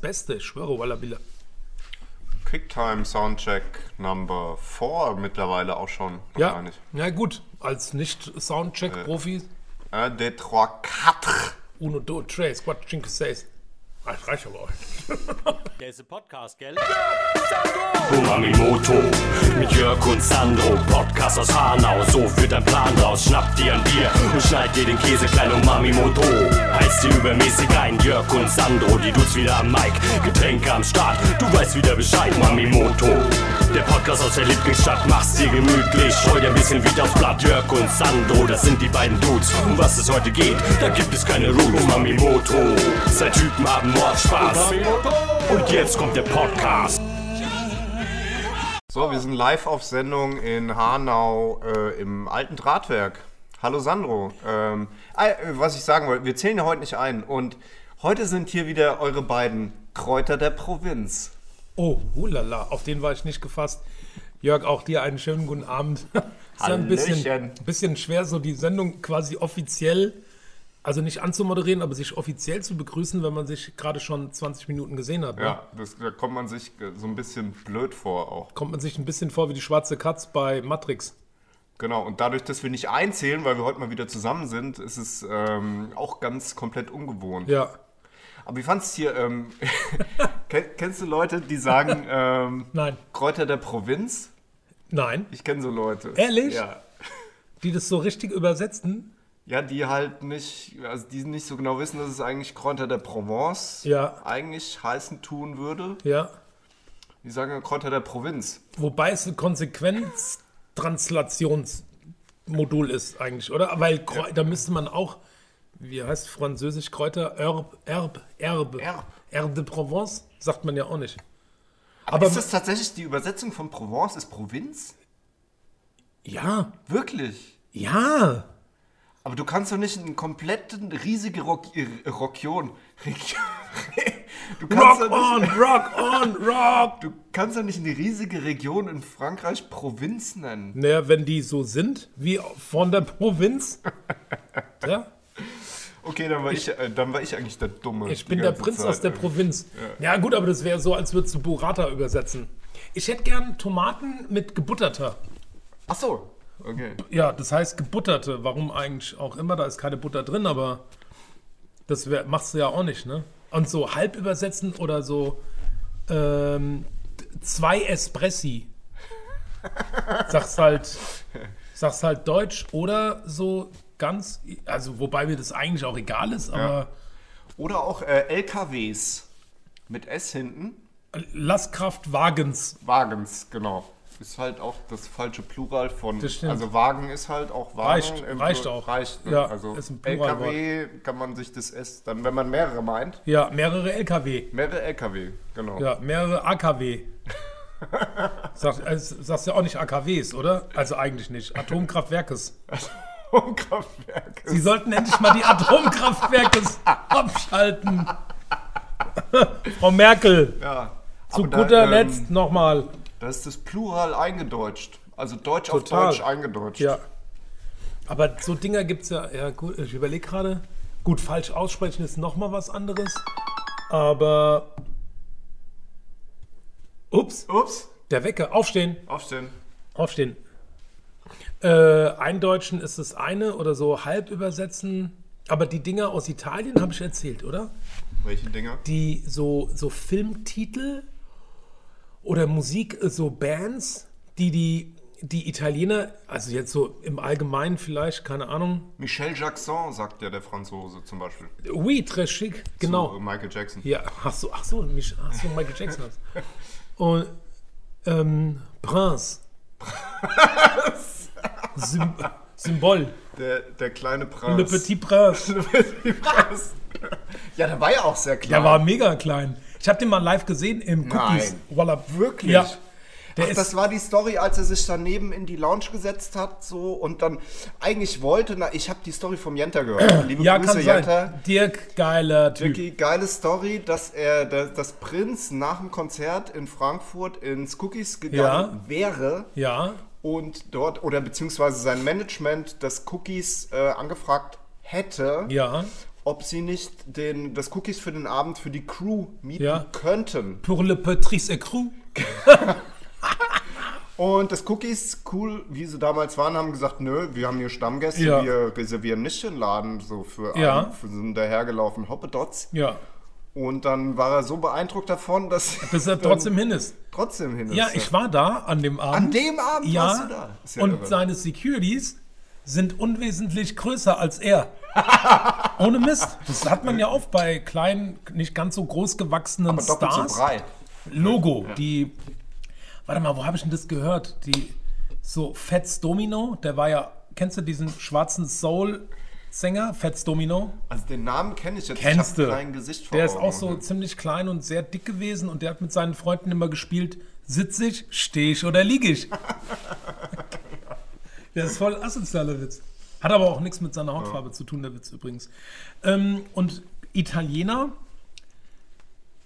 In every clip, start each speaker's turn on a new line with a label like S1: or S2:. S1: Beste, ich schwöre, Walla Billa.
S2: Quicktime Soundcheck Number 4 mittlerweile auch schon.
S1: Ja, ja gut, als Nicht-Soundcheck-Profi,
S2: Un, deux, trois, quatre.
S1: uno, dos, tres, quattro, cinque, seis. Ah, Das reicht aber auch.
S3: Der ist ein Podcast, gell?
S4: Unamimoto mit Jörg und Sandro, Podcast aus Hanau. So wird ein Plan raus. Schnapp dir ein Bier und schneid dir den Käse klein. Umamimoto heißt dir übermäßig ein. Jörg und Sandro, die dudes wieder am Mic. Getränke am Start, du weißt wieder Bescheid. Mamimoto, der Podcast aus der Lieblingsstadt. Mach's dir gemütlich, scheu dir ein bisschen wieder aufs Blatt. Jörg und Sandro, das sind die beiden Dudes. Um was es heute geht, da gibt es keine Ruhe. Umamimoto, zwei Typen haben Mordspaß. Und jetzt kommt der Podcast.
S2: So, wir
S1: Ah.
S2: sind live auf Sendung in Hanau äh, im alten Drahtwerk. Hallo Sandro. Ähm, ah, äh, was ich sagen wollte, wir zählen ja heute nicht ein. Und heute sind hier wieder eure beiden Kräuter der Provinz.
S1: Oh, hulala, auf den war ich nicht gefasst. Jörg, auch dir einen schönen guten Abend. Ist ja ein bisschen,
S2: Hallöchen.
S1: bisschen schwer, so die Sendung quasi offiziell, also nicht anzumoderieren, aber sich offiziell zu begrüßen, wenn man sich gerade schon 20 Minuten gesehen hat. ne?
S2: Ja, das, da kommt man sich äh, so ein bisschen blöd vor auch.
S1: Kommt man sich ein bisschen vor wie die schwarze Katz bei Matrix.
S2: Genau, und dadurch, dass wir nicht einzählen, weil wir heute mal wieder zusammen sind, ist es ähm, auch ganz komplett ungewohnt.
S1: Ja.
S2: Aber wie fandst du hier, ähm, ken- kennst du Leute, die sagen, ähm,
S1: Nein.
S2: Kräuter der Provinz?
S1: Nein.
S2: Ich kenne so Leute.
S1: Ehrlich?
S2: Ja.
S1: Die das so richtig übersetzen?
S2: Ja, die halt nicht, also die nicht so genau wissen, dass es eigentlich Kräuter der Provence
S1: Ja.
S2: eigentlich heißen tun würde.
S1: Ja.
S2: Die sagen ja Kräuter der Provinz.
S1: Wobei es ein Konsequenztranslationsmodul ist eigentlich, oder? Weil Kreu- da müsste man auch, wie heißt französisch Kräuter? Erb, Erb, Erbe.
S2: Erb.
S1: Erbe de Provence sagt man ja auch nicht.
S2: Aber
S1: Aber-
S2: ist das tatsächlich die Übersetzung von Provence ist Provinz?
S1: Ja,
S2: Wirklich?
S1: ja.
S2: Aber du kannst doch nicht einen kompletten riesige Rock, äh, Rockion. Du kannst,
S1: Rock
S2: doch
S1: on,
S2: nicht,
S1: rock on, rock.
S2: du kannst doch nicht eine riesige Region in Frankreich Provinz nennen.
S1: Naja, wenn die so sind, wie von der Provinz. Ja,
S2: Okay, dann war ich, äh, dann war ich eigentlich der Dumme.
S1: ich
S2: die
S1: bin der
S2: ganze
S1: Prinz
S2: Zeit,
S1: aus der
S2: ey.
S1: Provinz. Ja. gut, aber das wäre so, als würdest du Burrata übersetzen. Ich hätte gern Tomaten mit gebutterter.
S2: Ach so. Okay.
S1: Ja, das heißt gebutterte, warum eigentlich auch immer, da ist keine Butter drin, aber das wär, machst du ja auch nicht, ne? Und so halb übersetzen oder so ähm, d- zwei Espressi. Sagst halt, sagst halt Deutsch oder so ganz, also wobei mir das eigentlich auch egal ist, aber
S2: Oder auch äh, LKWs mit S hinten.
S1: Lastkraftwagens.
S2: Wagens, genau. Ist halt auch das falsche Plural von.
S1: Das stimmt.
S2: Also Wagen ist halt auch Wagen.
S1: Reicht,
S2: im
S1: reicht
S2: Plu-
S1: auch.
S2: Reicht, ne?
S1: Ja,
S2: also
S1: ist ein Pluralwort.
S2: LKW kann man sich das S dann, wenn man mehrere meint.
S1: Ja, mehrere LKW.
S2: Mehrere LKW, genau.
S1: Ja, mehrere AKW. Sag, also, sagst ja auch nicht AKWs, oder? Also eigentlich nicht. Atomkraftwerkes.
S2: Um Atomkraftwerke.
S1: Sie sollten endlich mal die Atomkraftwerke abschalten. Frau Merkel,
S2: Ja.
S1: zu
S2: Aber da,
S1: guter
S2: ähm,
S1: Letzt nochmal.
S2: Da ist das Plural eingedeutscht. Also Deutsch
S1: Total.
S2: auf Deutsch eingedeutscht.
S1: Ja. Aber so Dinger gibt es ja, ja gut, ich überlege gerade. Gut, falsch aussprechen ist nochmal was anderes. Aber. Ups,
S2: Ups,
S1: der Wecker. Aufstehen.
S2: aufstehen.
S1: Aufstehen. Äh, Eindeutschen ist das eine oder so halb übersetzen. Aber die Dinger aus Italien habe ich erzählt, oder?
S2: Welche Dinger?
S1: Die so, so Filmtitel oder Musik, äh, so Bands, die die, die Italiener, also jetzt so im Allgemeinen vielleicht, keine Ahnung.
S2: Michel Jackson, sagt ja der Franzose zum Beispiel.
S1: Oui, très chic, genau.
S2: Zu, äh, Michael Jackson.
S1: Ja, ach so, ach so, mich, ach so Michael Jackson. hat's. Und ähm, Prince. Sym Symbol.
S2: Der, der kleine Prinz.
S1: Le Petit Prince.
S2: Prinz. ja, der war ja auch sehr klein.
S1: Der war mega klein. Ich habe den mal live gesehen im Cookies.
S2: Nein.
S1: Walla,
S2: wirklich.
S1: Ja. Der
S2: Ach,
S1: ist,
S2: das war die Story, als er sich daneben in die Lounge gesetzt hat, so und dann eigentlich wollte. Na, ich habe die Story vom Jenta gehört. Liebe
S1: ja,
S2: Grüße,
S1: kann sein.
S2: Jenta.
S1: Dirk, geiler Typ.
S2: Wirklich geile Story, dass er, dass, dass Prinz nach dem Konzert in Frankfurt ins Cookies gegangen wäre
S1: Ja,
S2: und dort oder beziehungsweise sein Management das Cookies äh, angefragt hätte.
S1: ja.
S2: ob sie nicht den, das Cookies für den Abend für die Crew mieten
S1: Ja.
S2: könnten.
S1: Pour le Patrice et Crew.
S2: Und das Cookies, cool, wie sie damals waren, haben gesagt, nö, wir haben hier Stammgäste,
S1: Ja.
S2: wir reservieren nicht den Laden so für,
S1: Ja.
S2: einen, für so einen dahergelaufenen Hoppedots.
S1: Ja,
S2: Und dann war er so beeindruckt davon, dass
S1: bis er
S2: dann
S1: trotzdem hin ist.
S2: trotzdem hin ist.
S1: Ja, ich war da an dem Abend.
S2: An dem Abend
S1: ja,
S2: warst du da. Ist ja
S1: und
S2: irre.
S1: seine Securities sind unwesentlich größer als er. Ohne Mist. Das hat man ja oft bei kleinen, nicht ganz so groß gewachsenen
S2: Aber doppelt
S1: Stars.
S2: so breit.
S1: Logo, die. Warte mal, wo habe ich denn das gehört? Die so Fats Domino, der war ja, kennst du diesen schwarzen Soul-Sänger, Fats Domino?
S2: Also den Namen kenne ich jetzt.
S1: Kennst
S2: ich
S1: du?
S2: hab Kein Gesicht vor
S1: der ist auch
S2: Augen.
S1: so ziemlich klein und sehr dick gewesen und der hat mit seinen Freunden immer gespielt, sitz ich, stehe ich oder liege ich. der ist voll asozialer Witz. Hat aber auch nichts mit seiner Hautfarbe zu tun, der Witz übrigens. Ähm, und Italiener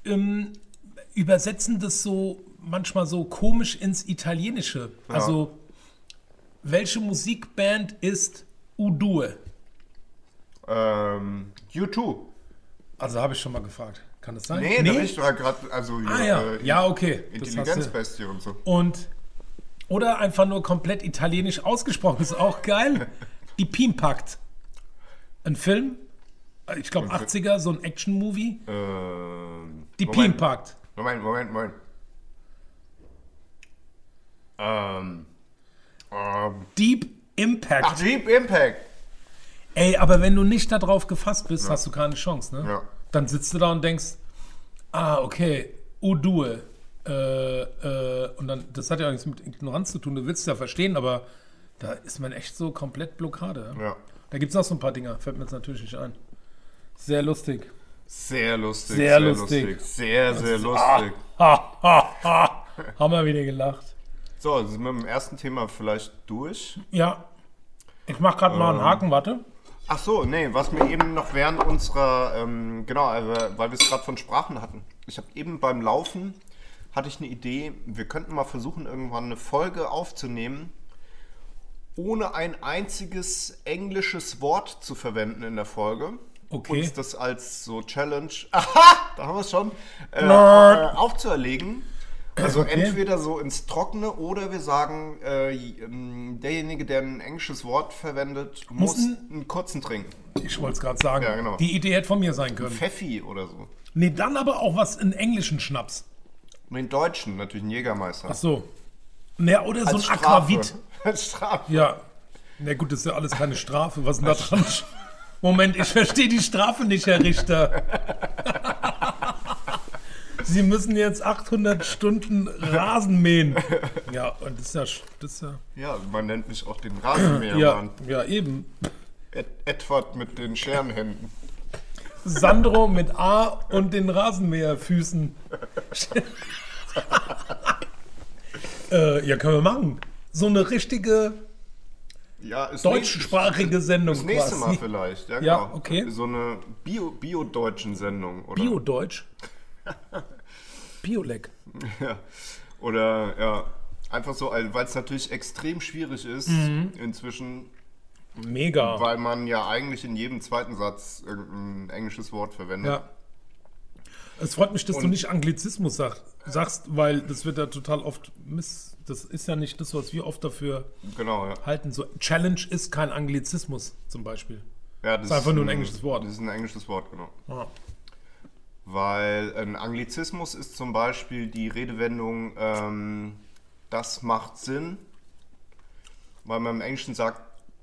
S1: ähm, übersetzen das so manchmal so komisch ins Italienische. Also, welche Musikband ist Udue?
S2: Ähm, U2.
S1: Also habe ich schon mal gefragt. Kann das sein?
S2: Nee, nee? ich war gerade, also
S1: Ah ja,
S2: äh,
S1: ja, okay. Das hast du.
S2: Intelligenzbestie und so.
S1: Und oder einfach nur komplett italienisch ausgesprochen, ist auch geil. Die Pimpakt. Ein Film, äh, ich glaube 80er, so ein Action-Movie.
S2: Ähm,
S1: Die
S2: Äh, Moment.
S1: Pimpakt.
S2: Moment, Moment, Moment. Ähm, ähm,
S1: Deep Impact.
S2: ach, Deep Impact.
S1: Ey, aber wenn du nicht darauf gefasst bist, hast du keine Chance, ne?
S2: Ja.
S1: Dann sitzt du da und denkst, ah, okay, Udue. Äh, äh, und dann, das hat ja auch nichts mit Ignoranz zu tun, du willst es ja verstehen, aber da ist man echt so komplett Blockade. ja?
S2: Ja,
S1: Da gibt es noch so ein paar Dinger, fällt mir jetzt natürlich nicht ein. Sehr lustig.
S2: sehr lustig.
S1: Sehr lustig. Ah.
S2: Sehr, sehr lustig.
S1: Ha, ha, ha. Haben wir wieder gelacht.
S2: So, sind wir mit dem ersten Thema vielleicht durch?
S1: Ja. Ich mach gerade
S2: Ähm.
S1: mal einen Haken, warte.
S2: Ach so, nee, was mir eben noch während unserer, ähm, genau, also, weil wir es gerade von Sprachen hatten. Ich habe eben beim Laufen, hatte ich eine Idee, wir könnten mal versuchen, irgendwann eine Folge aufzunehmen, ohne ein einziges englisches Wort zu verwenden in der Folge.
S1: Okay.
S2: Uns das als so Challenge, aha, da haben wir es schon, äh, äh, aufzuerlegen. Also entweder so ins Trockene oder wir sagen, äh, ähm, derjenige, der ein englisches Wort verwendet, muss
S1: ein-
S2: einen kurzen trinken.
S1: Ich wollte es gerade sagen.
S2: Ja, genau.
S1: Die Idee hätte von mir sein können.
S2: Pfeffi oder so.
S1: Nee, dann aber auch was in englischen Schnaps.
S2: Und den Deutschen natürlich einen Jägermeister.
S1: Ach so. Naja, oder so ein
S2: Strafe.
S1: Aquavit.
S2: Als Strafe.
S1: Ja. Na gut, das ist ja alles keine Strafe. Was ist denn da dran? Moment, ich verstehe die Strafe nicht, Herr Richter. Sie müssen jetzt 800 Stunden Rasen mähen. Ja, und das ist ja. sch- Das ist ja,
S2: Ja, man nennt mich auch den
S1: ja,
S2: Rasenmähermann.
S1: ja, eben.
S2: Ed Edward mit den Scherenhänden.
S1: Sandro mit A und den Rasenmäherfüßen. äh, ja, können wir machen. So eine richtige
S2: Ja, ist
S1: deutschsprachige Sendung.
S2: Das nächste
S1: quasi.
S2: Mal vielleicht. Ja,
S1: Ja,
S2: genau.
S1: okay.
S2: So eine Bio- bio-deutschen Sendung. Oder,
S1: Bio-Deutsch. Biolek.
S2: Ja. Oder ja, einfach so, weil es natürlich extrem schwierig ist
S1: Mhm.
S2: inzwischen,
S1: Mega.
S2: weil man ja eigentlich in jedem zweiten Satz irgendein englisches Wort verwendet.
S1: Ja. Es freut mich, dass du nicht Anglizismus sag, sagst, weil das wird ja total oft miss. Das ist ja nicht das, was wir oft dafür
S2: Genau, ja.
S1: halten. So, Challenge ist kein Anglizismus zum Beispiel.
S2: ja das
S1: Ist einfach nur ein englisches Wort.
S2: Das ist ein englisches Wort, genau.
S1: Ja.
S2: Weil ein Anglizismus ist zum Beispiel die Redewendung, ähm, das macht Sinn, weil man im Englischen sagt,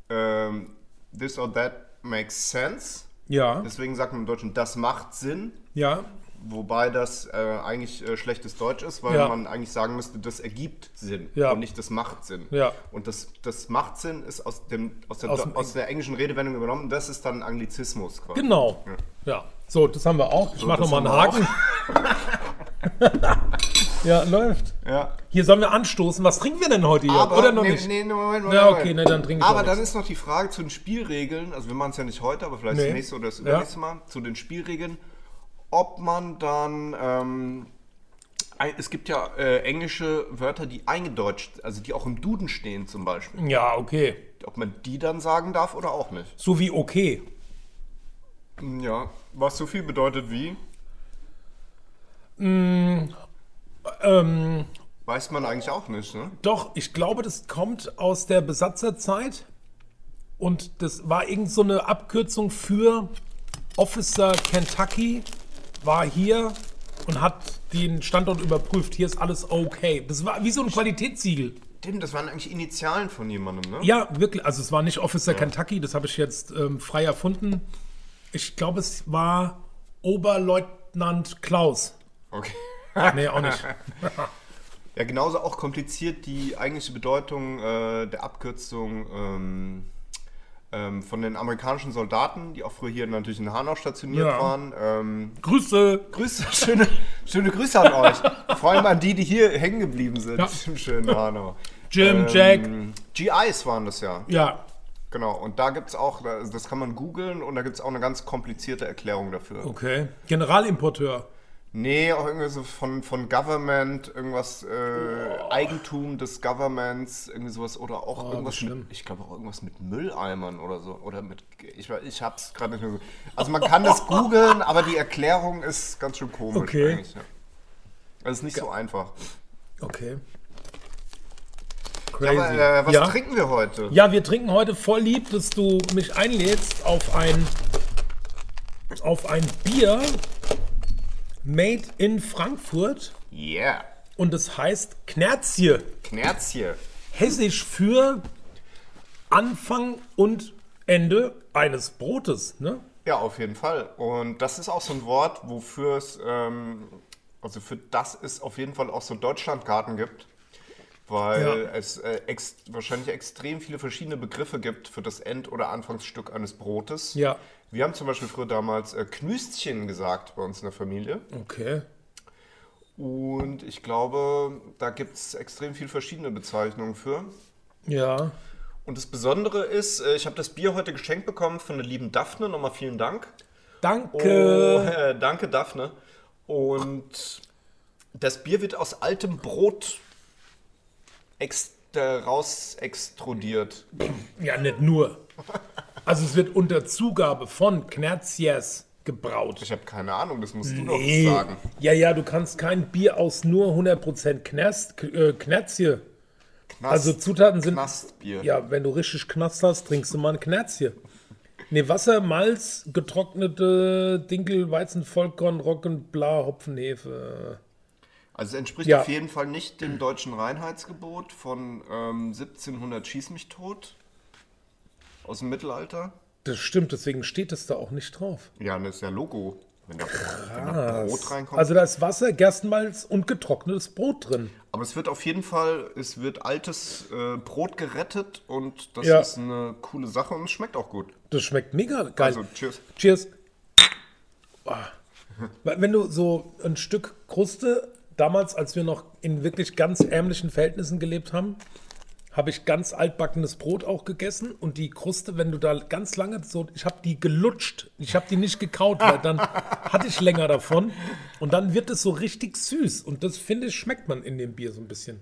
S2: ähm, this or that makes sense.
S1: Ja.
S2: Deswegen sagt man im Deutschen, das macht Sinn,
S1: ja.
S2: wobei das äh, eigentlich äh, schlechtes Deutsch ist, weil
S1: Ja.
S2: man eigentlich sagen müsste, das ergibt Sinn
S1: Ja.
S2: und nicht das macht Sinn.
S1: Ja.
S2: Und das, das macht Sinn ist aus, dem, aus, der,
S1: Aus dem
S2: aus der englischen Redewendung übernommen, das ist dann Anglizismus quasi.
S1: Genau. Ja. So, das haben wir auch. Ich mach
S2: das
S1: noch nochmal einen
S2: haben wir
S1: Haken. ja, läuft.
S2: Ja.
S1: Hier sollen wir anstoßen. Was trinken wir denn heute hier?
S2: Aber,
S1: Oder noch
S2: nee,
S1: nicht?
S2: Nee, nee, Moment, Moment,
S1: Ja,
S2: Moment.
S1: okay, nee, dann trinke ich
S2: Aber
S1: noch
S2: dann ist noch die Frage zu den Spielregeln, also wir machen es ja nicht heute, aber vielleicht
S1: Nee.
S2: das nächste oder das
S1: Ja.
S2: übernächste Mal, zu den Spielregeln, ob man dann, ähm, ein- es gibt ja äh, englische Wörter, die eingedeutscht, also die auch im Duden stehen zum Beispiel,
S1: Ja, okay.
S2: ob man die dann sagen darf oder auch nicht.
S1: So wie okay.
S2: Ja, was so viel bedeutet wie,
S1: Mm, Ähm,
S2: weiß man eigentlich auch nicht, ne?
S1: Doch, ich glaube, das kommt aus der Besatzerzeit. Und das war irgend so eine Abkürzung für Officer Kentucky war hier und hat den Standort überprüft. Hier ist alles okay. Das war wie so ein Qualitätssiegel.
S2: Stimmt, das waren eigentlich Initialen von jemandem, ne?
S1: Ja, wirklich. Also es war nicht Officer Kentucky, das habe ich jetzt ähm, frei erfunden. Ich glaube, es war Oberleutnant Klaus.
S2: Okay.
S1: Nee, auch nicht.
S2: Ja, genauso auch kompliziert die eigentliche Bedeutung äh, der Abkürzung ähm, ähm, von den amerikanischen Soldaten, die auch früher hier natürlich in Hanau stationiert
S1: Ja.
S2: waren. Ähm,
S1: Grüße.
S2: Grüße, schöne, schöne Grüße an euch. Vor allem an die, die hier hängen geblieben sind
S1: Ja.
S2: im schönen Hanau.
S1: Jim,
S2: ähm,
S1: Jack.
S2: GIs waren das ja.
S1: Ja,
S2: Genau. Und da gibt es auch, das kann man googeln und da gibt es auch eine ganz komplizierte Erklärung dafür.
S1: okay. Generalimporteur.
S2: Nee, auch irgendwie so von, von Government, irgendwas äh, Eigentum des Governments, irgendwie sowas oder
S1: Oh,
S2: auch irgendwas mit,
S1: bestimmt.
S2: ich glaube auch irgendwas mit Mülleimern oder so oder mit ich weiß, ich hab's gerade nicht mehr so. Also man kann das googeln, aber die Erklärung ist ganz schön komisch
S1: Okay.
S2: eigentlich. Ja. Das ist nicht so einfach.
S1: Okay.
S2: Ja,
S1: Crazy.
S2: aber äh, was
S1: ja.
S2: trinken wir heute?
S1: ja, wir trinken heute voll lieb, dass du mich einlädst auf ein auf ein Bier made in Frankfurt
S2: Yeah.
S1: und es heißt Knerzie.
S2: Knerzje.
S1: Hessisch für Anfang und Ende eines Brotes, ne?
S2: Ja, auf jeden Fall. Und das ist auch so ein Wort, wofür es, ähm, also für das es auf jeden Fall auch so Deutschlandkarten gibt, weil
S1: Ja.
S2: es äh, ex wahrscheinlich extrem viele verschiedene Begriffe gibt für das End- oder Anfangsstück eines Brotes.
S1: Ja.
S2: Wir haben zum Beispiel früher damals äh, Knüstchen gesagt bei uns in der Familie.
S1: Okay.
S2: Und ich glaube, da gibt es extrem viele verschiedene Bezeichnungen für.
S1: Ja.
S2: Und das Besondere ist, äh, ich habe das Bier heute geschenkt bekommen von der lieben Daphne. Nochmal vielen Dank.
S1: Danke.
S2: Oh, äh, danke, Daphne. Und das Bier wird aus altem Brot ex äh, raus extrudiert.
S1: Ja, nicht nur. Also es wird unter Zugabe von Knerzies gebraut.
S2: Ich habe keine Ahnung, das musst du
S1: Nee.
S2: doch Oh, sagen.
S1: Ja, ja, du kannst kein Bier aus nur 100% Knerst, K- äh, Knerzie.
S2: Knast,
S1: Also Zutaten sind.
S2: Knastbier.
S1: Ja, wenn du richtig Knast hast, trinkst du mal ein Knerzie. Nee, Wasser, Malz, getrocknete Dinkel, Weizen, Vollkorn, Roggen, Bla, Hopfen, Hefe.
S2: Also es entspricht
S1: Ja.
S2: auf jeden Fall nicht dem deutschen Reinheitsgebot von ähm, 1700 Schieß mich tot. Aus dem Mittelalter.
S1: Das stimmt, deswegen steht es da auch nicht drauf.
S2: Ja, das ist ja Logo. Wenn da, wenn da Brot reinkommt.
S1: Also da ist Wasser, Gerstenmalz und getrocknetes Brot drin.
S2: Aber es wird auf jeden Fall, es wird altes äh, Brot gerettet und das
S1: Ja.
S2: ist eine coole Sache und es schmeckt auch gut.
S1: Das schmeckt mega geil.
S2: Also, cheers.
S1: Cheers. Ah. Weil Wenn du so ein Stück Kruste, damals, als wir noch in wirklich ganz ärmlichen Verhältnissen gelebt haben, habe ich ganz altbackenes Brot auch gegessen und die Kruste, wenn du da ganz lange so, ich habe die gelutscht, ich habe die nicht gekaut, weil dann hatte ich länger davon und dann wird es so richtig süß und das finde ich schmeckt man in dem Bier so ein bisschen.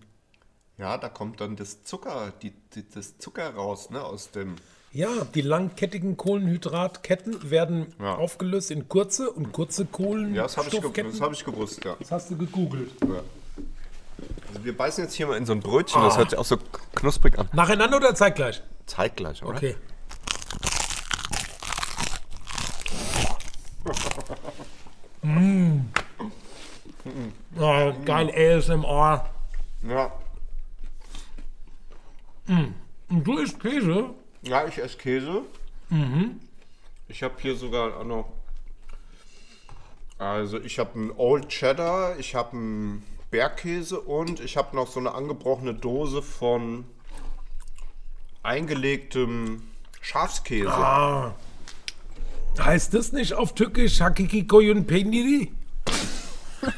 S2: Ja, da kommt dann das Zucker, die, die, das Zucker raus, ne, aus dem.
S1: Ja, die langkettigen Kohlenhydratketten werden
S2: Ja.
S1: aufgelöst in kurze und kurze Kohlen.
S2: Ja, das habe ich, ge-
S1: Stoffketten.
S2: das hab ich gewusst, ja.
S1: Das hast du gegoogelt.
S2: Also wir beißen jetzt hier mal in so ein Brötchen, das hört sich auch so knusprig an.
S1: Nacheinander oder zeitgleich?
S2: Zeitgleich, oder?
S1: Okay. mm. oh, geil, ASMR.
S2: Ja.
S1: Und du isst Käse?
S2: ja, ich esse Käse. Ich habe hier sogar auch noch. Also ich habe einen Old Cheddar, ich habe einen Bergkäse und ich habe noch so eine angebrochene Dose von eingelegtem Schafskäse.
S1: Heißt das nicht auf Türkisch Hakiki Koyun Pendiri?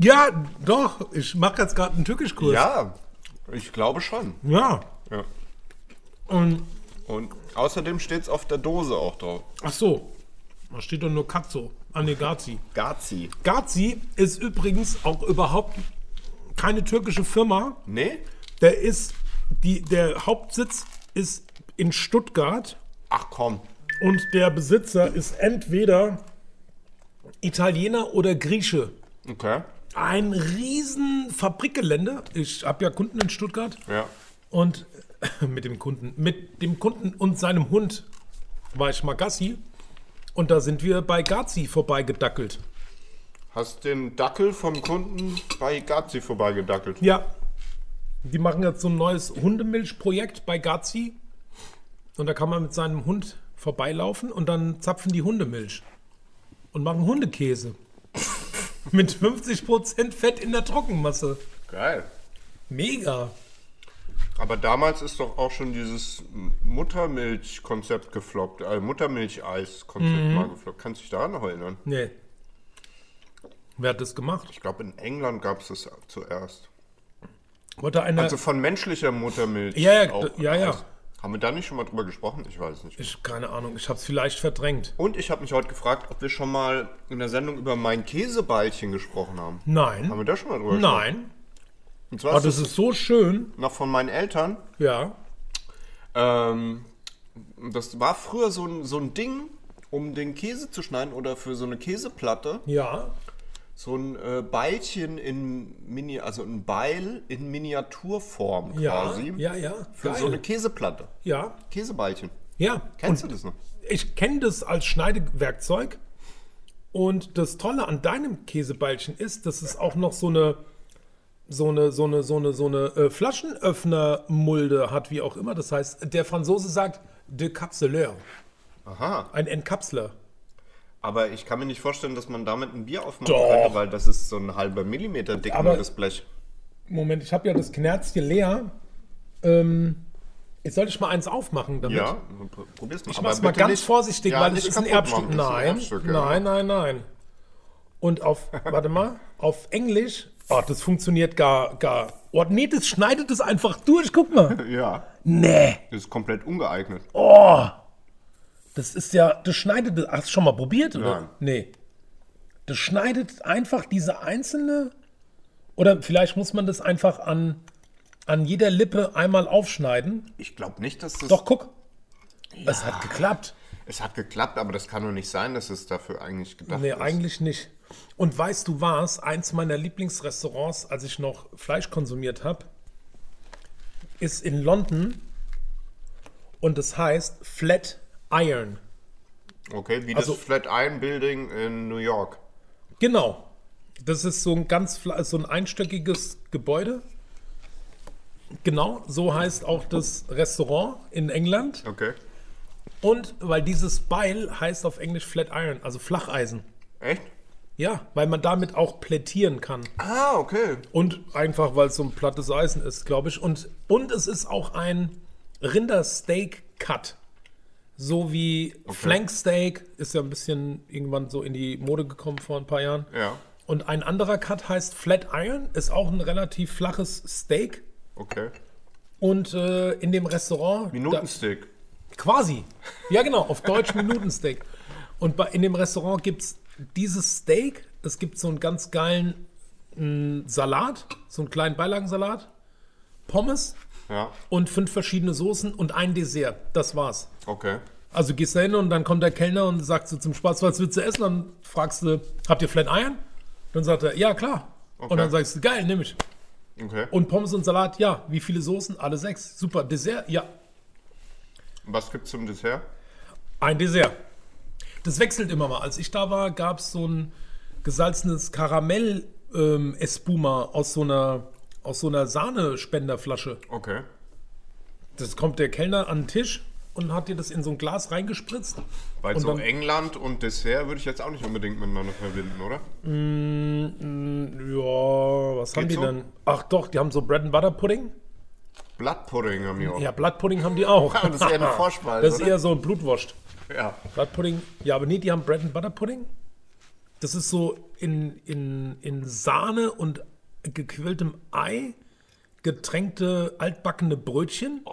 S1: ja, doch. Ich mache jetzt gerade einen Türkischkurs.
S2: Ja, ich glaube schon.
S1: Ja.
S2: Ja.
S1: Und,
S2: Und außerdem steht es auf der Dose auch drauf.
S1: ach so, da steht doch nur Katzo. Ah, ne, Gazi.
S2: Gazi.
S1: Gazi ist übrigens auch überhaupt keine türkische Firma.
S2: Nee?
S1: Der ist, die, der Hauptsitz ist in Stuttgart
S2: Ach komm.
S1: Und der Besitzer ist entweder Italiener oder Grieche.
S2: Okay.
S1: Ein riesen Fabrikgelände. Ich habe ja Kunden in Stuttgart
S2: Ja.
S1: und mit dem Kunden, mit dem Kunden und seinem Hund war ich mal Gassi. Und da sind wir bei Gazi vorbeigedackelt.
S2: Hast den Dackel vom Kunden bei Gazi vorbeigedackelt.
S1: Ja. Die machen jetzt so ein neues Hundemilchprojekt bei Gazi. Und da kann man mit seinem Hund vorbeilaufen und dann zapfen die Hundemilch. Und machen Hundekäse. mit 50% Fett in der Trockenmasse.
S2: Geil.
S1: Mega.
S2: Aber damals ist doch auch schon dieses Muttermilch-Konzept gefloppt, äh, Muttermilch-Eis-Konzept
S1: Mhm.
S2: mal gefloppt. Kannst du dich daran noch erinnern?
S1: Nee. Wer hat das gemacht?
S2: Ich glaube, in England gab es das zuerst.
S1: Wollte einer.
S2: Also von menschlicher Muttermilch.
S1: Ja, ja,
S2: auch
S1: ja, ja.
S2: Eis. Haben wir da nicht schon mal drüber gesprochen? Ich weiß es nicht.
S1: ich, keine Ahnung, ich hab's vielleicht verdrängt.
S2: Und ich habe mich heute gefragt, ob wir schon mal in der Sendung über mein Käseballchen gesprochen haben. Haben wir
S1: Nein.
S2: da schon mal drüber gesprochen?
S1: Nein.
S2: Und zwar
S1: Aber
S2: ist
S1: das
S2: das
S1: ist so schön.
S2: noch von meinen Eltern.
S1: Ja.
S2: Ähm, das war früher so ein, so ein Ding, um den Käse zu schneiden oder für so eine Käseplatte.
S1: Ja.
S2: So ein äh, Beilchen in Mini, also ein Beil in Miniaturform
S1: Ja.
S2: quasi.
S1: Ja, ja.
S2: Für
S1: Geil.
S2: so eine Käseplatte.
S1: ja.
S2: Käsebeilchen.
S1: Ja.
S2: Kennst du das noch?
S1: ich kenne das als Schneidewerkzeug. Und das Tolle an deinem Käsebeilchen ist, dass es auch noch so eine so eine so eine so eine so eine äh, Flaschenöffnermulde hat, wie auch immer. Das heißt, der Franzose sagt Decapseleur,
S2: Aha.
S1: ein Entkapsler.
S2: Aber ich kann mir nicht vorstellen, dass man damit ein Bier aufmachen könnte, weil das ist so ein halber Millimeter dick
S1: Aber-
S2: nur das Blech.
S1: Moment, ich habe ja das Knerzchen leer. Ähm, jetzt sollte ich mal eins aufmachen damit.
S2: Ja, pr- probier's mal.
S1: Ich mach's mal ganz vorsichtig, weil es ist ein Erbstück. nein,
S2: genau.
S1: nein, nein, nein. Und auf, warte mal, auf Englisch, oh, das funktioniert gar, gar. Oh, nee, das schneidet es einfach durch, guck mal.
S2: Ja,
S1: Nee, Oh.
S2: das ist komplett ungeeignet.
S1: das ist ja, das schneidet, es- hast du schon mal probiert, oder?
S2: Nein.
S1: Nee. Das schneidet einfach diese einzelne, oder vielleicht muss man das einfach an, an jeder Lippe einmal aufschneiden.
S2: Ich glaube nicht, dass das.
S1: Doch, guck, es hat geklappt.
S2: Es hat geklappt, aber das kann doch nicht sein, dass es dafür eigentlich gedacht
S1: Nee,
S2: ist.
S1: eigentlich nicht. Und weißt du was? Eins meiner Lieblingsrestaurants, als ich noch Fleisch konsumiert habe, ist in London und es heißt Flat Iron.
S2: Okay, wie
S1: Also-
S2: das Flatiron Building in New York.
S1: Genau. Das ist so ein ganz fla- so ein einstöckiges Gebäude. Genau, so heißt auch das Restaurant in England.
S2: Okay.
S1: Und weil dieses Beil heißt auf Englisch Flat Iron, also Flacheisen.
S2: Echt?
S1: Ja, weil man damit auch plättieren kann.
S2: Ah, okay.
S1: Und einfach, weil es so ein plattes Eisen ist, glaube ich. Und, und es ist auch ein Rindersteak-Cut. So wie Flanksteak ist ja ein bisschen irgendwann so in die Mode gekommen vor ein paar Jahren.
S2: Ja,
S1: Und ein anderer Cut heißt Flat Iron, ist auch ein relativ flaches Steak.
S2: okay.
S1: Und äh, in dem Restaurant.
S2: Minutenstick.
S1: Da, quasi. Ja, genau, auf Deutsch Minutensteak. Und bei, in dem Restaurant gibt es dieses Steak. Es gibt so einen ganz geilen mh, Salat, so einen kleinen Beilagensalat, Pommes
S2: Ja,
S1: und fünf verschiedene Soßen und ein Dessert. Das war's.
S2: okay.
S1: Also gehst da hin und dann kommt der Kellner und sagt so zum Spaß, was willst du essen? Dann fragst du, habt ihr Flatiron? Dann sagt er, ja, klar.
S2: Okay.
S1: Und dann sagst du, geil, nimm ich.
S2: Okay.
S1: Und Pommes und Salat, ja. Wie viele Soßen? Alle sechs. Super. Dessert? Ja.
S2: Was gibt's zum Dessert?
S1: Ein Dessert. Das wechselt immer mal. Als ich da war, gab es so ein gesalzenes Karamell-Espuma aus so einer aus so einer Sahnespenderflasche.
S2: Okay.
S1: Das kommt der Kellner an den Tisch und hat dir das in so ein Glas reingespritzt.
S2: Weil
S1: Und
S2: so
S1: dann-
S2: England und Dessert würde ich jetzt auch nicht unbedingt miteinander verbinden, oder?
S1: Mm, Ja, was haben die
S2: so?
S1: denn? Ach doch, die haben so Bread and Butter Pudding.
S2: Blattpudding haben wir auch.
S1: Ja, Blattpudding haben die auch.
S2: Das ist eher eine Vorspeise,
S1: Das ist
S2: oder?
S1: eher so ein Blutwurst.
S2: Ja.
S1: Blattpudding. Ja, aber nee, die haben Bread and Butter Pudding. Das ist so in, in, in Sahne und gequilltem Ei getränkte altbackene Brötchen.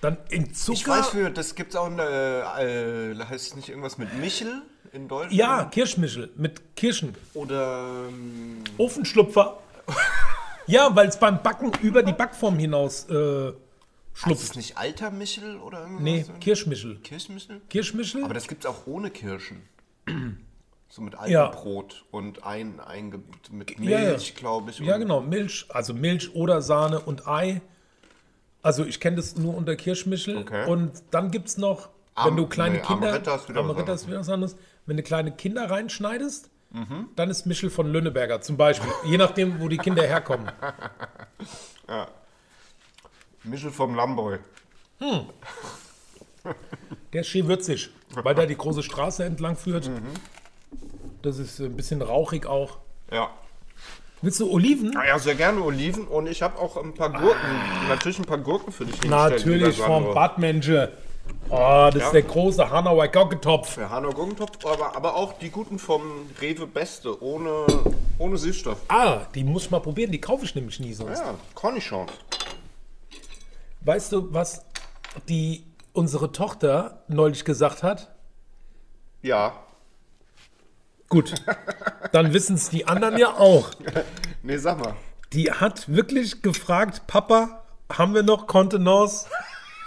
S1: Dann in Zucker.
S2: Ich weiß, für, das gibt's auch in der, äh, äh, heißt es nicht irgendwas mit Michel in Deutschland?
S1: ja, Kirschmischel mit Kirschen.
S2: Oder, ähm,
S1: Ofenschlupfer. ja, weil es beim Backen über die Backform hinaus äh,
S2: Ist
S1: Schlupft.
S2: es nicht alter Michel oder irgendwas?
S1: Nee,
S2: so?
S1: Kirschmichel.
S2: Kirschmichel?
S1: Kirschmichel?
S2: Aber das gibt es auch ohne Kirschen. So mit altem
S1: Ja.
S2: Brot und ein, einge mit Milch,
S1: Ja, ja.
S2: glaube ich.
S1: ja,
S2: und-
S1: genau. Milch, also Milch oder Sahne und Ei. Also ich kenne das nur unter Kirschmichel.
S2: Okay.
S1: Und dann gibt es noch,
S2: Am-
S1: wenn du kleine
S2: nee,
S1: Kinder.
S2: Amaretta ist wieder was
S1: Amaretta
S2: anderes.
S1: ist wieder was anderes. Wenn du kleine Kinder reinschneidest,
S2: Mhm.
S1: dann ist Michel von Lönneberger zum Beispiel. je nachdem, wo die Kinder herkommen.
S2: Michel vom Lamboy.
S1: Der ist schön würzig, weil da die große Straße entlang führt.
S2: Mhm.
S1: Das ist ein bisschen rauchig auch.
S2: Ja.
S1: Willst du Oliven?
S2: Ah ja, sehr gerne Oliven und ich habe auch ein paar Gurken. Natürlich ein paar Gurken für dich hingestellt,
S1: Natürlich
S2: lieber
S1: vom
S2: Sandro.
S1: Badmensche. Oh, das
S2: Ja.
S1: ist der große Hanauer Gurkentopf.
S2: Der Hanau Gurkentopf, aber, aber auch die guten vom Rewe Beste, ohne, ohne Süßstoff.
S1: Ah, die muss ich mal probieren, die kaufe ich nämlich nie sonst.
S2: Ja, Cornichon.
S1: Weißt du, was die unsere Tochter neulich gesagt hat?
S2: Ja.
S1: Gut, dann wissen es die anderen ja auch.
S2: Nee, sag mal.
S1: Die hat wirklich gefragt, Papa, haben wir noch Contenance?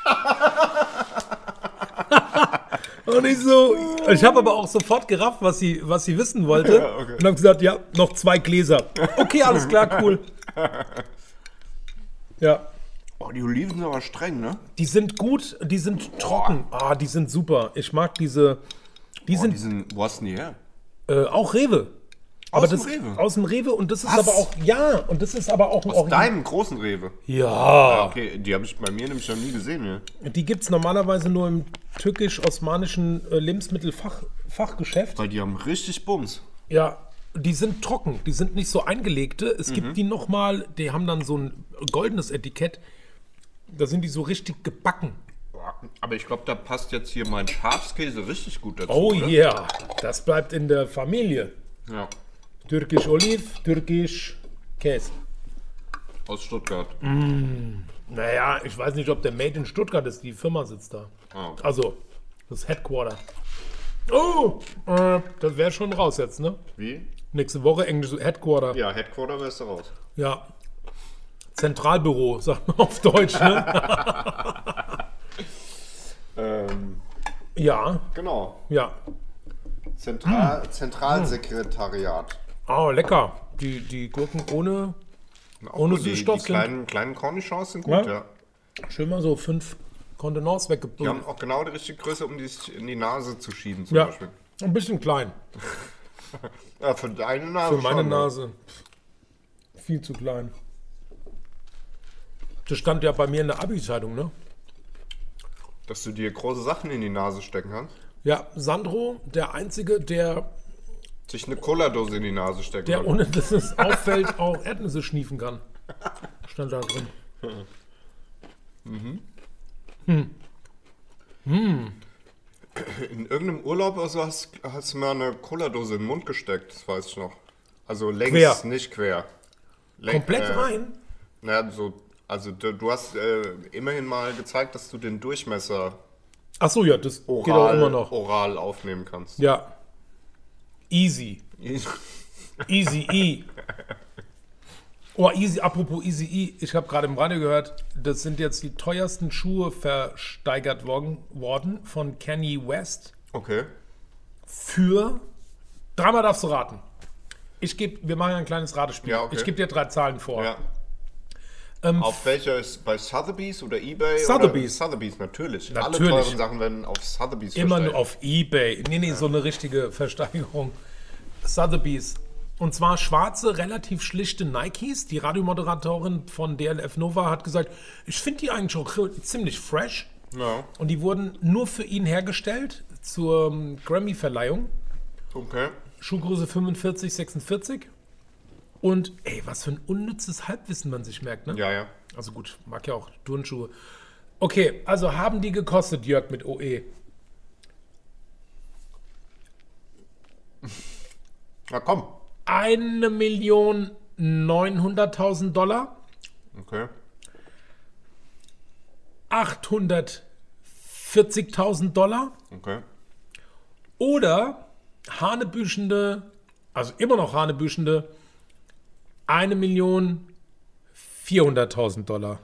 S1: Und ich so, ich habe aber auch sofort gerafft, was sie, was sie wissen wollte.
S2: Ja, okay.
S1: Und habe gesagt, ja, noch zwei Gläser. Okay, alles klar, cool. Ja,
S2: Oh, die Oliven sind aber streng, ne?
S1: die sind gut, die sind trocken. Ah, die sind super. Ich mag diese, die
S2: Oh,
S1: sind
S2: die sind, wo hast du die her?
S1: äh, auch Rewe. Aber
S2: Aus dem
S1: das,
S2: Rewe?
S1: Aus dem Rewe und das ist
S2: Was?
S1: aber auch, ja, und das ist aber auch ein
S2: Aus
S1: Origi-
S2: deinem großen Rewe.
S1: Ja.
S2: Okay, die habe ich bei mir nämlich noch nie gesehen, ne?
S1: Die gibt es normalerweise nur im türkisch-osmanischen äh, Lebensmittelfachgeschäft.
S2: Weil die haben richtig Bums.
S1: Ja, die sind trocken, die sind nicht so eingelegte. Es
S2: Mhm.
S1: gibt die nochmal, die haben dann so ein goldenes Etikett. Da sind die so richtig gebacken.
S2: Aber ich glaube, da passt jetzt hier mein Schafskäse richtig gut dazu.
S1: Oh
S2: oder?
S1: yeah, das bleibt in der Familie.
S2: Ja,
S1: Türkisch Oliv, türkisch Käse.
S2: aus Stuttgart.
S1: Naja, ich weiß nicht, ob der Made in Stuttgart ist, die Firma sitzt da.
S2: Ah.
S1: Also, das Headquarter. Oh, äh, das wäre schon raus jetzt, ne?
S2: Wie?
S1: Nächste Woche englisches Headquarter.
S2: Ja, Headquarter wärst du raus.
S1: Ja. Zentralbüro, sagt man auf Deutsch, ne?
S2: Ähm,
S1: ja,
S2: genau.
S1: ja.
S2: Zentral Zentralsekretariat.
S1: Ah, lecker. Die, die Gurken ohne.
S2: Auch
S1: Ah. Ohne
S2: gut, die-
S1: Süßstoff
S2: Die
S1: sind-
S2: kleinen, kleinen Cornichons sind gut,
S1: Ja.
S2: ja.
S1: Schön mal so fünf Kontenance
S2: Die
S1: weggebunden.
S2: haben auch genau die richtige Größe, um die sich in die Nase zu schieben, zum
S1: Ja,
S2: Beispiel.
S1: ein bisschen klein.
S2: Ja, für deine Nase.
S1: Für meine
S2: schon, ne?
S1: Nase. Viel zu klein. Das stand ja bei mir in der Abi-Zeitung, ne?
S2: Dass du dir große Sachen in die Nase stecken kannst.
S1: Ja, Sandro, der Einzige, der,
S2: Sich eine Cola-Dose in die Nase stecken
S1: der
S2: kann.
S1: ohne dass es auffällt, auch Erdnüsse schniefen kann. Stand da drin.
S2: In irgendeinem Urlaub oder so hast, hast du mir eine Cola-Dose in den Mund gesteckt, das weiß ich noch. Also längs,
S1: Quer.
S2: nicht quer. Längs-
S1: Komplett
S2: äh,
S1: rein.
S2: Naja, so, also du, du hast äh, immerhin mal gezeigt, dass du den Durchmesser
S1: Ach so, ja, das geht auch
S2: oral,
S1: immer noch.
S2: oral aufnehmen kannst.
S1: Ja. Easy. Easy E. Oh, easy, apropos Easy E, ich habe gerade im Radio gehört, das sind jetzt die teuersten Schuhe versteigert worden, worden von Kanye West
S2: Okay.
S1: für. Dreimal darfst du raten. Ich gebe, wir machen ein kleines Ratespiel.
S2: Ja, okay.
S1: Ich gebe dir drei Zahlen vor.
S2: Ja.
S1: Ähm,
S2: Auf welcher ist bei Sotheby's oder eBay?
S1: Sotheby's.
S2: Oder Sotheby's, natürlich. Alle
S1: Natürlich.
S2: teuren Sachen werden auf Sotheby's
S1: Immer nur
S2: versteigert.
S1: auf Ebay. Nee, nee, so eine richtige Versteigerung. Sotheby's. Und zwar schwarze, relativ schlichte Nikes. Die Radiomoderatorin von DLF Nova hat gesagt, ich finde die eigentlich auch re- ziemlich fresh.
S2: Ja,
S1: Und die wurden nur für ihn hergestellt zur ähm, Grammy-Verleihung.
S2: okay.
S1: Schuhgröße 45, 46. Und ey, was für ein unnützes Halbwissen man sich merkt, ne?
S2: Ja, ja.
S1: Also gut, mag ja auch Turnschuhe. Okay, also haben die gekostet, Jörg mit E? OE.
S2: Na komm.
S1: 1.900.000 Dollar,
S2: Okay.
S1: 840.000 Dollar
S2: Okay.
S1: oder hanebüchende, also immer noch hanebüchende, 1.400.000 Dollar.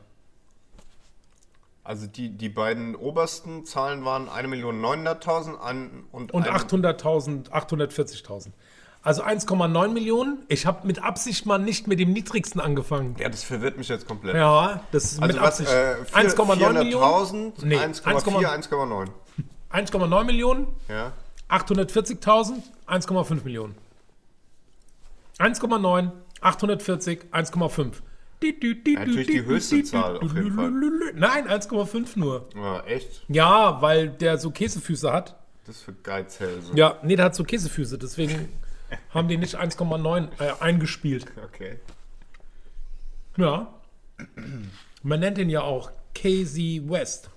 S2: Also die, die beiden obersten Zahlen waren 1.900.000 an und,
S1: Und
S2: ein-
S1: 800.000, 840.000. Also 1,9 Millionen. Ich habe mit Absicht mal nicht mit dem niedrigsten angefangen.
S2: Ja, das verwirrt mich jetzt komplett.
S1: Ja, das ist
S2: Also
S1: mit
S2: was,
S1: Absicht.
S2: äh,
S1: 1,9 Millionen.
S2: 400.000,
S1: Nee,
S2: 1,4, 1,9.
S1: 1,9 Millionen,
S2: Ja.
S1: 840.000, 1,5 Millionen. 1,9, 840, 1,5. Di- di- di-
S2: Natürlich
S1: di-
S2: die
S1: di-
S2: höchste
S1: di-
S2: Zahl
S1: di-
S2: auf jeden Fall.
S1: Nein, 1,5 nur.
S2: ja, echt?
S1: Ja, weil der so Käsefüße hat.
S2: Das ist für Geizhälse.
S1: Ja, nee, der hat so Käsefüße, deswegen haben die nicht 1,9 äh, eingespielt.
S2: Okay.
S1: Ja. Man nennt ihn ja auch Casey West.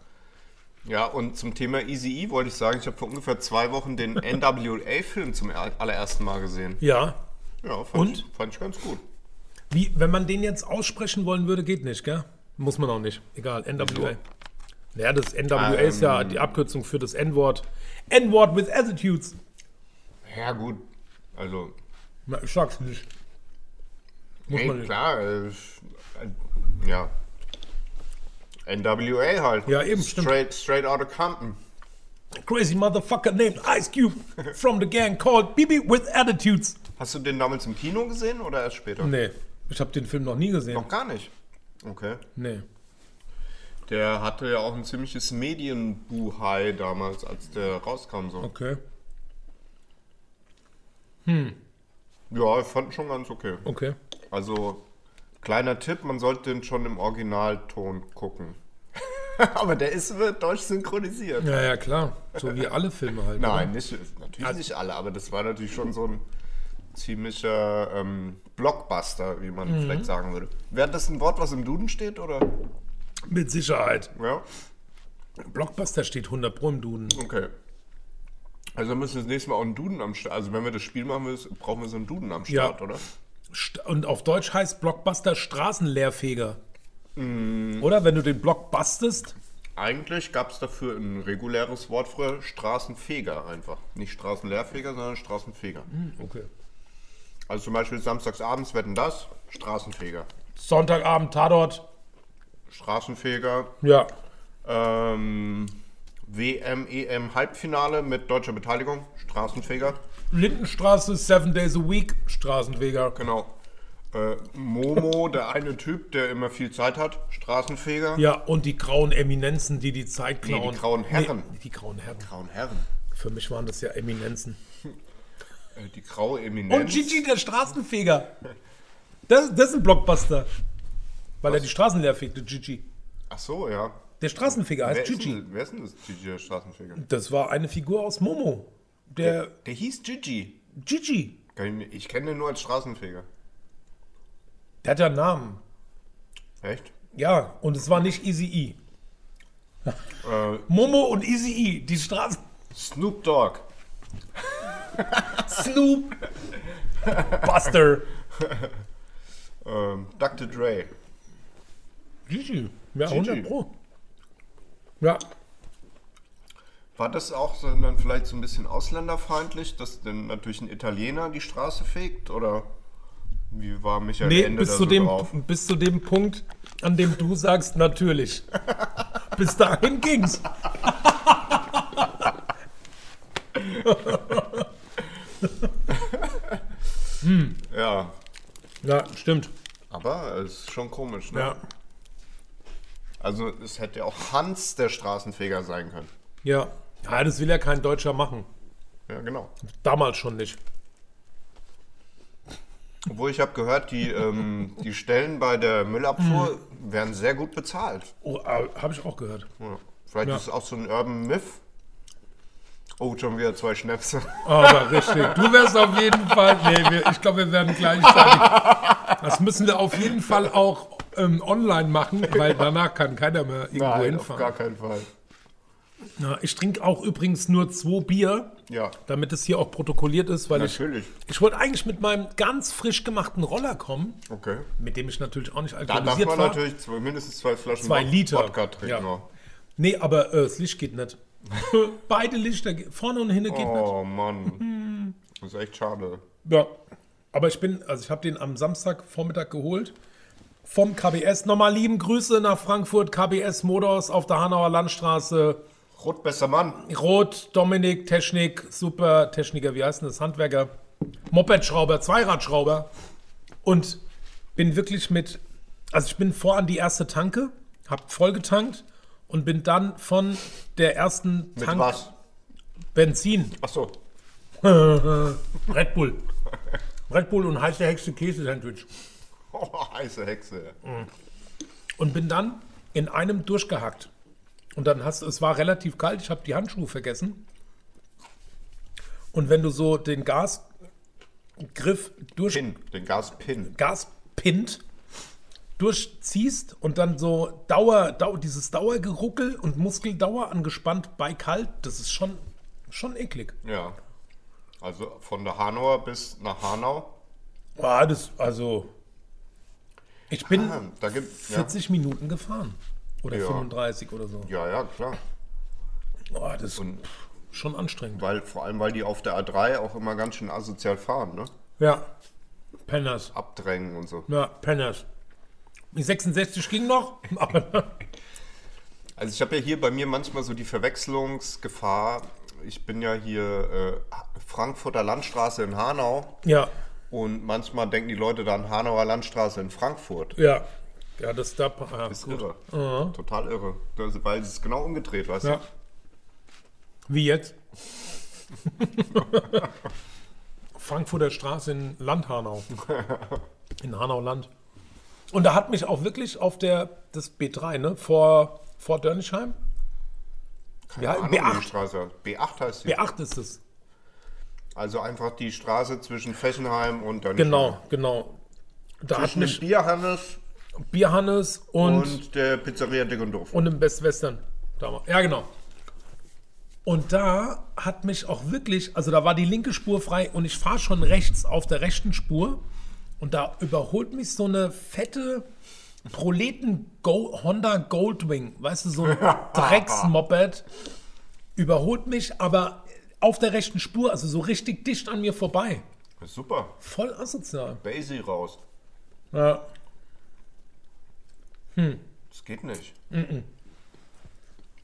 S2: Ja, und zum Thema Easy E wollte ich sagen, ich habe vor ungefähr zwei Wochen den NWA-Film zum er- allerersten Mal gesehen.
S1: Ja.
S2: Ja, fand,
S1: Und?
S2: Ich, fand ich ganz gut.
S1: Wie, wenn man den jetzt aussprechen wollen würde, geht nicht, gell? Muss man auch nicht. Egal, NWA. Naja, das NWA ist ja die Abkürzung für das N-Wort. N-Wort with Attitudes.
S2: Ja, gut. Also,
S1: Na, ich sag's nicht. Muss man
S2: ey,
S1: nicht.
S2: klar. äh, ich- äh, ja. NWA halt.
S1: Ja, eben, stimmt.
S2: Straight, straight out of Compton.
S1: Crazy motherfucker named Ice Cube from the gang called BB with Attitudes.
S2: Hast du den damals im Kino gesehen oder erst später?
S1: Nee, ich habe den Film noch nie gesehen.
S2: Noch gar nicht. Okay.
S1: Nee.
S2: Der hatte ja auch ein ziemliches Medienbuhai damals, als der rauskam. So.
S1: Okay,
S2: Ja, ich fand schon ganz okay.
S1: okay.
S2: Also, kleiner Tipp, man sollte den schon im Originalton gucken. Aber der ist äh, deutsch synchronisiert.
S1: Ja, ja, klar. So wie alle Filme halt.
S2: Nein, nicht, natürlich nicht alle, aber das war natürlich schon so ein ziemlicher ähm, Blockbuster, wie man vielleicht sagen würde. Wäre das ein Wort, was im Duden steht, oder?
S1: oder? Mit Sicherheit.
S2: Ja,
S1: Blockbuster steht 100 pro im Duden.
S2: okay. Also müssen wir das nächste Mal auch einen Duden am Start, also wenn wir das Spiel machen, müssen, brauchen wir so einen Duden am
S1: Ja.
S2: Start, oder?
S1: St- Und auf Deutsch heißt Blockbuster Straßenleerfeger. Mm. Oder wenn du den Block bastest,
S2: Eigentlich gab es dafür ein reguläres Wort früher, Straßenfeger einfach. Nicht Straßenleerfeger, sondern Straßenfeger.
S1: okay.
S2: Also zum Beispiel samstagsabends wetten das, Straßenfeger.
S1: Sonntagabend Tatort,
S2: Straßenfeger,
S1: ja,
S2: ähm, WM, EM Halbfinale mit deutscher Beteiligung, Straßenfeger.
S1: Lindenstraße, Seven Days a Week, Straßenfeger.
S2: Genau. Äh, Momo, der eine Typ, der immer viel Zeit hat, Straßenfeger.
S1: Ja, und die grauen Eminenzen, die die Zeit
S2: Nee,
S1: klauen.
S2: die grauen Herren.
S1: Nee, die grauen Herren.
S2: Grauen Herren.
S1: Für mich waren das ja Eminenzen.
S2: Äh, die graue
S1: Und
S2: Eminenz.
S1: Gigi, der Straßenfeger. Das, das ist ein Blockbuster. Weil er die Straßen leer fegte, Gigi.
S2: Ach so, ja.
S1: Der Straßenfeger heißt
S2: Wer ist,
S1: Gigi.
S2: denn, wer ist denn das Gigi, der Straßenfeger?
S1: Das war eine Figur aus Momo. Der
S2: Der hieß Gigi.
S1: Gigi.
S2: Kann ich mir- Ich kenne den nur als Straßenfeger.
S1: Der hat ja einen Namen.
S2: Echt?
S1: Ja, und es war nicht Easy
S2: Äh.
S1: E. Momo und Easy E, die Straßen.
S2: Snoop Dogg.
S1: Snoop. Buster.
S2: Ähm, Dr. Dre.
S1: Gigi. Ja,
S2: Gigi.
S1: 100 Pro. Ja.
S2: War das auch so dann vielleicht so ein bisschen ausländerfeindlich, dass denn natürlich ein Italiener die Straße fegt? Oder wie war Michael
S1: Nee,
S2: Ende da
S1: bis zu,
S2: so
S1: dem,
S2: drauf?
S1: bis zu dem Punkt, an dem du sagst, natürlich. bis dahin ging's.
S2: Ja,
S1: Ja, stimmt.
S2: aber es ist schon komisch, ne?
S1: Ja.
S2: Also es hätte ja auch Hans der Straßenfeger sein können.
S1: Ja. ja das will ja kein Deutscher machen.
S2: Ja, genau.
S1: Damals schon nicht.
S2: Obwohl ich habe gehört, die, ähm, die Stellen bei der Müllabfuhr
S1: Mhm.
S2: werden sehr gut bezahlt.
S1: Oh, habe ich auch gehört.
S2: Ja. Vielleicht ist es auch so ein Urban Myth. Oh, schon wieder zwei Schnäpse.
S1: Aber richtig. Du wärst auf jeden Fall. Nee, wir, ich glaube, wir werden gleichzeitig. Das müssen wir auf jeden Fall auch ähm, online machen, weil danach kann keiner mehr irgendwo
S2: auf
S1: hinfahren.
S2: gar keinen Fall.
S1: Na, ich trinke auch übrigens nur zwei Bier,
S2: Ja,
S1: damit es hier auch protokolliert ist, weil ich.
S2: natürlich.
S1: Ich wollte eigentlich mit meinem ganz frisch gemachten Roller kommen,
S2: Okay.
S1: mit dem ich natürlich auch nicht
S2: Da darf
S1: alkoholisiert
S2: man
S1: war.
S2: natürlich zwei, mindestens zwei Flaschen
S1: Zwei
S2: Wod-
S1: Liter.
S2: Wodka trinken.
S1: Ja.
S2: ja.
S1: Nee, aber äh, das Licht geht nicht. Beide Lichter, ge- vorne und hinten geht nicht.
S2: Oh Mann. Das ist echt schade.
S1: Ja, aber ich bin, also ich habe den am Samstagvormittag geholt vom KBS. Nochmal lieben Grüße nach Frankfurt, KBS Motors auf der Hanauer Landstraße.
S2: Rot, bester Mann.
S1: Rot, Dominik, Technik, super Techniker, wie heißt denn das? Handwerker, Mopedschrauber, Zweiradschrauber. Und bin wirklich mit, also ich bin vor an die erste Tanke, hab voll getankt und bin dann von der ersten
S2: Mit
S1: Tank
S2: was?
S1: Benzin,
S2: Ach so.
S1: Red Bull. Red Bull und heiße Hexe Käse-Sandwich.
S2: Oh, heiße Hexe.
S1: und bin dann in einem durchgehackt. Und dann hast es war relativ kalt, ich habe die Handschuhe vergessen. Und wenn du so den Gasgriff durch
S2: Pin, den Gaspin.
S1: Gaspint durchziehst und dann so Dauer, Dau, dieses Dauergeruckel und Muskeldauer angespannt bei kalt, das ist schon schon eklig.
S2: Ja. Also von der Hanauer bis nach Hanau.
S1: War das also ich bin
S2: Ah, da gibt ja.
S1: 40 Minuten gefahren oder
S2: Ja.
S1: 35 oder so.
S2: ja, ja, klar.
S1: Boah, das ist
S2: Und
S1: schon anstrengend.
S2: weil vor allem, weil die auf der A3 auch immer ganz schön asozial fahren, ne?
S1: Ja. Penners.
S2: Abdrängen und so.
S1: Ja, Penners. Die 66 ging noch, aber
S2: Also ich habe ja hier bei mir manchmal so die Verwechslungsgefahr. Ich bin ja hier äh, Frankfurter Landstraße in Hanau
S1: ja,
S2: und manchmal denken die Leute dann Hanauer Landstraße in Frankfurt.
S1: ja. Ja, das da. Ja,
S2: Ist irre. Total irre. Das, weil es ist genau umgedreht, weißt
S1: ja.
S2: du?
S1: Wie jetzt? Frankfurter Straße in Landhanau. In Hanau-Land. Und da hat mich auch wirklich auf der, das B3, ne, vor, vor Dörnigheim. Ja,
S2: Hanau
S1: B8.
S2: Straße. B8 heißt die.
S1: B8 ist es.
S2: Also einfach die Straße zwischen Fessenheim und dann
S1: Genau, genau. Da hat
S2: zwischen dem
S1: mich
S2: Bierhannes
S1: Bierhannes
S2: und,
S1: und
S2: der Pizzeria Dick und Doof.
S1: Und im Westwestern. damals. Ja, genau. Und da hat mich auch wirklich, also da war die linke Spur frei und ich fahre schon rechts auf der rechten Spur und da überholt mich so eine fette Proleten Go Honda Goldwing, weißt du, so ein Drecksmoped überholt mich, aber auf der rechten Spur, also so richtig dicht an mir vorbei.
S2: Super.
S1: Voll asozial.
S2: Basie raus.
S1: Ja.
S2: Das geht nicht.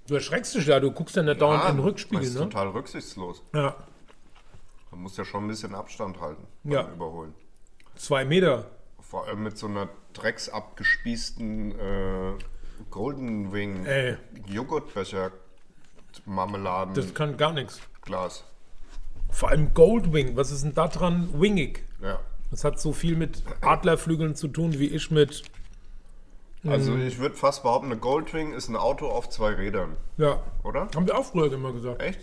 S1: Du erschreckst dich ja, du guckst ja nicht dauernd in den Rückspiegel,
S2: Ah, Das ist
S1: ne?
S2: total rücksichtslos.
S1: Ja.
S2: Man muss ja schon ein bisschen Abstand halten beim
S1: Ja.
S2: Überholen.
S1: Zwei Meter.
S2: Vor allem mit so einer drecksabgespießten äh, Golden Wing
S1: Ey.
S2: Joghurtbecher Marmeladen
S1: Das kann gar nichts.
S2: Glas.
S1: Vor allem Goldwing, was ist denn da dran wingig?
S2: Ja.
S1: Das hat so viel mit Adlerflügeln zu tun, wie ich mit. Mhm.
S2: Also ich würde fast behaupten, eine Goldwing ist ein Auto auf zwei Rädern,
S1: Ja,
S2: oder?
S1: haben wir auch früher immer gesagt.
S2: Echt?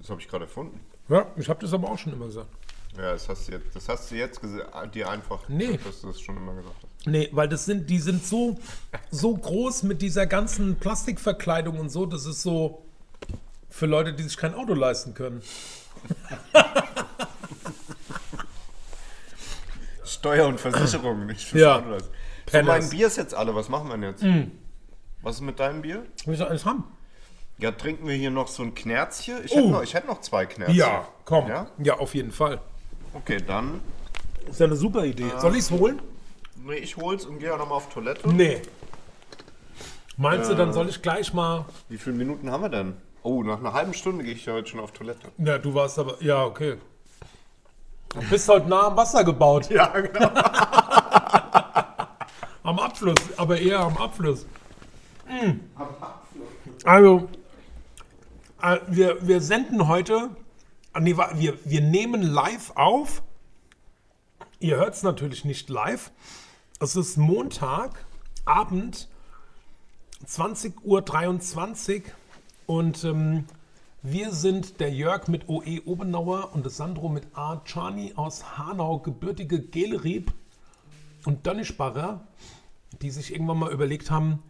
S2: Das habe ich gerade erfunden.
S1: Ja, ich habe das aber auch schon immer gesagt.
S2: Ja, das hast du jetzt, das hast du jetzt gese- äh, dir einfach,
S1: Nee.
S2: dass du das schon immer gesagt hast.
S1: Nee, weil das sind, die sind so, so groß mit dieser ganzen Plastikverkleidung und so, das ist so für Leute, die sich kein Auto leisten können.
S2: Steuer und Versicherung, nicht für
S1: Ja. Mhm.
S2: Autos. So,
S1: Penners.
S2: mein Bier ist jetzt alle, was machen wir denn jetzt? Was ist mit deinem Bier?
S1: Will ich alles haben?
S2: Ja, trinken wir hier noch so ein Knerzchen? Ich, hätte noch- ich hätte noch zwei Knerzchen.
S1: Uh. Ja, komm.
S2: Ja?
S1: Ja? auf jeden Fall.
S2: Okay, dann.
S1: Ist ja eine super Idee. Soll ich es holen?
S2: Nee, ich hol's und gehe auch nochmal auf Toilette.
S1: Nee. Meinst du, dann soll ich gleich mal.
S2: Wie viele Minuten haben wir denn? Oh, nach einer halben Stunde gehe ich ja heute schon auf Toilette.
S1: Ja, du warst aber. Ja, okay. Du bist halt nah am Wasser gebaut.
S2: Ja, genau.
S1: Am Abfluss, aber eher am Abfluss. Hm. Also, äh, wir, wir senden heute. ah, Nee, wa- wir, wir nehmen live auf. Ihr hört es natürlich nicht live. Es ist Montag, Abend, 20.23 Uhr. Und ähm, wir sind der Jörg mit OE Obenauer und das Sandro mit A. Czani aus Hanau, gebürtige Gelrieb und Dönnischbarrer, die sich irgendwann mal überlegt haben,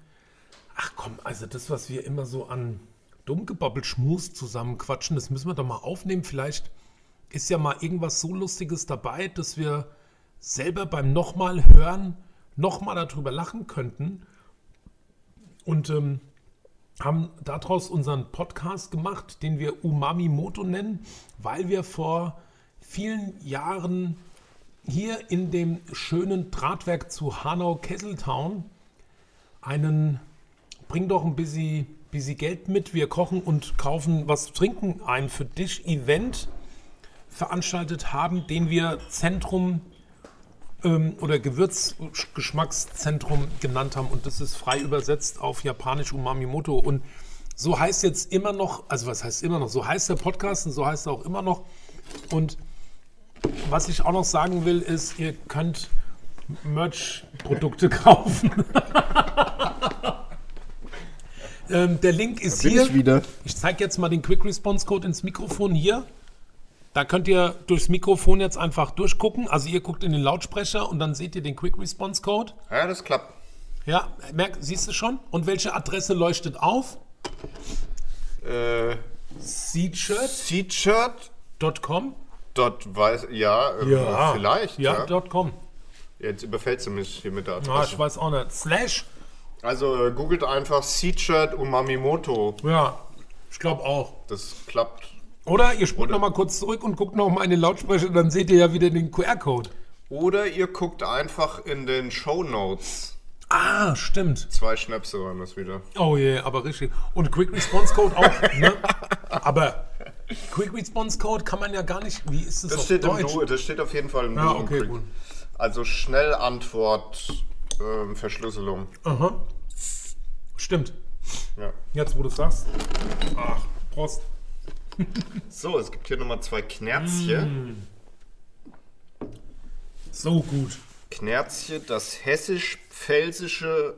S1: ach komm, also das, was wir immer so an dummgebabbel Schmus zusammenquatschen, das müssen wir doch mal aufnehmen. Vielleicht ist ja mal irgendwas so Lustiges dabei, dass wir selber beim nochmal hören, nochmal darüber lachen könnten. Und ähm, haben daraus unseren Podcast gemacht, den wir Umami Moto nennen, weil wir vor vielen Jahren hier in dem schönen Drahtwerk zu Hanau-Kesseltown einen, bring doch ein bisschen, bisschen Geld mit, wir kochen und kaufen was zu trinken ein für dich Event veranstaltet haben, den wir Zentrum ähm, oder Gewürzgeschmackszentrum genannt haben und das ist frei übersetzt auf Japanisch Umami Moto und so heißt jetzt immer noch, also was heißt immer noch, so heißt der Podcast und so heißt er auch immer noch und was ich auch noch sagen will, ist, ihr könnt Merch-Produkte kaufen. ähm, der Link ist
S5: Bin
S1: hier.
S5: ich wieder.
S1: Ich zeige jetzt mal den Quick Response Code ins Mikrofon hier. Da könnt ihr durchs Mikrofon jetzt einfach durchgucken. Also ihr guckt in den Lautsprecher und dann seht ihr den Quick Response Code.
S2: Ja, das klappt.
S1: Ja, merk, siehst du schon? Und welche Adresse leuchtet auf?
S2: Äh,
S1: Seedshirt.com.
S2: T-Shirt, dort weiß, ja, äh, vielleicht.
S1: Ja,
S2: Ja,
S1: dot .com.
S2: Jetzt überfällst du mich hier mit der
S1: Ah,
S2: Adresse.
S1: ich weiß auch nicht. Slash.
S2: also äh, googelt einfach T-Shirt Umamimoto.
S1: Ja, ich glaube auch.
S2: Das klappt.
S1: Oder ihr spult nochmal kurz zurück und guckt nochmal in den Lautsprecher, dann seht ihr ja wieder den QR-Code.
S2: Oder ihr guckt einfach in den Show Notes.
S1: Ah, stimmt.
S2: Zwei Schnäpse waren das wieder.
S1: Oh je, aber richtig. Und Quick Response Code auch, ne? Aber Quick Response Code kann man ja gar nicht. Wie ist das,
S2: Das
S1: auf
S2: steht, im
S1: Deutsch?
S2: Duo, das steht auf jeden Fall im
S1: Ja,
S2: Duo.
S1: okay, gut.
S2: Also Schnellantwort, ähm, Verschlüsselung.
S1: Aha. Stimmt.
S2: Ja.
S1: Jetzt, wo du sagst. Ach, Prost.
S2: So, es gibt hier nochmal zwei Knerzje.
S1: So gut.
S2: Knerzje, das hessisch-pfälzische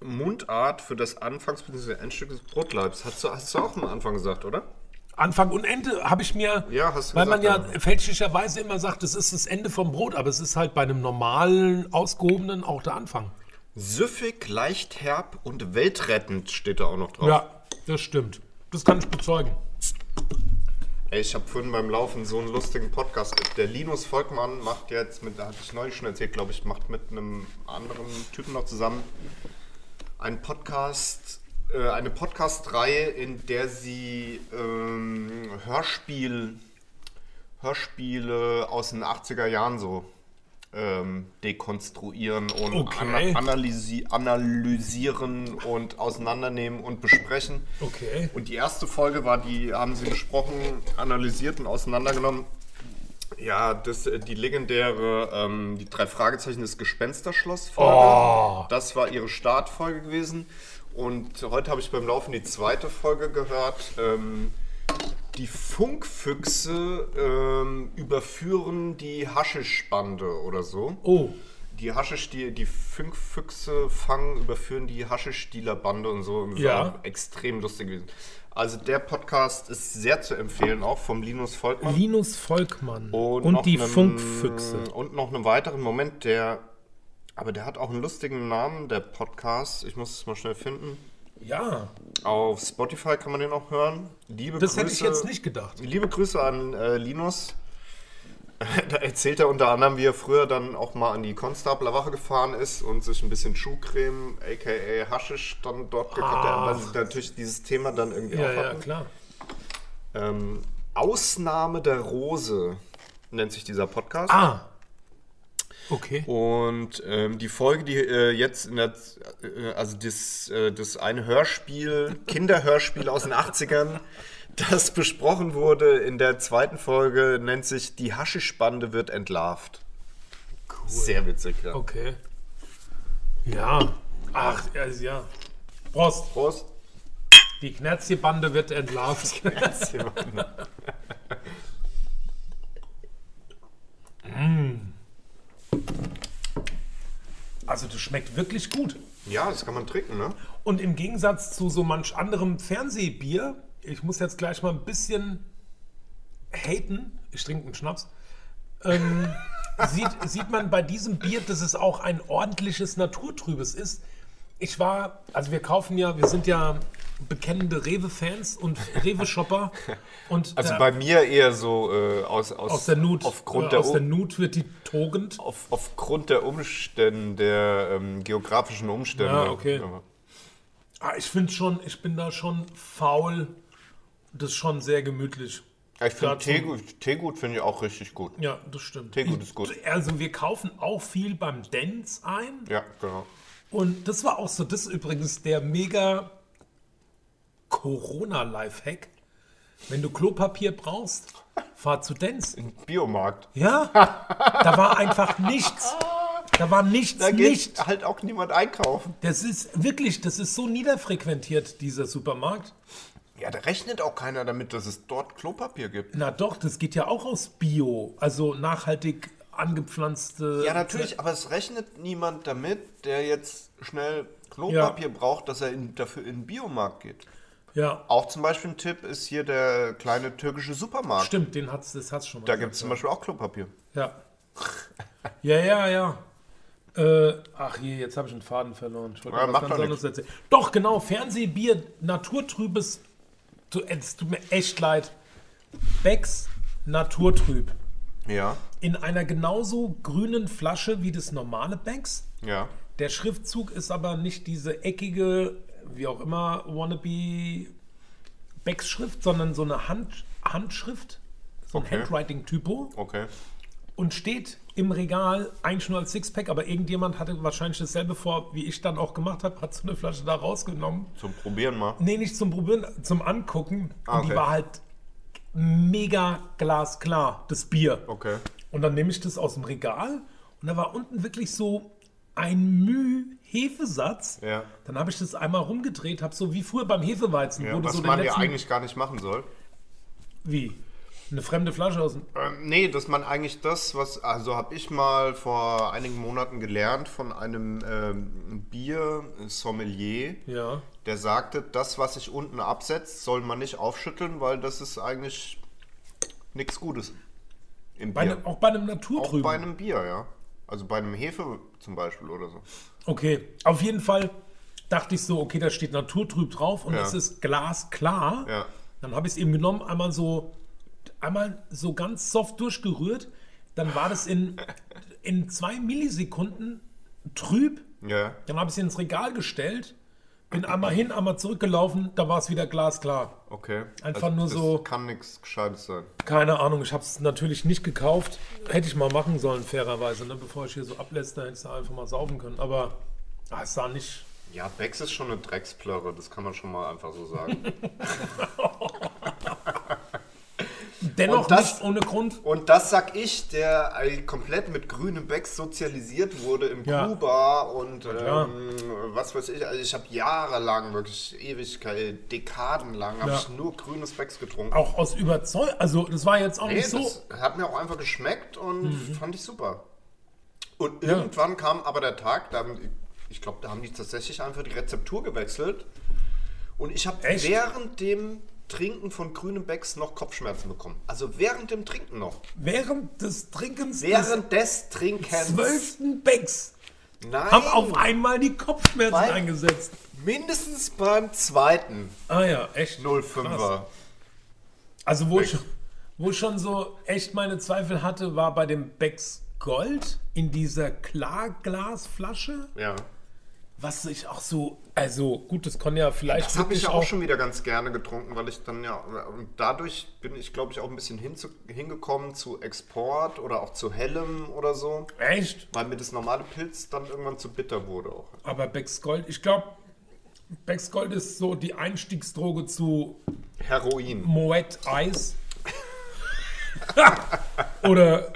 S2: Mundart für das Anfangs- bzw. Endstück des Brotleibs. Hast du, hast du auch am Anfang gesagt, oder?
S1: Anfang und Ende habe ich mir,
S2: Ja, hast du
S1: weil
S2: gesagt, genau.
S1: man ja fälschlicherweise immer sagt, es ist das Ende vom Brot, aber es ist halt bei einem normalen, ausgehobenen auch der Anfang.
S2: Süffig, leicht herb und weltrettend steht da auch noch drauf.
S1: Ja, das stimmt. Das kann ich bezeugen.
S2: Ey, ich habe vorhin beim Laufen so einen lustigen Podcast. Der Linus Volkmann macht jetzt mit, da hatte ich neulich schon erzählt, glaube ich, macht mit einem anderen Typen noch zusammen einen Podcast, äh, eine Podcast-Reihe, in der sie ähm, Hörspiel, Hörspiele aus den 80er Jahren so ähm, dekonstruieren und
S1: Okay.
S2: ana analysi analysieren und auseinandernehmen und besprechen.
S1: Okay.
S2: Und die erste Folge war, die haben sie besprochen, analysiert und auseinandergenommen. Ja, das, äh, die legendäre, ähm, die drei Fragezeichen des Gespensterschloss-Folge. Das war ihre Startfolge gewesen. Und heute habe ich beim Laufen die zweite Folge gehört. Ähm, die Funkfüchse ähm, überführen die Haschischbande oder so.
S1: Oh,
S2: Die Haschisch, die, die Funkfüchse fangen, überführen die Haschischdealerbande und so. Und das
S1: Ja.
S2: war Extrem lustig gewesen. Also der Podcast ist sehr zu empfehlen, auch vom Linus Volkmann.
S1: Linus Volkmann und,
S2: Oh, noch
S1: die
S2: einem-
S1: Funkfüchse.
S2: Und noch einen weiteren Moment, der. Aber der hat auch einen lustigen Namen, der Podcast. Ich muss es mal schnell finden.
S1: Ja,
S2: Auf Spotify kann man den auch hören. Liebe
S1: das
S2: Grüße,
S1: hätte ich jetzt nicht gedacht.
S2: Liebe Grüße an äh, Linus. Da erzählt er unter anderem, wie er früher dann auch mal an die Konstablerwache gefahren ist und sich ein bisschen Schuhcreme, a.k.a. Haschisch, dann dort gekauft hat, weil sie natürlich dieses Thema dann irgendwie
S1: Ah. Ja,
S2: auch
S1: ja,
S2: hatten.
S1: klar.
S2: Ähm, Ausnahme der Rose nennt sich dieser Podcast.
S1: Ah. Okay.
S2: Und ähm, die Folge, die äh, jetzt in der, äh, also das, äh, das eine Hörspiel, Kinderhörspiel aus den 80ern, das besprochen wurde in der zweiten Folge, nennt sich Die Haschischbande wird entlarvt. Sehr witzig, ja.
S1: Okay. Ja. Ach, ja, ist ja. Prost.
S2: Prost.
S1: Die Knerzi-Bande wird entlarvt. Also, das schmeckt wirklich gut.
S2: Ja, das kann man trinken, ne?
S1: Und im Gegensatz zu so manch anderem Fernsehbier, ich muss jetzt gleich mal ein bisschen haten, ich trinke einen Schnaps, ähm, sieht, sieht man bei diesem Bier, dass es auch ein ordentliches Naturtrübes ist. Ich war, also wir kaufen ja, wir sind ja bekennende Rewe-Fans und Rewe-Shopper. Und
S2: Also
S1: da-
S2: bei mir eher so äh, aus, aus,
S1: aus der Nut,
S2: aufgrund,
S1: äh,
S2: der,
S1: aus
S2: Um-
S1: der Nut wird die Tugend.
S2: auf, aufgrund der Umstände, der ähm, geografischen Umstände.
S1: Ja, okay.
S2: Aber-
S1: Ah, ich finde schon, ich bin da schon faul. Das ist schon sehr gemütlich.
S2: Ich finde
S1: Dazu-
S2: Teegut, Teegut finde ich auch richtig gut.
S1: Ja, das stimmt.
S2: Teegut ist gut.
S1: Also wir kaufen auch viel beim Dance ein.
S2: Ja, genau.
S1: Und das war auch so, das ist übrigens der mega Corona-Lifehack. Wenn du Klopapier brauchst, fahr zu Dance.
S2: Biomarkt.
S1: Ja, da war einfach nichts. Da war nichts,
S2: Da geht
S1: nicht.
S2: halt auch niemand einkaufen.
S1: Das ist wirklich, das ist so niederfrequentiert, dieser Supermarkt.
S2: Ja, da rechnet auch keiner damit, dass es dort Klopapier gibt.
S1: Na doch, das geht ja auch aus Bio, also nachhaltig angepflanzte.
S2: Ja, natürlich, aber es rechnet niemand damit, der jetzt schnell Klopapier braucht, dass er in, dafür in den Biomarkt geht.
S1: Ja,
S2: Auch zum Beispiel ein Tipp ist hier der kleine türkische Supermarkt.
S1: stimmt, den hat's, das hat's schon mal.
S2: Da gibt es zum Beispiel auch Klopapier.
S1: Ja. Ja, ja, ja. Äh, ach je, jetzt habe ich einen Faden verloren. Ich wollte
S2: Ja,
S1: was
S2: macht
S1: ganz
S2: doch
S1: anderes erzählen. Doch, genau, Fernsehbier, naturtrübes. Du- Es tut mir echt leid. Becks Naturtrüb.
S2: Ja,
S1: In einer genauso grünen Flasche wie das normale Becks.
S2: ja.
S1: Der Schriftzug ist aber nicht diese eckige, wie auch immer, wannabe Becks-Schrift, sondern so eine Hand, Handschrift. So ein
S2: Okay.
S1: Handwriting-Typo
S2: Okay.
S1: und steht im Regal, eigentlich nur als Sixpack, aber irgendjemand hatte wahrscheinlich dasselbe vor, wie ich dann auch gemacht habe, hat so eine Flasche da rausgenommen.
S2: Zum Probieren mal.
S1: Nee, nicht zum Probieren, zum Angucken.
S2: Ah,
S1: Und die
S2: okay.
S1: war halt mega glasklar, das Bier.
S2: Okay.
S1: Und dann nehme ich das aus dem Regal und da war unten wirklich so ein Müh Hefesatz.
S2: Ja.
S1: Dann habe ich das einmal rumgedreht, habe so wie früher beim Hefeweizen.
S2: Ja,
S1: wo du
S2: was
S1: so den
S2: man ja
S1: letzten-
S2: eigentlich gar nicht machen soll.
S1: Wie? Eine fremde Flasche aus dem...
S2: Ähm, nee, dass man eigentlich das, was, also habe ich mal vor einigen Monaten gelernt von einem ähm, Bier-Sommelier,
S1: Ja.
S2: der sagte, das, was sich unten absetzt, soll man nicht aufschütteln, weil das ist eigentlich nichts Gutes im
S1: Bei
S2: Bier.
S1: einem- auch bei einem
S2: auch
S1: Naturtrüben.
S2: bei einem Bier, ja. Also bei einem Hefe zum Beispiel oder so.
S1: Okay, auf jeden Fall dachte ich so, okay, da steht Naturtrüb drauf und
S2: Ja.
S1: es ist glasklar.
S2: Ja.
S1: Dann habe ich es eben genommen, einmal so, einmal so ganz soft durchgerührt. Dann war das in, in zwei Millisekunden trüb.
S2: Ja.
S1: Dann habe ich es ins Regal gestellt, bin einmal hin, einmal zurückgelaufen, da war es wieder glasklar.
S2: Okay.
S1: Einfach nur
S2: das
S1: so-
S2: Kann nichts Gescheites sein.
S1: Keine Ahnung, ich habe es natürlich nicht gekauft. Hätte ich mal machen sollen, fairerweise, ne? bevor ich hier so ablässt, da hätte ich einfach mal saufen können. Aber ah, es sah nicht,
S2: Ja, Bex ist schon eine Drecksplörre, das kann man schon mal einfach so sagen.
S1: Dennoch
S2: Und das-
S1: nicht ohne Grund.
S2: Und das sag ich, der ey, komplett mit grünem Becks sozialisiert wurde im
S1: Ja.
S2: Kuba und
S1: klar.
S2: ähm, was weiß ich. Also ich habe jahrelang, wirklich Ewigkeit, dekadenlang, habe
S1: Ja.
S2: ich nur grünes Becks getrunken.
S1: Auch aus Überzeugung. Also, das war jetzt auch
S2: Nee,
S1: nicht so. Mhm.
S2: Das hat mir auch einfach geschmeckt und fand ich super. Und irgendwann kam aber der Tag, da haben, ich glaube, da haben die tatsächlich einfach die Rezeptur gewechselt. Und ich habe
S1: Echt?
S2: während dem Trinken von grünem Becks noch Kopfschmerzen bekommen. Also während dem Trinken noch.
S1: Während des Trinkens
S2: Während
S1: des
S2: des Trinkens.
S1: zwölften Becks
S2: Nein,
S1: haben auf einmal die Kopfschmerzen
S2: Weil-
S1: eingesetzt.
S2: mindestens beim zweiten
S1: Ah ja, echt.
S2: 05er.
S1: Also, wo ich, wo ich schon so echt meine Zweifel hatte, war bei dem Becks Gold in dieser Klarglasflasche,
S2: Ja.
S1: was ich auch so. Also, gut, das kann ja vielleicht.
S2: Das habe
S1: wirklich
S2: ich auch schon wieder ganz gerne getrunken, weil ich dann ja, und dadurch bin ich, glaube ich, auch ein bisschen hinzu, hingekommen zu Export oder auch zu Hellem oder so,
S1: Echt?
S2: weil mir das normale Pilz dann irgendwann zu bitter wurde auch.
S1: Aber Becks Gold, ich glaube, Becks Gold ist so die Einstiegsdroge zu
S2: Heroin.
S1: Moet Eis. oder,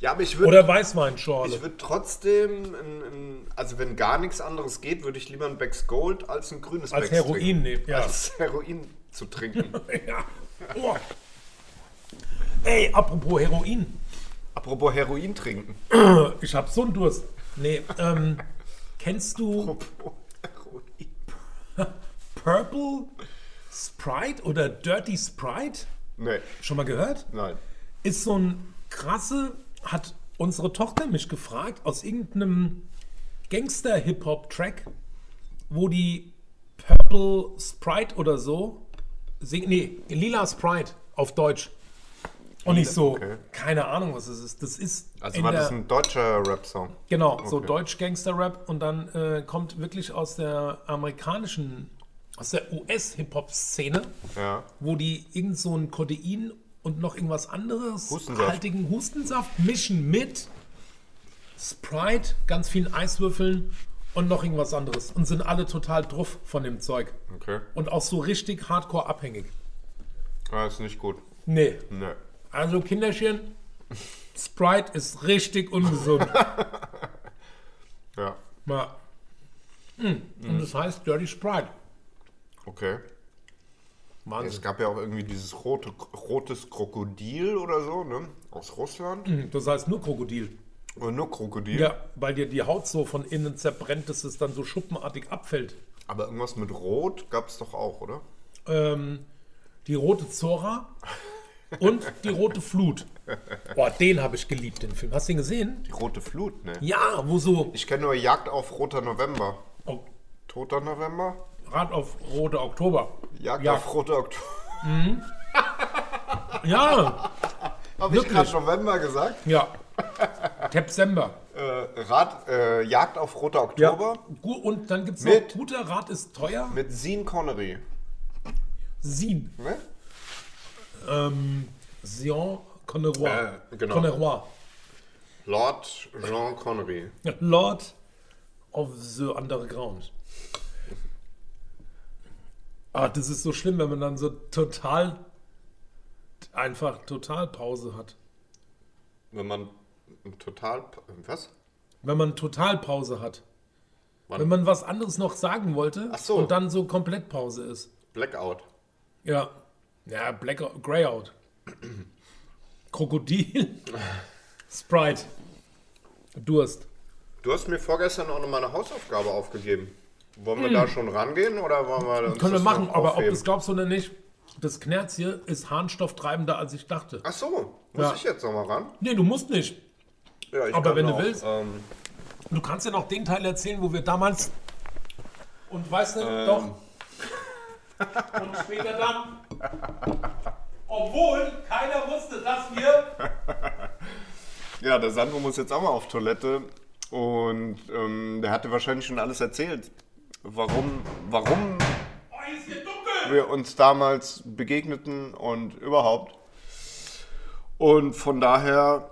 S2: Ja, aber ich
S1: oder
S2: würde ich
S1: Weißweinschorle.
S2: würd trotzdem, ein, ein, also wenn gar nichts anderes geht, würde ich lieber ein Becks Gold als ein grünes
S1: Als
S2: Becks
S1: Heroin
S2: trinken.
S1: nehmen, ja.
S2: Als Heroin zu trinken.
S1: Ja. Oh. Ey, apropos Heroin.
S2: Apropos Heroin trinken.
S1: Ich hab so einen Durst. Nee, ähm, kennst du
S2: Apropos Heroin.
S1: Purple Sprite oder Dirty Sprite?
S2: Nee,
S1: Schon mal gehört?
S2: nein.
S1: ist so ein krasse, hat unsere Tochter mich gefragt, aus irgendeinem Gangster-Hip-Hop-Track, wo die Purple Sprite oder so singen, nee, Lila Sprite auf Deutsch. Und ich so,
S2: okay.
S1: keine Ahnung, was es ist. Das ist
S2: Also
S1: in
S2: war das
S1: der-
S2: ein deutscher Rap-Song?
S1: Genau, so
S2: Okay.
S1: Deutsch-Gangster-Rap und dann äh, kommt wirklich aus der amerikanischen, aus der US-Hip-Hop-Szene,
S2: Ja.
S1: wo die irgend so ein Kodein und noch irgendwas anderes,
S2: Hustensaft.
S1: haltigen Hustensaft mischen mit Sprite, ganz vielen Eiswürfeln und noch irgendwas anderes und sind alle total drauf von dem Zeug
S2: Okay.
S1: und auch so richtig hardcore abhängig.
S2: Ja, ist nicht gut.
S1: Nee,
S2: Nö.
S1: also Kinderchen, Sprite ist richtig ungesund.
S2: Ja.
S1: Ja. Mm. Und das heißt Dirty Sprite.
S2: Okay. Es
S1: Wahnsinn.
S2: gab ja auch irgendwie dieses rote, rotes Krokodil oder so, ne? Aus Russland.
S1: Das heißt nur Krokodil.
S2: Oder nur Krokodil.
S1: Mhm. Ja, weil dir die Haut so von innen zerbrennt, dass es dann so schuppenartig abfällt.
S2: Aber irgendwas mit Rot gab es doch auch, oder?
S1: Ähm, die rote Zora und die rote Flut. Boah, den habe ich geliebt, den Film. Hast du den gesehen?
S2: Die rote Flut, ne?
S1: Ja, wo so
S2: Ich kenne nur Jagd auf roter November.
S1: oh,
S2: Toter November?
S1: Rad auf rote Oktober.
S2: Jagd
S1: Ja.
S2: auf roter Oktober.
S1: Ja,
S2: Habe ich
S1: Wirklich?
S2: gerade November gesagt?
S1: ja. September.
S2: Äh, Rad, äh, Jagd auf roter Oktober
S1: Gu- Und dann gibt es noch
S2: Mit-
S1: guter Rat ist teuer.
S2: mit Sean Connery.
S1: Sieben.
S2: Ne?
S1: Ähm, Sion Conneroy.
S2: Äh, genau.
S1: Conneroy.
S2: Lord Jean Connery.
S1: Lord of the Underground. Ah, das ist so schlimm, wenn man dann so total einfach total Pause hat.
S2: Wenn man total. Was?
S1: Wenn man total Pause hat.
S2: Wann?
S1: Wenn man was anderes noch sagen wollte
S2: Ach so.
S1: und dann so komplett Pause ist.
S2: Blackout.
S1: Ja. Ja, Blackout, Greyout. Krokodil. Sprite. Durst.
S2: Du hast mir vorgestern auch noch meine Hausaufgabe aufgegeben. Wollen wir da schon rangehen oder wollen wir uns
S1: Hm. Können wir
S2: das
S1: machen,
S2: noch
S1: aber ob du
S2: aufheben?
S1: es glaubst oder nicht, das Knerz hier ist harnstofftreibender, als ich dachte.
S2: Ach so, muss
S1: Ja.
S2: ich jetzt nochmal ran?
S1: Nee, du musst nicht.
S2: Ja, ich
S1: Aber
S2: kann
S1: wenn du
S2: auch,
S1: willst.
S2: Ähm,
S1: Du kannst ja noch den Teil erzählen, wo wir damals und weißt du,
S2: Ähm.
S1: doch. Und später dann. Obwohl keiner wusste, dass wir.
S2: ja, der Sandro muss jetzt auch mal auf Toilette und ähm, der hatte wahrscheinlich schon alles erzählt, warum, warum
S1: Oh, ist hier dunkel!
S2: wir uns damals begegneten und überhaupt. Und von daher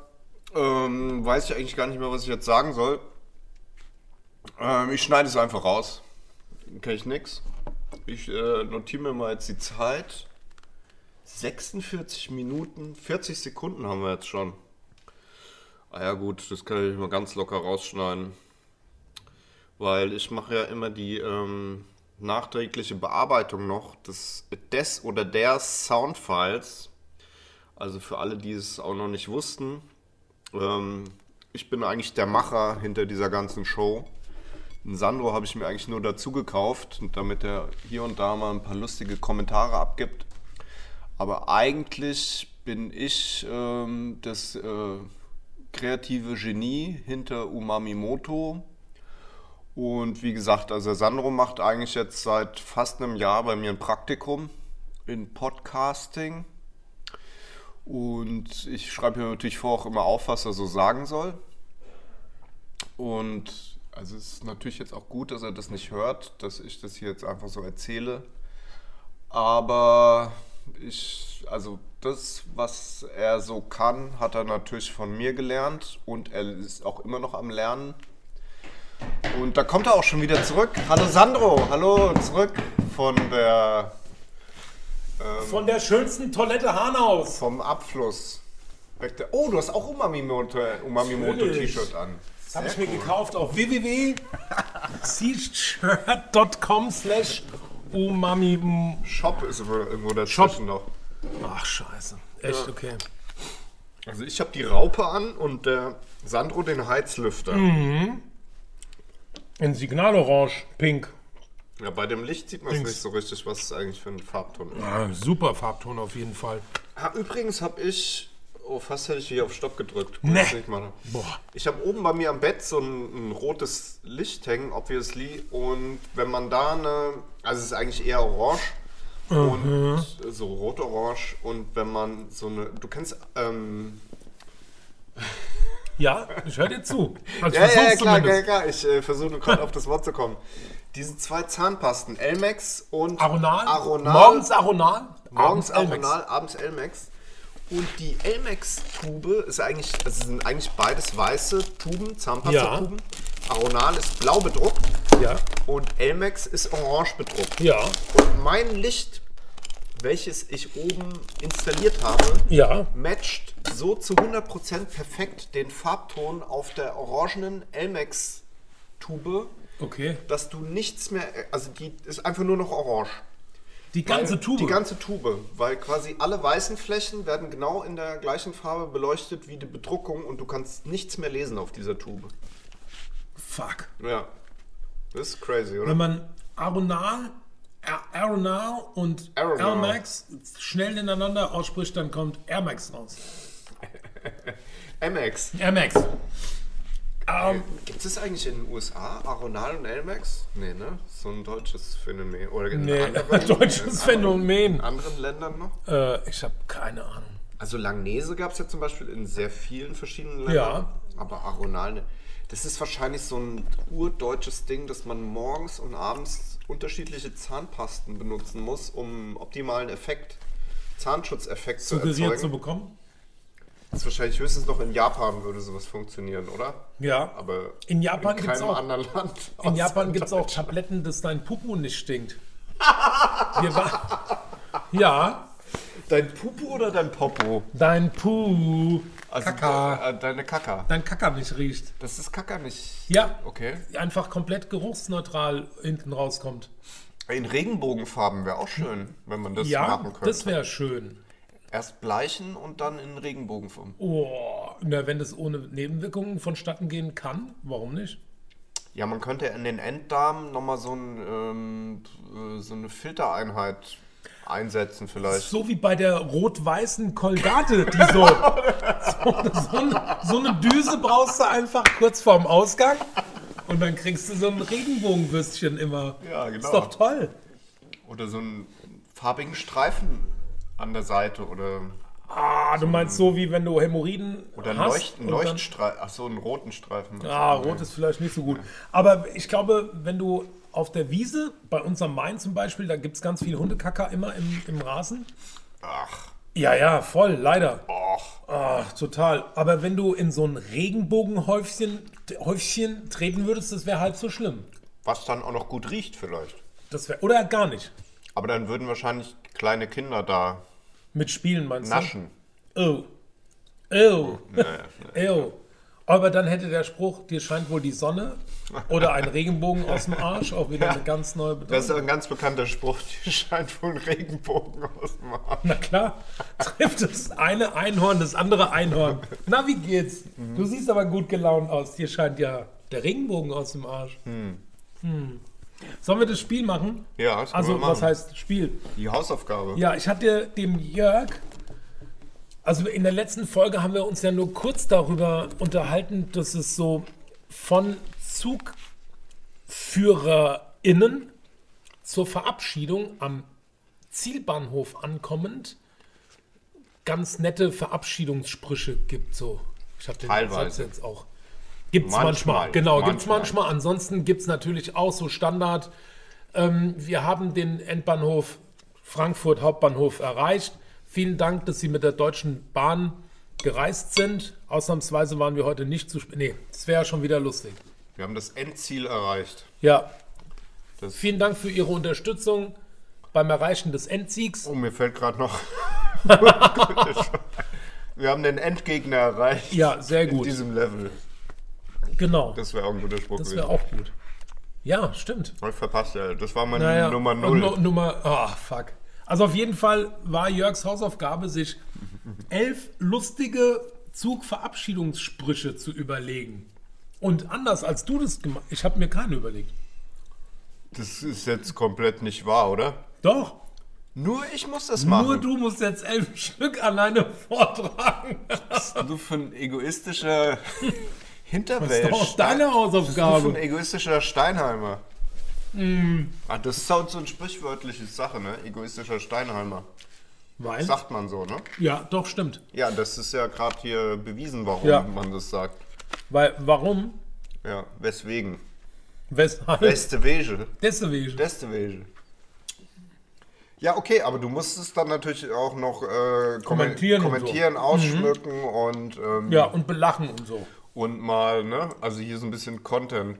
S2: ähm, weiß ich eigentlich gar nicht mehr, was ich jetzt sagen soll. Ähm, ich schneide es einfach raus. Kann ich nix. Ich äh, notiere mir mal jetzt die Zeit. 46 Minuten, 40 Sekunden haben wir jetzt schon. Ah ja gut, das kann ich mal ganz locker rausschneiden. Weil ich mache ja immer die ähm, nachträgliche Bearbeitung noch des, des oder der Soundfiles. Also für alle, die es auch noch nicht wussten. Ähm, ich bin eigentlich der Macher hinter dieser ganzen Show. Den Sandro habe ich mir eigentlich nur dazu gekauft, damit er hier und da mal ein paar lustige Kommentare abgibt. Aber eigentlich bin ich ähm, das äh, kreative Genie hinter Umami Moto, und wie gesagt, also der Sandro macht eigentlich jetzt seit fast einem Jahr bei mir ein Praktikum in Podcasting. Und ich schreibe mir natürlich vor auch immer auf, was er so sagen soll. Und also es ist natürlich jetzt auch gut, dass er das nicht hört, dass ich das hier jetzt einfach so erzähle. Aber ich, also das, was er so kann, hat er natürlich von mir gelernt und er ist auch immer noch am Lernen. Und da kommt er auch schon wieder zurück. Hallo Sandro, hallo zurück von der,
S1: Von der schönsten Toilette Hanaus.
S2: vom Abfluss. Rechte- Oh, du hast auch Umamimoto Umamimoto
S1: Natürlich.
S2: T-Shirt an.
S1: Das habe ich mir gekauft auf www.t-shirt.com slash umami.
S2: Shop ist wohl irgendwo
S1: Shop.
S2: dazwischen noch.
S1: Ach, scheiße. Echt, okay.
S2: Also ich habe die Raupe an und der Sandro den Heizlüfter.
S1: Mhm. In Signalorange, pink.
S2: Ja, bei dem Licht sieht man es
S1: Links.
S2: nicht so richtig, was es eigentlich für ein Farbton ist.
S1: Ah, super Farbton auf jeden Fall.
S2: Ah, übrigens habe ich. Oh, fast hätte ich hier auf Stopp gedrückt.
S1: Nee.
S2: Das nicht machen.
S1: Boah.
S2: Ich habe oben bei mir am Bett so ein, ein rotes Licht hängen, obviously. Und wenn man da eine. Also es ist eigentlich eher orange.
S1: Mhm.
S2: Und so rot-orange. Und wenn man so eine. Du kennst. Ähm,
S1: Ja, ich höre dir zu. Also
S2: ja, ja,
S1: versuch's
S2: ja, klar, klar,
S1: zumindest.
S2: klar. Ich äh, versuche nur gerade auf das Wort zu kommen. Diese zwei Zahnpasten, Elmex und
S1: Aronal.
S2: Aronal.
S1: Morgens Aronal.
S2: Morgens
S1: abends Elmex.
S2: Aronal, abends Elmex. Und die Elmex-Tube ist eigentlich, also sind eigentlich beides weiße Tuben, Zahnpasta-Tuben. Aronal ist blau bedruckt
S1: Ja.
S2: und Elmex ist orange bedruckt.
S1: Ja.
S2: Und mein Licht, welches ich oben installiert habe,
S1: Ja.
S2: matcht so zu 100% perfekt den Farbton auf der orangenen Elmex-Tube,
S1: Okay.
S2: dass du nichts mehr, also die ist einfach nur noch orange.
S1: Die ganze
S2: Weil-
S1: Tube.
S2: Die ganze Tube, weil quasi alle weißen Flächen werden genau in der gleichen Farbe beleuchtet wie die Bedruckung und du kannst nichts mehr lesen auf dieser Tube.
S1: Fuck.
S2: Ja. Das ist crazy,
S1: Wenn
S2: oder?
S1: man Aronal, A- Aronal und
S2: Aronal.
S1: Air Max schnell ineinander ausspricht, dann kommt Air Max raus.
S2: MX.
S1: Air Max. Ähm,
S2: Gibt es eigentlich in den USA Aronal und LMAX? Nee, ne? So ein deutsches Phänomen. Oder in
S1: nee,
S2: anderen-
S1: deutsches Phänomen.
S2: In anderen Ländern noch?
S1: Äh, ich habe keine Ahnung.
S2: Also Langnese gab es ja zum Beispiel in sehr vielen verschiedenen Ländern.
S1: Ja.
S2: Aber Aronal, ne. das ist wahrscheinlich so ein urdeutsches Ding, dass man morgens und abends unterschiedliche Zahnpasten benutzen muss, um optimalen Effekt, Zahnschutzeffekt zu
S1: Suggeriert
S2: erzeugen.
S1: zu bekommen?
S2: das ist wahrscheinlich höchstens noch in Japan würde sowas funktionieren, oder?
S1: Ja.
S2: Aber
S1: In Japan
S2: in
S1: gibt's
S2: keinem
S1: auch-
S2: anderen Land.
S1: In
S2: außer
S1: Japan gibt es auch Tabletten, dass dein Pupu nicht stinkt. Wir wa- ja,
S2: Dein Pupu oder dein Popo?
S1: dein Pu,
S2: Also
S1: Kaka,
S2: de- äh, deine Kaka.
S1: dein Kaka nicht riecht.
S2: Das ist Kaka nicht.
S1: Ja,
S2: Okay.
S1: einfach komplett geruchsneutral hinten rauskommt.
S2: In Regenbogenfarben wäre auch schön, wenn man das
S1: Ja,
S2: machen könnte.
S1: das wäre schön.
S2: Erst bleichen und dann in Regenbogenform.
S1: Oh, na, wenn das ohne Nebenwirkungen vonstatten gehen kann, warum nicht?
S2: Ja, man könnte in den Enddarm nochmal so, ein, ähm, äh, so eine Filtereinheit einsetzen vielleicht.
S1: So wie bei der rot-weißen Kolgate, die so, so, so, eine, so eine Düse brauchst du einfach kurz vorm Ausgang und dann kriegst du so ein Regenbogenwürstchen immer.
S2: Ja, genau.
S1: Ist doch toll.
S2: Oder so einen farbigen Streifen an der Seite oder,
S1: Ah, du meinst so wie wenn du Hämorrhoiden
S2: oder einen
S1: hast
S2: Leuchten,
S1: und dann-
S2: Leuchtstreifen. Ach so, einen roten Streifen.
S1: Ah, rot ist vielleicht nicht so gut. Aber ich glaube, wenn du auf der Wiese, bei uns am Main zum Beispiel, da gibt es ganz viel Hundekacker immer im, im Rasen.
S2: Ach,
S1: Ja, ja, voll, leider.
S2: ach.
S1: Ach, total. Aber wenn du in so ein Regenbogenhäufchen Häufchen treten würdest, das wäre halb so schlimm.
S2: Was dann auch noch gut riecht vielleicht.
S1: Das wäre oder gar nicht.
S2: Aber dann würden wahrscheinlich kleine Kinder da
S1: Mit Spielen meinst
S2: naschen.
S1: du? Oh. Oh. Oh. Aber dann hätte der Spruch, dir scheint wohl die Sonne oder ein Regenbogen aus dem Arsch auch wieder eine ganz neue
S2: Das
S1: Bedeutung.
S2: ist ein ganz bekannter Spruch, die scheint wohl ein Regenbogen aus dem Arsch.
S1: Na klar, trifft das eine Einhorn das andere Einhorn. Na, wie geht's?
S2: Mhm.
S1: Du siehst aber gut gelaunt aus. Dir scheint ja der Regenbogen aus dem Arsch. Hm. Sollen wir das Spiel machen?
S2: Ja, das können
S1: Also,
S2: wir machen.
S1: was heißt Spiel?
S2: Die Hausaufgabe.
S1: Ja, ich hatte dem Jörg, also in der letzten Folge haben wir uns ja nur kurz darüber unterhalten, dass es so von ZugführerInnen zur Verabschiedung am Zielbahnhof ankommend ganz nette Verabschiedungssprüche gibt. So, ich habe den
S2: Teilweise.
S1: Satz jetzt auch. Gibt es
S2: Manchmal,
S1: manchmal, genau, gibt es
S2: manchmal.
S1: manchmal. Ansonsten gibt es natürlich auch so Standard. Ähm, wir haben den Endbahnhof Frankfurt Hauptbahnhof erreicht. Vielen Dank, dass Sie mit der Deutschen Bahn gereist sind. Ausnahmsweise waren wir heute nicht zu spät. Nee, das wäre ja schon wieder lustig.
S2: Wir haben das Endziel erreicht.
S1: Ja.
S2: Das-
S1: Vielen Dank für Ihre Unterstützung beim Erreichen des Endsiegs.
S2: Oh, mir fällt gerade noch. Wir haben den Endgegner erreicht.
S1: Ja, sehr
S2: In
S1: gut.
S2: diesem Level.
S1: Genau.
S2: Das wäre auch ein guter Spruch
S1: Das wäre
S2: gewesen.
S1: auch gut. Ja, stimmt.
S2: Voll verpasst, ja. Das war meine
S1: Naja,
S2: Nummer
S1: und
S2: 0.
S1: Nu- Nummer, ah, fuck. Also auf jeden Fall war Jörgs Hausaufgabe, sich elf lustige Zugverabschiedungssprüche zu überlegen. Und anders als du das gemacht ich habe mir keinen überlegt.
S2: Das ist jetzt komplett nicht wahr, oder?
S1: Doch,
S2: Nur ich muss das machen.
S1: nur du musst jetzt elf Stück alleine vortragen.
S2: Was bist du für ein egoistischer
S1: Das
S2: Hinterwäsch.
S1: ist doch deine
S2: Was bist du für
S1: Hausaufgabe.
S2: ein egoistischer Steinheimer.
S1: Mhm.
S2: Ah, das ist so eine sprichwörtliche Sache, ne? Egoistischer Steinheimer.
S1: Weil,
S2: Sagt man so, ne?
S1: ja, doch, stimmt.
S2: Ja, das ist ja gerade hier bewiesen, warum
S1: Ja.
S2: man das sagt.
S1: Weil, warum?
S2: Ja, weswegen.
S1: Weshalb?
S2: Beste Wege.
S1: Deswegen.
S2: Beste Wege. Ja, okay, aber du musst es dann natürlich auch noch äh, kommen-
S1: Kommentieren und so. Mhm.
S2: kommentieren ausschmücken und, ähm,
S1: Ja, und belachen und so.
S2: und mal, ne? Also hier so ein bisschen Content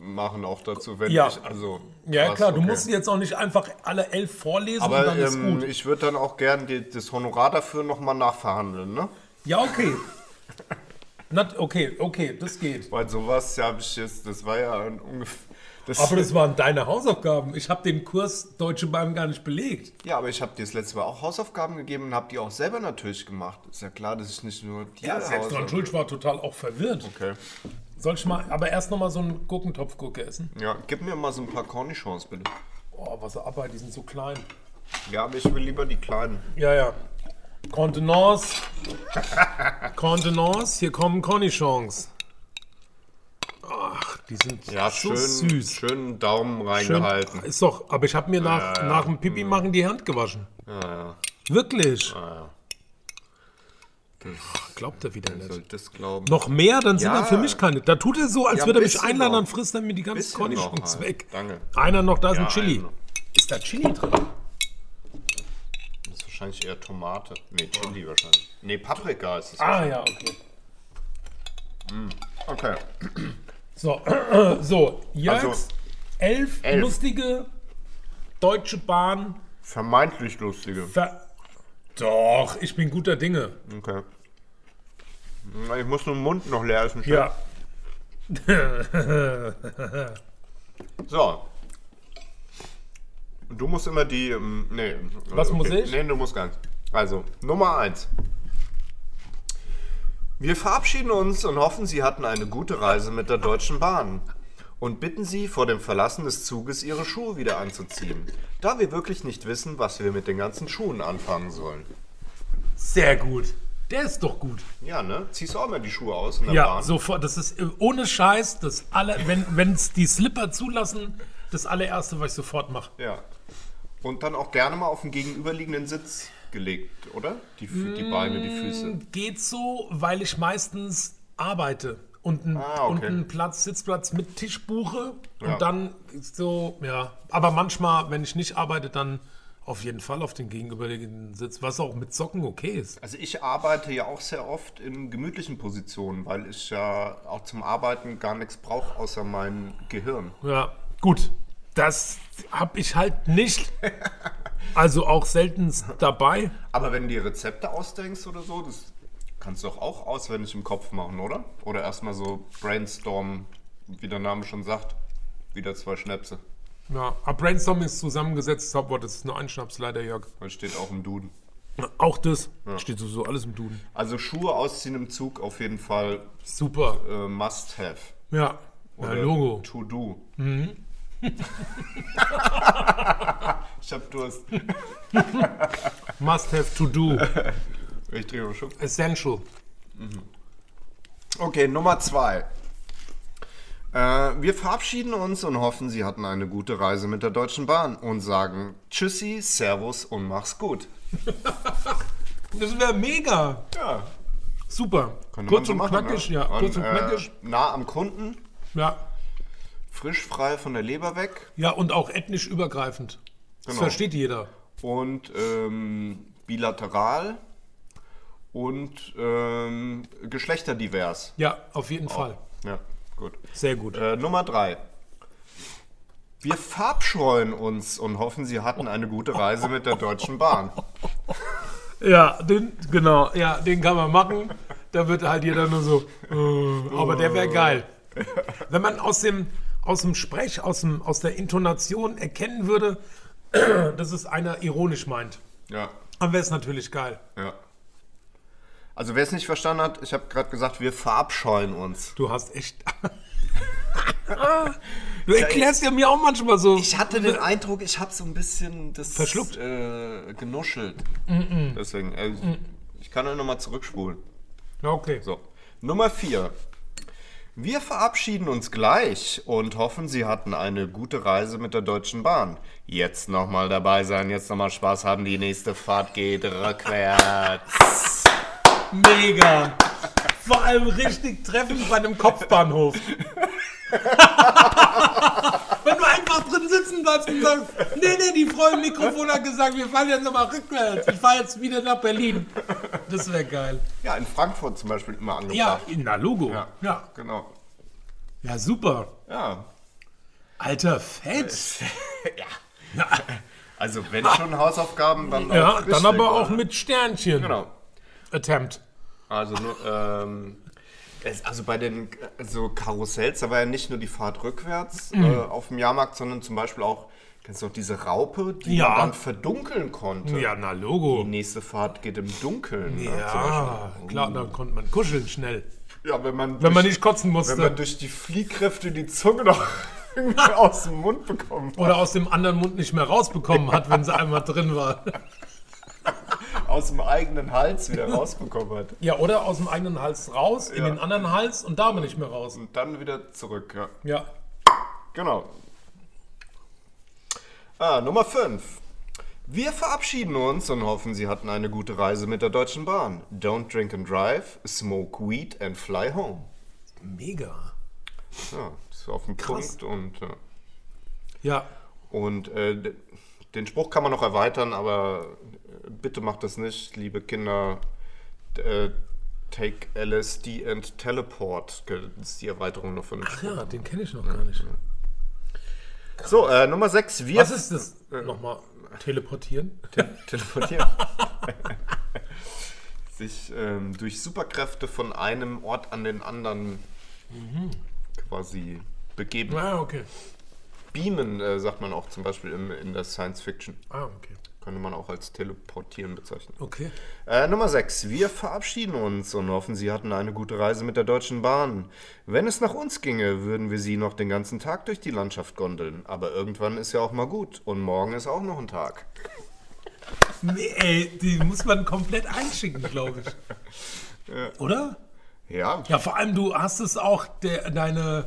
S2: machen auch dazu, wenn
S1: Ja.
S2: ich, also.
S1: Ja,
S2: krass,
S1: klar, du
S2: okay.
S1: musst sie jetzt auch nicht einfach alle elf vorlesen und
S2: Aber
S1: dann ist
S2: ähm,
S1: gut.
S2: ich würde dann auch gern die, das Honorar dafür nochmal nachverhandeln, ne?
S1: Ja, okay. Not, okay, okay, das geht.
S2: Weil sowas ja hab ich jetzt, das war ja ein ungefähr. Das,
S1: Aber das waren deine Hausaufgaben. Ich habe den Kurs Deutsche Bahn gar nicht belegt.
S2: ja, aber ich habe dir das letzte Mal auch Hausaufgaben gegeben und habe die auch selber natürlich gemacht. Ist ja klar, dass ich nicht nur die
S1: selbst dran schuld ich war total auch verwirrt.
S2: Okay.
S1: Soll ich mal, aber erst noch mal so einen Gurkentopfgurke essen?
S2: Ja, gib mir mal so ein paar Cornichons bitte.
S1: Oh, was Arbeit, die sind so klein.
S2: Ja, aber ich will lieber die kleinen.
S1: Ja, ja. Contenance. Contenance, hier kommen Cornichons. Ach, die sind
S2: Ja,
S1: so
S2: schön,
S1: süß.
S2: schönen Daumen
S1: Schön-
S2: reingehalten.
S1: Ist doch, aber ich habe mir nach, nach dem Pipi
S2: Mhm.
S1: machen die Hand gewaschen. Wirklich. Ach, Glaubt er wieder
S2: Soll
S1: nicht.
S2: ich das glauben?
S1: Noch mehr, dann sind
S2: Ja.
S1: da für mich keine. Da tut er so, als
S2: Ja,
S1: würde er
S2: ein
S1: mich
S2: bisschen
S1: einladen,
S2: noch.
S1: dann frisst er mir die ganzen
S2: Bisschen noch
S1: Cornichons
S2: halt.
S1: weg.
S2: Danke.
S1: Einer noch, da ist
S2: Ja,
S1: ein Chili.
S2: einer.
S1: Ist da Chili drin?
S2: Das ist wahrscheinlich eher Tomate. Nee, Chili wahrscheinlich. Nee, Paprika ist es.
S1: Ah ja, okay.
S2: Okay.
S1: So, so Jörgs
S2: Also,
S1: elf,
S2: elf.
S1: lustige Deutsche Bahn.
S2: Vermeintlich lustige.
S1: Ver Doch, ich bin guter Dinge.
S2: Okay. Na, Ich muss den Mund noch leer essen. Chef.
S1: Ja.
S2: So. Du musst immer die. ähm, Nee.
S1: Was muss ich?
S2: Nee, du musst gar nicht. Also, Nummer eins. Wir verabschieden uns und hoffen, Sie hatten eine gute Reise mit der Deutschen Bahn. Und bitten Sie, vor dem Verlassen des Zuges Ihre Schuhe wieder anzuziehen, da wir wirklich nicht wissen, was wir mit den ganzen Schuhen anfangen sollen.
S1: Sehr gut. Der ist doch gut.
S2: Ja, ne? Ziehst du auch mal die Schuhe aus in der
S1: Ja,
S2: Bahn?
S1: sofort. Das ist äh, ohne Scheiß, das alle, wenn es die Slipper zulassen, das allererste, was ich sofort mache.
S2: Ja. Und dann auch gerne mal auf den gegenüberliegenden Sitz gelegt, oder? Die, Fü- die Beine, die Füße.
S1: Geht so, weil ich meistens arbeite und einen,
S2: Ah, okay.
S1: und einen Platz, Sitzplatz mit Tisch buche
S2: Ja.
S1: und dann ist so, ja. Aber manchmal, wenn ich nicht arbeite, dann auf jeden Fall auf den gegenüberliegenden Sitz, was auch mit Socken okay ist.
S2: Also ich arbeite ja auch sehr oft in gemütlichen Positionen, weil ich ja auch zum Arbeiten gar nichts brauche außer mein Gehirn.
S1: Ja, gut. Das habe ich halt nicht. Also auch selten dabei.
S2: Aber wenn du dir Rezepte ausdenkst oder so, das kannst du doch auch auswendig im Kopf machen, oder? Oder erstmal so brainstormen, wie der Name schon sagt. Wieder zwei Schnäpse.
S1: Ja, aber Brainstorming ist zusammengesetztes Hauptwort, das ist nur ein Schnaps, leider, Jörg.
S2: Das steht auch im Duden.
S1: Auch das steht sowieso alles im Duden.
S2: Also Schuhe ausziehen im Zug auf jeden Fall
S1: Super.
S2: äh, must have.
S1: Ja. Ja, Logo. Mhm.
S2: To do. ich hab Durst.
S1: Must have to do.
S2: Ich trinke mal Schub.
S1: Essential.
S2: Okay, Nummer zwei. Äh, wir verabschieden uns und hoffen, Sie hatten eine gute Reise mit der Deutschen Bahn und sagen Tschüssi, Servus und mach's gut.
S1: Das wäre mega.
S2: Ja,
S1: Super.
S2: könnte man
S1: kurz
S2: so
S1: und
S2: machen,
S1: knackig,
S2: ne?
S1: ja.
S2: Und,
S1: kurz und
S2: äh,
S1: knackig.
S2: Nah am Kunden,
S1: Ja.
S2: frisch frei von der Leber weg
S1: Ja, und auch ethnisch übergreifend. Das
S2: Genau.
S1: versteht jeder.
S2: und ähm, bilateral und ähm, geschlechterdivers.
S1: Ja, auf jeden Fall.
S2: Ja, gut.
S1: Sehr gut.
S2: Äh, Nummer drei. Wir verabscheuen uns und hoffen, Sie hatten eine gute Reise mit der Deutschen Bahn.
S1: Ja, den, genau, ja, den kann man machen. Da wird halt jeder nur so, äh, aber der wäre geil. Wenn man aus dem, aus dem Sprech, aus, dem, aus der Intonation erkennen würde, dass es einer ironisch meint,
S2: Ja,
S1: dann wäre es natürlich geil.
S2: ja. Also wer es nicht verstanden hat, ich habe gerade gesagt, wir verabscheuen uns.
S1: Du hast echt. du erklärst ja mir auch manchmal so.
S2: Ich hatte den Eindruck, ich habe so ein bisschen das
S1: Verschluckt.
S2: äh, genuschelt. Deswegen, äh, ich kann nur nochmal zurückspulen.
S1: Ja, okay.
S2: So, Nummer 4. Wir verabschieden uns gleich und hoffen, Sie hatten eine gute Reise mit der Deutschen Bahn. Jetzt nochmal dabei sein, jetzt nochmal Spaß haben, die nächste Fahrt geht rückwärts.
S1: Mega. Vor allem richtig treffend bei einem Kopfbahnhof. Wenn du einfach drin sitzen bleibst und sagst, nee, nee, die Frau im Mikrofon hat gesagt, wir fahren jetzt nochmal rückwärts. Ich fahre jetzt wieder nach Berlin. Das wäre geil.
S2: Ja, in Frankfurt zum Beispiel immer
S1: Ja,
S2: angebracht.
S1: na Logo.
S2: Ja.
S1: Ja,
S2: Genau.
S1: ja super.
S2: Ja.
S1: Alter, fett.
S2: ja.
S1: Ja,
S2: Also wenn schon Hausaufgaben, dann auch
S1: ja
S2: richtig,
S1: dann aber auch
S2: oder?
S1: mit Sternchen.
S2: Genau.
S1: Attempt.
S2: Also, nur, ähm, es, also bei den äh, so Karussells, da war ja nicht nur die Fahrt rückwärts
S1: Mhm.
S2: äh, auf dem Jahrmarkt, sondern zum Beispiel auch, kennst du noch diese Raupe, die
S1: Ja.
S2: man dann verdunkeln konnte?
S1: Ja, na Logo.
S2: Die nächste Fahrt geht im Dunkeln. ne, zum
S1: Ja,
S2: Beispiel.
S1: klar, da konnte man kuscheln schnell.
S2: ja wenn man,
S1: Wenn man
S2: durch-
S1: nicht kotzen musste.
S2: Wenn man durch die Fliehkräfte die Zunge noch irgendwie aus dem Mund bekommt.
S1: Oder aus dem anderen Mund nicht mehr rausbekommen hat, wenn sie einmal drin war. Oh.
S2: Aus dem eigenen Hals wieder rausbekommen hat.
S1: Ja, oder aus dem eigenen Hals raus, in den anderen Hals und da aber nicht mehr raus.
S2: Und dann wieder zurück, ja.
S1: Ja.
S2: Genau. Ah, Nummer 5. Wir verabschieden uns und hoffen, Sie hatten eine gute Reise mit der Deutschen Bahn. Don't drink and drive, smoke weed and fly home.
S1: Mega.
S2: Ja, ist auf den Punkt und, äh,
S1: Ja.
S2: und äh, d- den Spruch kann man noch erweitern, aber äh, bitte macht das nicht, liebe Kinder. D- Äh, take LSD and teleport gell, ist die Erweiterung noch von dem Spruch.
S1: Ja, den kenne ich noch gar nicht.
S2: So, äh, Nummer 6. Wir
S1: Was ist das? Nochmal teleportieren?
S2: teleportieren. Sich ähm, durch Superkräfte von einem Ort an den anderen quasi begeben.
S1: Ah, okay.
S2: Beamen äh, sagt man auch zum Beispiel im, in der Science Fiction.
S1: Ah, okay.
S2: Könnte man auch als Teleportieren bezeichnen.
S1: Okay.
S2: Äh, Nummer 6. Wir verabschieden uns und hoffen, Sie hatten eine gute Reise mit der Deutschen Bahn. Wenn es nach uns ginge, würden wir Sie noch den ganzen Tag durch die Landschaft gondeln. Aber irgendwann ist ja auch mal gut und morgen ist auch noch ein Tag.
S1: Nee, ey, die muss man komplett einschicken, glaube ich. Oder?
S2: Ja,
S1: Ja, vor allem du hast es auch, der, deine,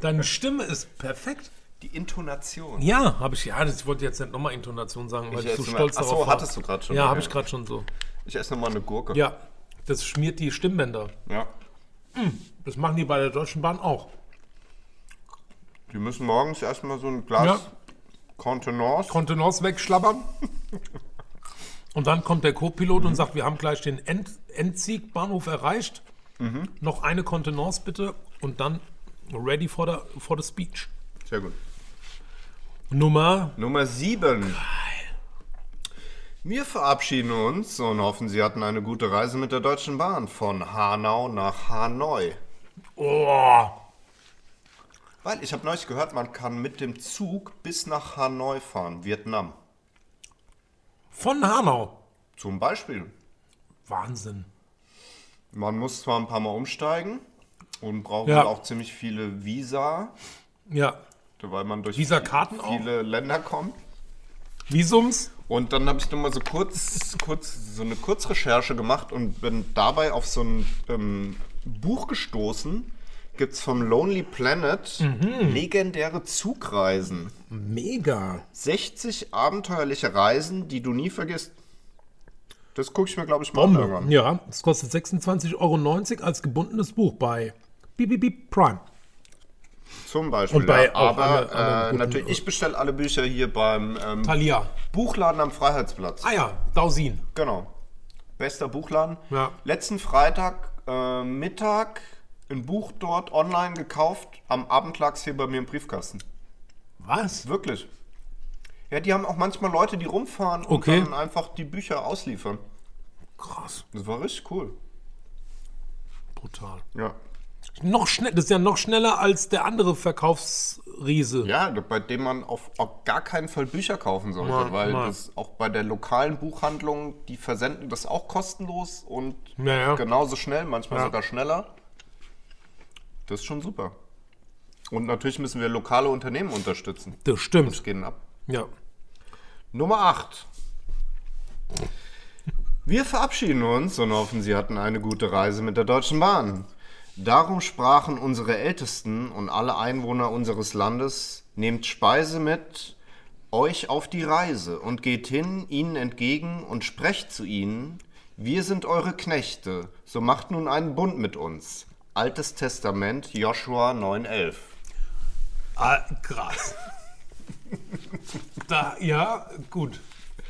S1: deine Stimme ist perfekt.
S2: die Intonation.
S1: Ja, habe ich. Ja, das ich wollte jetzt nicht nochmal Intonation sagen, weil ich,
S2: Ich
S1: zu
S2: jetzt mal-
S1: stolz
S2: Ach so,
S1: darauf war.
S2: hattest du gerade schon,
S1: Ja,
S2: okay.
S1: habe ich gerade schon so.
S2: Ich esse nochmal eine Gurke.
S1: Ja, das schmiert die Stimmbänder.
S2: Ja.
S1: Das machen die bei der Deutschen Bahn auch.
S2: Die müssen morgens erstmal so ein Glas
S1: Ja.
S2: Contenance.
S1: Kontenance wegschlabbern. Und dann kommt der Co-Pilot und sagt, wir haben gleich den End Endsieg-Bahnhof erreicht.
S2: Mhm.
S1: Noch eine Kontenance bitte und dann ready for the, for the speech.
S2: Sehr gut.
S1: Nummer.
S2: Nummer 7. Wir verabschieden uns und hoffen, Sie hatten eine gute Reise mit der Deutschen Bahn von Hanau nach Hanoi.
S1: Oh,
S2: Weil ich habe neulich gehört, man kann mit dem Zug bis nach Hanoi fahren, Vietnam.
S1: von Hanau.
S2: Zum Beispiel.
S1: Wahnsinn.
S2: Man muss zwar ein paar Mal umsteigen und braucht
S1: Ja.
S2: wohl auch ziemlich viele Visa,
S1: Ja.
S2: weil man durch
S1: Visakarten auch?
S2: viele Länder kommt.
S1: Visums?
S2: Und dann habe ich nochmal so kurz, kurz so eine Kurzrecherche gemacht und bin dabei auf so ein ähm, Buch gestoßen. Gibt es vom Lonely Planet
S1: Mhm.
S2: legendäre Zugreisen.
S1: Mega.
S2: 60 abenteuerliche Reisen, die du nie vergisst. Das gucke ich mir, glaube ich, mal an.
S1: Bombe.
S2: irgendwann.
S1: Ja, es kostet 26,90 Euro als gebundenes Buch bei BBB Prime.
S2: Zum Beispiel.
S1: Und bei
S2: ja.
S1: auch
S2: Aber
S1: alle- alle
S2: äh,
S1: guten-
S2: natürlich, ich bestelle alle Bücher hier beim ähm,
S1: Thalia.
S2: Buchladen am Freiheitsplatz.
S1: Ah ja, Dausin.
S2: Genau. Bester Buchladen.
S1: Ja.
S2: Letzten Freitag äh, Mittag ein Buch dort online gekauft. Am Abend lag es hier bei mir im Briefkasten.
S1: Was?
S2: Wirklich. Ja, die haben auch manchmal Leute, die rumfahren und
S1: Okay.
S2: dann einfach die Bücher ausliefern.
S1: Krass.
S2: Das war richtig cool.
S1: Brutal.
S2: Ja.
S1: Noch schnell, das ist ja noch schneller als der andere Verkaufsriese.
S2: Ja, bei dem man auf, auf gar keinen Fall Bücher kaufen sollte,
S1: Mal-
S2: weil
S1: mal.
S2: das auch bei der lokalen Buchhandlung, die versenden das auch kostenlos und
S1: Ja, ja.
S2: genauso schnell, manchmal
S1: Ja.
S2: sogar schneller. Das ist schon super. Und natürlich müssen wir lokale Unternehmen unterstützen.
S1: Das
S2: Das
S1: stimmt.
S2: gehen ab.
S1: Ja.
S2: Nummer 8. Wir verabschieden uns und hoffen, Sie hatten eine gute Reise mit der Deutschen Bahn. Darum sprachen unsere Ältesten und alle Einwohner unseres Landes, nehmt Speise mit euch auf die Reise und geht hin ihnen entgegen und sprecht zu ihnen, Wir sind eure Knechte, so macht nun einen Bund mit uns. Altes Testament, Joshua 9,11.
S1: Ah, krass. da, ja, gut.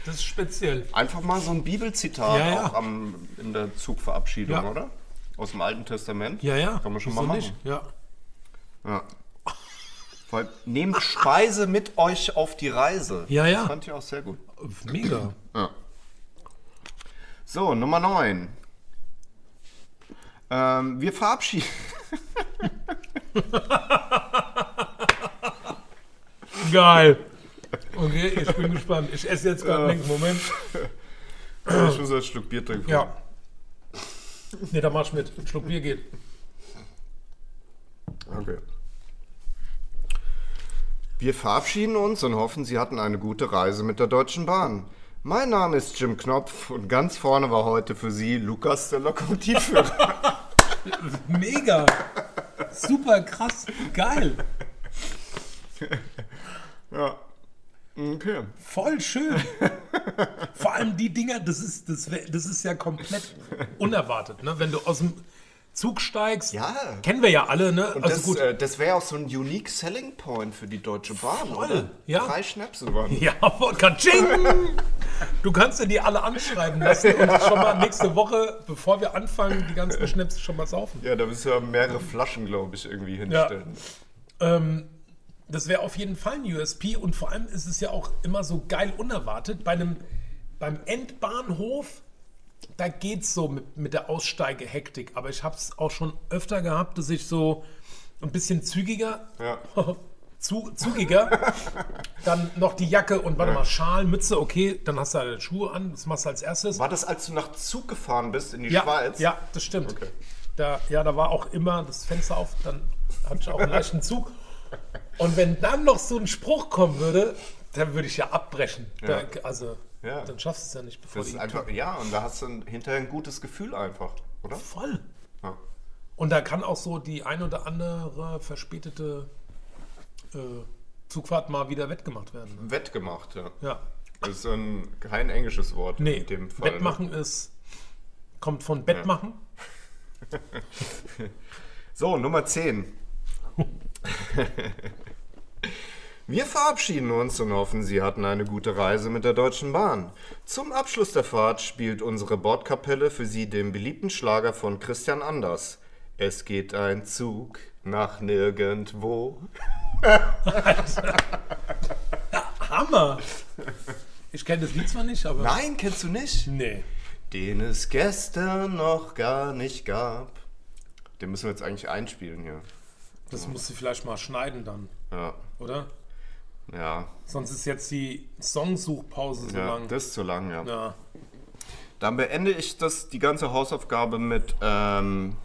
S1: Das ist speziell.
S2: Einfach mal so ein Bibelzitat
S1: Ja, ja.
S2: auch am, in der Zugverabschiedung,
S1: Ja.
S2: oder? Aus dem Alten Testament.
S1: Ja, ja.
S2: Kann man schon
S1: Wieso
S2: mal machen.
S1: nicht? Ja.
S2: Ja. Weil, nehmt Speise mit euch auf die Reise.
S1: Ja, ja.
S2: Das fand ich auch sehr gut.
S1: Mega.
S2: So, Nummer 9. Ähm, wir verabschieden.
S1: Geil. Okay, ich bin gespannt. Ich esse jetzt gerade einen Moment.
S2: ich muss ein Stück Bier trinken.
S1: Ja. Ne, da mach ich mit. Ein Schluck Bier geht.
S2: Okay. Wir verabschieden uns und hoffen, Sie hatten eine gute Reise mit der Deutschen Bahn. Mein Name ist Jim Knopf und ganz vorne war heute für Sie Lukas, der Lokomotivführer.
S1: Mega. Super krass. Geil.
S2: ja. Okay.
S1: Voll schön. Vor allem die Dinger, das ist, das, wär- das ist ja komplett unerwartet. Ne? Wenn du aus dem Zug steigst,
S2: Ja.
S1: kennen wir ja alle. Ne?
S2: Und
S1: also
S2: das,
S1: gut.
S2: äh, das wäre auch so ein unique selling point für die Deutsche Bahn,
S1: Voll,
S2: oder?
S1: ja.
S2: Drei Schnäpse waren.
S1: Ja, voll. Katsching! Du kannst dir die alle anschreiben lassen und schon mal nächste Woche, bevor wir anfangen, die ganzen Schnips schon mal saufen.
S2: Ja, da müssen wir mehrere Flaschen, glaube ich, irgendwie hinstellen.
S1: Ähm, das wäre auf jeden Fall ein USP und vor allem ist es ja auch immer so geil unerwartet. Bei einem, beim Endbahnhof, da geht's so mit, mit der Aussteigehektik. Aber ich habe es auch schon öfter gehabt, dass ich so ein bisschen zügiger,
S2: Ja.
S1: zu, zugiger, dann noch die Jacke und warte mal, Schal, Mütze, okay, dann hast du halt Schuhe an, das machst du als erstes.
S2: War das, als du nach Zug gefahren bist in die
S1: Ja,
S2: Schweiz?
S1: ja, das stimmt.
S2: Okay.
S1: Da, ja, da war auch immer das Fenster auf, dann hatte ich auch einen leichten Zug. Und wenn dann noch so ein Spruch kommen würde, dann würde ich ja abbrechen.
S2: Ja.
S1: Da, also,
S2: Ja.
S1: dann schaffst du es ja nicht, bevor
S2: Das ist
S1: die
S2: einfach, ja, und da hast du ein, hinterher ein gutes Gefühl einfach, oder?
S1: voll.
S2: Ja.
S1: Und da kann auch so die ein oder andere verspätete äh, Zugfahrt mal wieder wettgemacht werden. Ne?
S2: Wettgemacht, ja.
S1: Ja,
S2: Das ist so ein, kein englisches Wort
S1: nee,
S2: in dem Fall. ne?
S1: Wettmachen ist, kommt von Bettmachen.
S2: So, Nummer 10. Wir verabschieden uns und hoffen, Sie hatten eine gute Reise mit der Deutschen Bahn. Zum Abschluss der Fahrt spielt unsere Bordkapelle für Sie den beliebten Schlager von Christian Anders. Es geht ein Zug nach nirgendwo.
S1: Hammer! Ich kenne das Lied zwar nicht, aber.
S2: Nein, kennst du nicht?
S1: Nee.
S2: Den es gestern noch gar nicht gab. Den müssen wir jetzt eigentlich einspielen hier.
S1: Das musst du vielleicht mal schneiden dann,
S2: Ja,
S1: oder?
S2: ja.
S1: Sonst ist jetzt die Songsuchpause so
S2: ja
S1: lang.
S2: das ist zu lang, ja.
S1: ja.
S2: Dann beende ich das, die ganze Hausaufgabe mit ähm,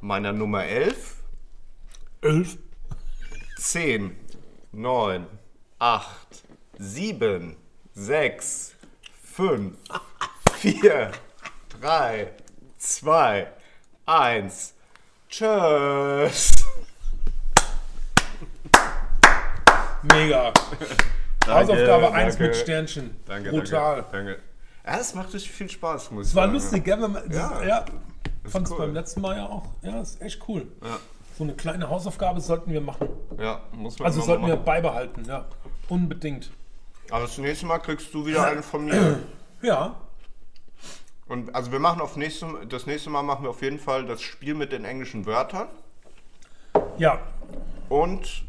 S2: meiner Nummer 11.
S1: 11.
S2: 10, 9, 8, 7, 6, 5, 4, 3, 2, 1. Tschüss.
S1: Mega. Hausaufgabe 1
S2: danke.
S1: mit Sternchen.
S2: Danke,
S1: Brutal.
S2: danke. danke. Ja, es macht richtig viel Spaß, muss ich
S1: War
S2: sagen.
S1: lustig, gell? Wenn man, ja.
S2: Ja.
S1: ja Fand es
S2: cool.
S1: beim letzten Mal ja auch. Ja, ist echt cool. So eine kleine Hausaufgabe sollten wir machen.
S2: Ja, muss man
S1: Also
S2: immer
S1: sollten
S2: mal
S1: wir
S2: machen.
S1: beibehalten, ja. Unbedingt.
S2: Aber das nächste Mal kriegst du wieder einen von mir.
S1: Ja.
S2: Und also wir machen auf nächstem, das nächste Mal machen wir auf jeden Fall das Spiel mit den englischen Wörtern.
S1: Ja.
S2: Und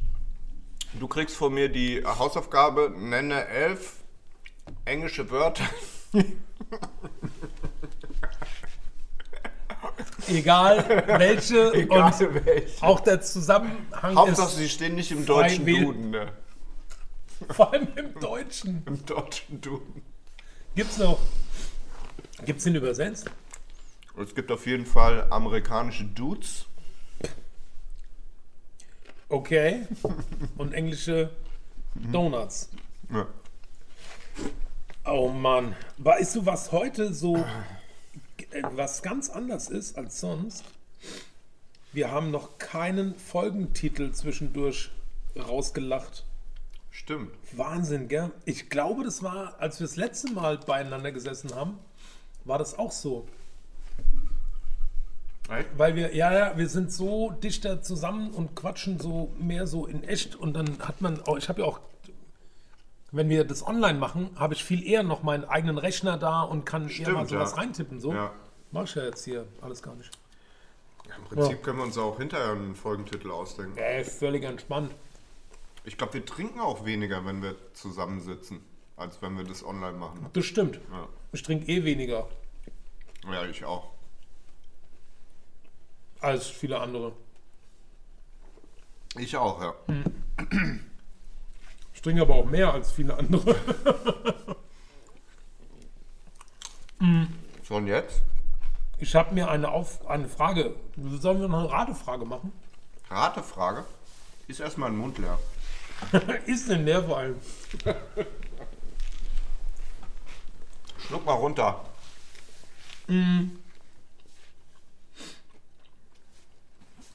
S2: du kriegst von mir die Hausaufgabe, nenne elf englische Wörter.
S1: Egal welche und
S2: welche.
S1: auch der Zusammenhang
S2: Hauptsache,
S1: ist
S2: sie stehen nicht im
S1: frei
S2: deutschen
S1: wählen.
S2: Duden. Ne?
S1: vor allem im Deutschen.
S2: Im deutschen Duden.
S1: Gibt's noch. Gibt's den übersetzt?
S2: Und es gibt auf jeden Fall amerikanische Dudes.
S1: Okay. Und englische Donuts.
S2: Ja.
S1: Oh Mann. Weißt du, was heute so äh, was ganz anders ist als sonst? Wir haben noch keinen Folgentitel zwischendurch rausgelacht.
S2: Stimmt.
S1: Wahnsinn, gell? Ich glaube, das war, als wir das letzte Mal beieinander gesessen haben, war das auch so. Weil wir, ja, ja, wir sind so dichter zusammen und quatschen so mehr so in echt und dann hat man, auch, ich habe ja auch, wenn wir das online machen, habe ich viel eher noch meinen eigenen Rechner da und kann eher mal
S2: Stimmt,
S1: sowas
S2: ja.
S1: reintippen. So.
S2: Ja.
S1: Mach ich ja jetzt hier alles gar nicht.
S2: Im Prinzip können wir uns auch hinterher einen Folgentitel ausdenken.
S1: Ey, Äh, völlig entspannt.
S2: Ich glaube, wir trinken auch weniger, wenn wir zusammensitzen, als wenn wir das online machen.
S1: Das stimmt.
S2: Ja,
S1: Ich trinke eh weniger
S2: ja ich auch.
S1: als viele andere.
S2: Ich auch, ja.
S1: Ich trinke aber auch mehr als viele andere.
S2: Schon jetzt?
S1: Ich habe mir eine, Auf eine Frage. Sollen wir noch eine Ratefrage machen?
S2: Ratefrage. Ist erstmal ein Mund leer.
S1: Ist denn leer vor allem?
S2: Schluck mal runter.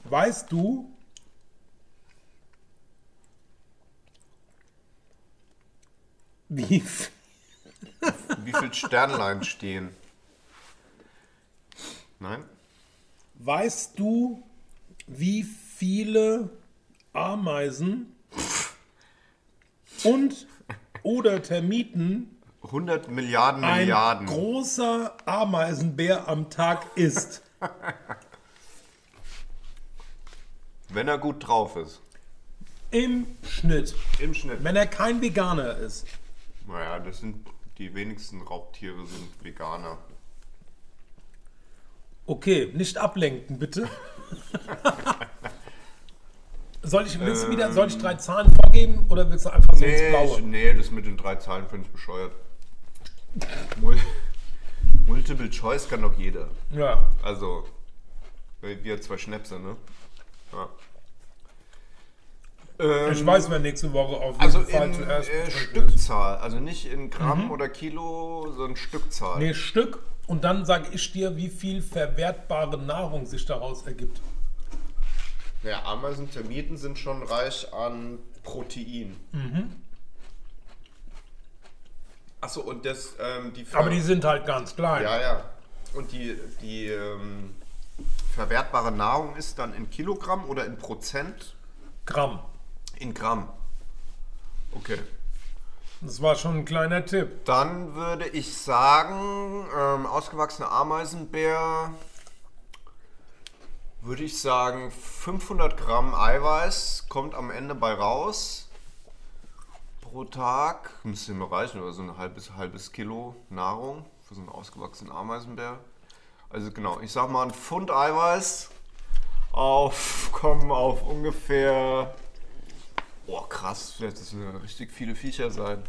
S1: Weißt du, wie, f-
S2: Wie viel Sternlein stehen? Nein?
S1: weißt du, wie viele Ameisen und oder Termiten
S2: 100 Milliarden
S1: ein
S2: Milliarden.
S1: großer Ameisenbär am Tag isst?
S2: Wenn er gut drauf ist.
S1: Im Schnitt.
S2: Im Schnitt.
S1: Wenn er kein Veganer ist.
S2: Naja, das sind die wenigsten Raubtiere sind Veganer.
S1: Okay, nicht ablenken, bitte. soll ich willst du wieder, soll ich drei Zahlen vorgeben oder willst du einfach so ins
S2: Ähm. Nee, ich,
S1: Blaue?
S2: nee, das mit den drei Zahlen finde ich bescheuert. Mul Multiple Choice kann doch jeder.
S1: Ja.
S2: Also, wir wir zwei Schnäpse, ne? Ja. Ähm,
S1: Ich weiß, wer nächste Woche auf jeden
S2: also
S1: Fall
S2: in
S1: zuerst
S2: äh,
S1: dran ist.
S2: Stückzahl, also nicht in Gramm oder Kilo, sondern Stückzahl.
S1: Nee, Stück und dann sage ich dir, wie viel verwertbare Nahrung sich daraus ergibt.
S2: Ja, Ameisen, Termiten sind schon reich an Protein.
S1: Mhm.
S2: Achso, und das, ähm, die
S1: Aber die sind halt ganz klein.
S2: Ja, ja. Und die, die ähm, verwertbare Nahrung ist dann in Kilogramm oder in Prozent?
S1: Gramm.
S2: In Gramm. Okay.
S1: Das war schon ein kleiner Tipp.
S2: Dann würde ich sagen, ähm, ausgewachsener Ameisenbär, würde ich sagen, 500 Gramm Eiweiß kommt am Ende bei raus. Pro Tag müsste mir reichen, oder so ein halbes, halbes Kilo Nahrung für so einen ausgewachsenen Ameisenbär. Also genau, ich sag mal ein Pfund Eiweiß auf, kommen auf ungefähr, boah krass, das sind ja richtig viele Viecher sein.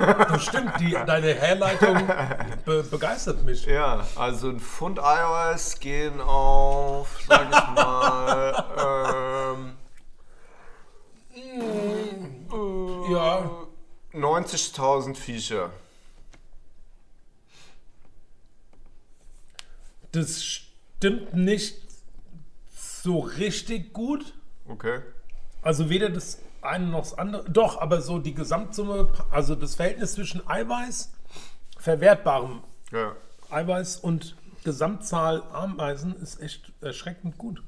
S1: Das stimmt, die, deine Herleitung be begeistert mich.
S2: Ja, also ein Pfund Eiweiß gehen auf, sag ich mal, ähm,
S1: Ja,
S2: ähm, 90.000 Viecher.
S1: das stimmt nicht so richtig gut.
S2: Okay.
S1: Also weder das eine noch das andere. Doch, aber so die Gesamtsumme, also das Verhältnis zwischen Eiweiß, verwertbarem
S2: Ja.
S1: Eiweiß und Gesamtzahl Ameisen ist echt erschreckend gut.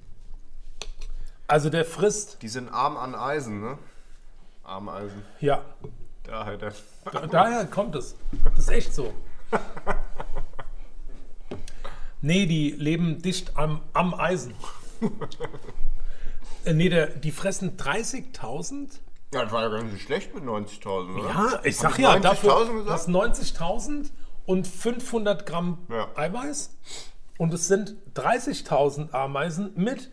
S1: Also der frisst,
S2: Die sind arm an Eisen, ne? Armeisen.
S1: ja,
S2: Da halt. er.
S1: da- daher kommt es. Das ist echt so. Nee, die leben dicht am, am Eisen. Äh, Nee, der, die fressen 30.000
S2: Ja, das war ja gar nicht so schlecht mit 90.000, oder?
S1: Ja, ich
S2: Hab
S1: sag ja,
S2: 90.000
S1: dafür
S2: gesagt?
S1: das 90.000 und 500 Gramm
S2: Ja.
S1: Eiweiß und es sind 30.000 Ameisen mit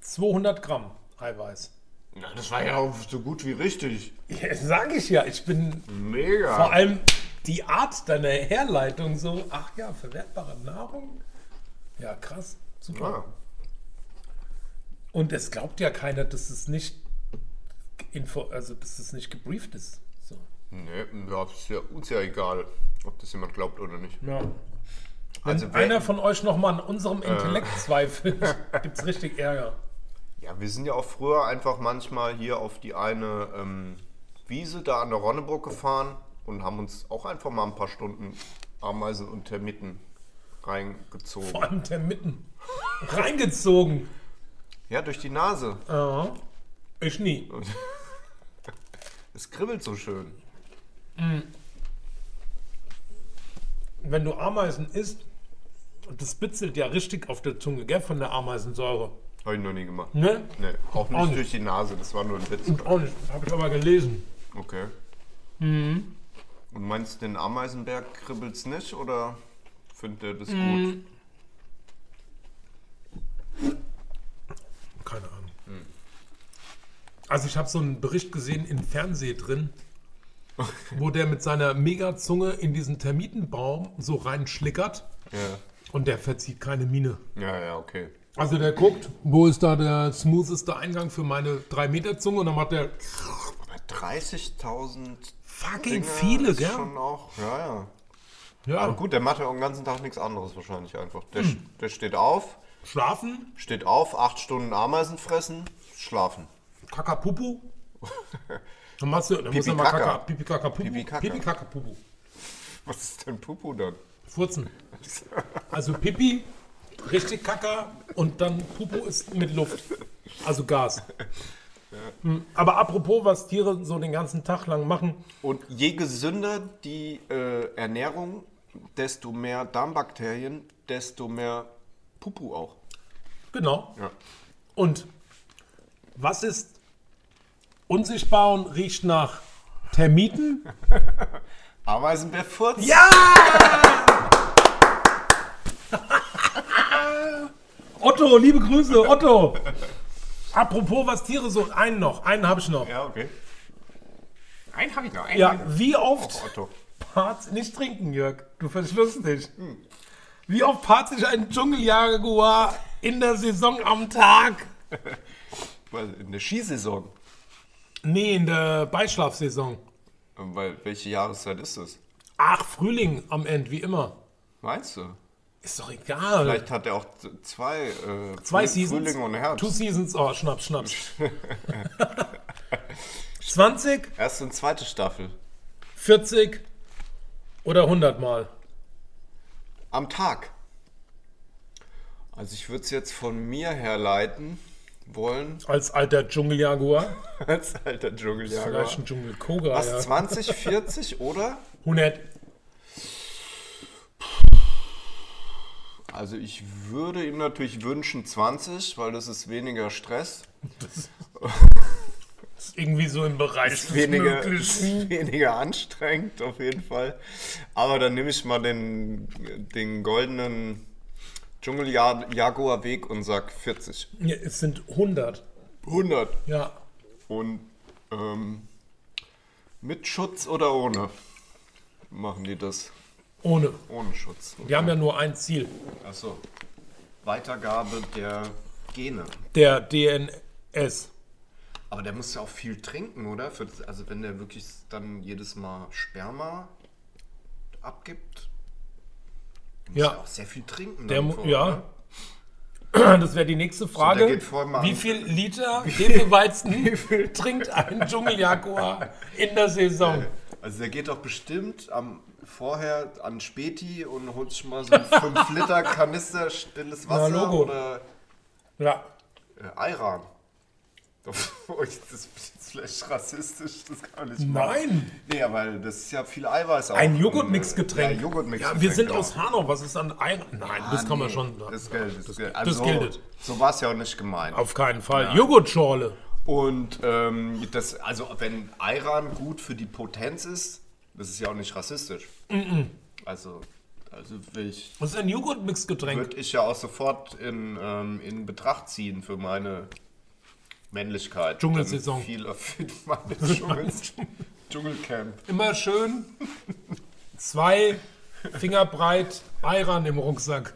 S1: 200 Gramm Eiweiß.
S2: Ja, das war ja auch so gut wie richtig.
S1: Ja, sag ich ja, ich bin
S2: Mhm. Mega.
S1: vor allem die Art deiner Herleitung so, ach ja, verwertbare Nahrung. Ja, krass, super.
S2: Ja.
S1: Und es glaubt ja keiner, dass es nicht info, also dass es nicht gebrieft ist. So.
S2: Nee, ja, ist ja uns ja egal, ob das jemand glaubt oder nicht.
S1: Ja.
S2: Also
S1: Wenn einer von euch nochmal an unserem Intellekt zweifelt, gibt es richtig Ärger.
S2: Ja, wir sind ja auch früher einfach manchmal hier auf die eine ähm, Wiese da an der Ronneburg gefahren und haben uns auch einfach mal ein paar Stunden Ameisen und Termiten reingezogen.
S1: Vor allem der mitten. Reingezogen.
S2: Ja, durch die Nase.
S1: Ja. Ich nie.
S2: Es kribbelt so schön.
S1: Wenn du Ameisen isst, das bitzelt ja richtig auf der Zunge, gell, von der Ameisensäure.
S2: Habe ich noch nie gemacht.
S1: Ne?
S2: Nee, auch nicht,
S1: Auch nicht.
S2: durch die Nase, das war nur ein Witz.
S1: Auch nicht. Hab ich aber gelesen.
S2: Okay. Und meinst du, den Ameisenberg kribbelt's nicht oder findet er das gut?
S1: Keine Ahnung. Also ich habe so einen Bericht gesehen im Fernsehen drin, wo der mit seiner Megazunge in diesen Termitenbaum so reinschlickert
S2: Ja.
S1: und der verzieht keine Miene.
S2: ja, ja, okay.
S1: Also der guckt, wo ist da der smootheste Eingang für meine 3-Meter-Zunge und dann macht der
S2: Bei 30.000
S1: fucking
S2: Dinger
S1: viele,
S2: ist
S1: gell?
S2: schon auch, ja, ja.
S1: Ja,
S2: Aber Ah, gut, der macht ja auch den ganzen Tag nichts anderes wahrscheinlich einfach. Der, der steht auf,
S1: schlafen,
S2: steht auf, acht Stunden Ameisen fressen, schlafen.
S1: Kakapupu. Dann machst du, dann musst du
S2: Pipi
S1: mal
S2: Kaka.
S1: Kaka, Pipi Kakapupu,
S2: Pipi Kaka.
S1: Pipi Kakapupu,
S2: Was ist denn Pupu dann?
S1: furzen. Also Pipi, richtig Kaka und dann Pupu ist mit Luft, also Gas. Hm, Aber apropos, was Tiere so den ganzen Tag lang machen,
S2: Und je gesünder die äh, Ernährung, desto mehr Darmbakterien, desto mehr Pupu auch.
S1: genau.
S2: Ja.
S1: Und was ist unsichtbar und riecht nach Termiten?
S2: Ameisenbär furzt.
S1: Ja! Otto, liebe Grüße, Otto. Apropos, was Tiere so. Einen noch, einen habe ich noch. Ja,
S2: Ja, okay. Einen habe ich noch. Einen hab
S1: wie
S2: ich
S1: oft
S2: noch. Otto.
S1: Parts nicht trinken, Jörg. Du verschluss dich. Wie oft paart sich ein Dschungeljaguar in der Saison am Tag?
S2: Weil in der Skisaison.
S1: Nee, in der Beischlafsaison.
S2: ähm, Weil welche Jahreszeit ist es?
S1: Ach, Frühling am Ende, wie immer.
S2: Meinst du?
S1: Ist doch egal.
S2: Vielleicht hat er auch z- zwei, äh,
S1: Zwei
S2: Früh-
S1: Seasons.
S2: Frühling und Herbst.
S1: Two Seasons. Oh, schnapp, schnapp. 20,
S2: Erste und zweite Staffel.
S1: 40 oder 100 Mal.
S2: Am Tag. Also ich würde es jetzt von mir herleiten wollen,
S1: Als alter Dschungeljaguar.
S2: als alter Dschungeljager.
S1: Vielleicht ein Dschungelkoga.
S2: Was,
S1: Ja.
S2: 20, 40 oder?
S1: 100.
S2: Also ich würde ihm natürlich wünschen 20, weil das ist weniger Stress.
S1: Ist irgendwie so im Bereich des
S2: weniger,
S1: Möglichen.
S2: weniger anstrengend auf jeden Fall. Aber dann nehme ich mal den, den goldenen Dschungeljaguar-Weg und sag 40.
S1: Ja, es sind 100.
S2: 100.
S1: Ja.
S2: Und ähm, mit Schutz oder ohne? Machen die das?
S1: Ohne.
S2: Ohne Schutz.
S1: Wir haben ja nur ein Ziel.
S2: Achso. Also, Weitergabe der Gene.
S1: Der DNS.
S2: Aber der muss ja auch viel trinken, oder? Für das, also wenn der wirklich dann jedes Mal Sperma abgibt, der muss
S1: Ja.
S2: ja auch sehr viel trinken.
S1: Der,
S2: dann
S1: mu-
S2: vor,
S1: ja.
S2: oder?
S1: Das wäre die nächste
S2: der
S1: Frage.
S2: geht vorher mal
S1: Wie
S2: an-
S1: viel Liter Hefeweizen trinkt ein Dschungeljaguar in der Saison?
S2: Also der geht doch bestimmt am, vorher an Späti und holt sich mal so einen 5 Liter Kanister stilles Wasser
S1: Logo.
S2: oder
S1: Ja.
S2: äh, Ayran. Obwohl, Das ist jetzt vielleicht rassistisch, das kann man nicht machen.
S1: Nein!
S2: Nee, weil das ist ja viel Eiweiß auch. äh,
S1: Ein
S2: Ja,
S1: Joghurtmixgetränk.
S2: Joghurtmix
S1: Ja, wir sind aus Hanau. Was ist an Ei? Nein, das kann man
S2: Nee,
S1: schon.
S2: Das gilt, das, gilt.
S1: das
S2: Also,
S1: gilt.
S2: So war es ja auch nicht gemeint.
S1: Auf keinen Fall. Joghurtschorle.
S2: Und ähm, das, also wenn Ayran gut für die Potenz ist, das ist ja auch nicht rassistisch.
S1: Mhm.
S2: Also, also ich,
S1: Das ist ein Joghurtmixgetränk.
S2: würde ich ja auch sofort in, ähm, in Betracht ziehen für meine Männlichkeit.
S1: Dschungelsaison.
S2: Dann Viel auf meine Dschungel, Dschungelcamp.
S1: Immer schön zwei Finger breit Ayran im Rucksack.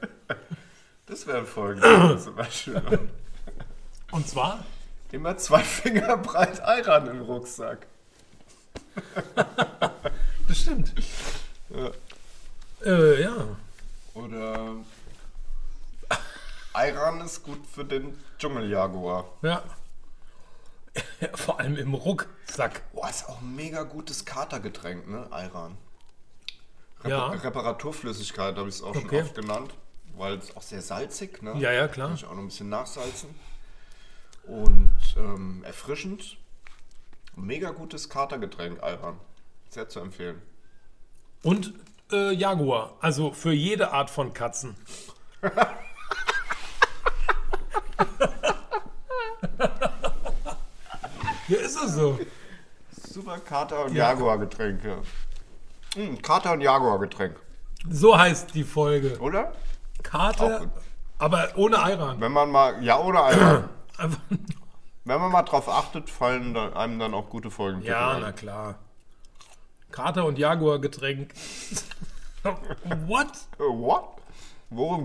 S2: Das wäre folgendes zum Beispiel.
S1: Und zwar?
S2: Immer zwei Finger breit Ayran im Rucksack.
S1: Bestimmt. Äh, ja.
S2: Oder Ayran ist gut für den Dschungeljaguar.
S1: Ja. Vor allem im Rucksack.
S2: Boah, ist auch ein mega gutes Katergetränk, ne? Ayran. Rep
S1: Ja.
S2: Reparaturflüssigkeit habe ich es auch
S1: Okay.
S2: schon oft genannt, weil es auch sehr salzig, ne?
S1: Ja, ja, klar.
S2: Kann ich auch noch ein bisschen nachsalzen. Und ähm, erfrischend. Mega gutes Katergetränk, Alban. Sehr zu empfehlen.
S1: Und äh, Jaguar. Also für jede Art von Katzen. ja, ist es so.
S2: Super Kater- und Jaguar-Getränke. Hm, Kater- und Jaguar-Getränk,
S1: So heißt die Folge.
S2: oder? Auch
S1: Karte,
S2: gut.
S1: aber ohne Ayran.
S2: Wenn man mal, ja oder Alban,
S1: Einfach-
S2: wenn man mal drauf achtet, fallen dann, einem dann auch gute Folgen.
S1: Ja, na klar. Kater und Jaguar Getränk. What?
S2: Äh, What? Worum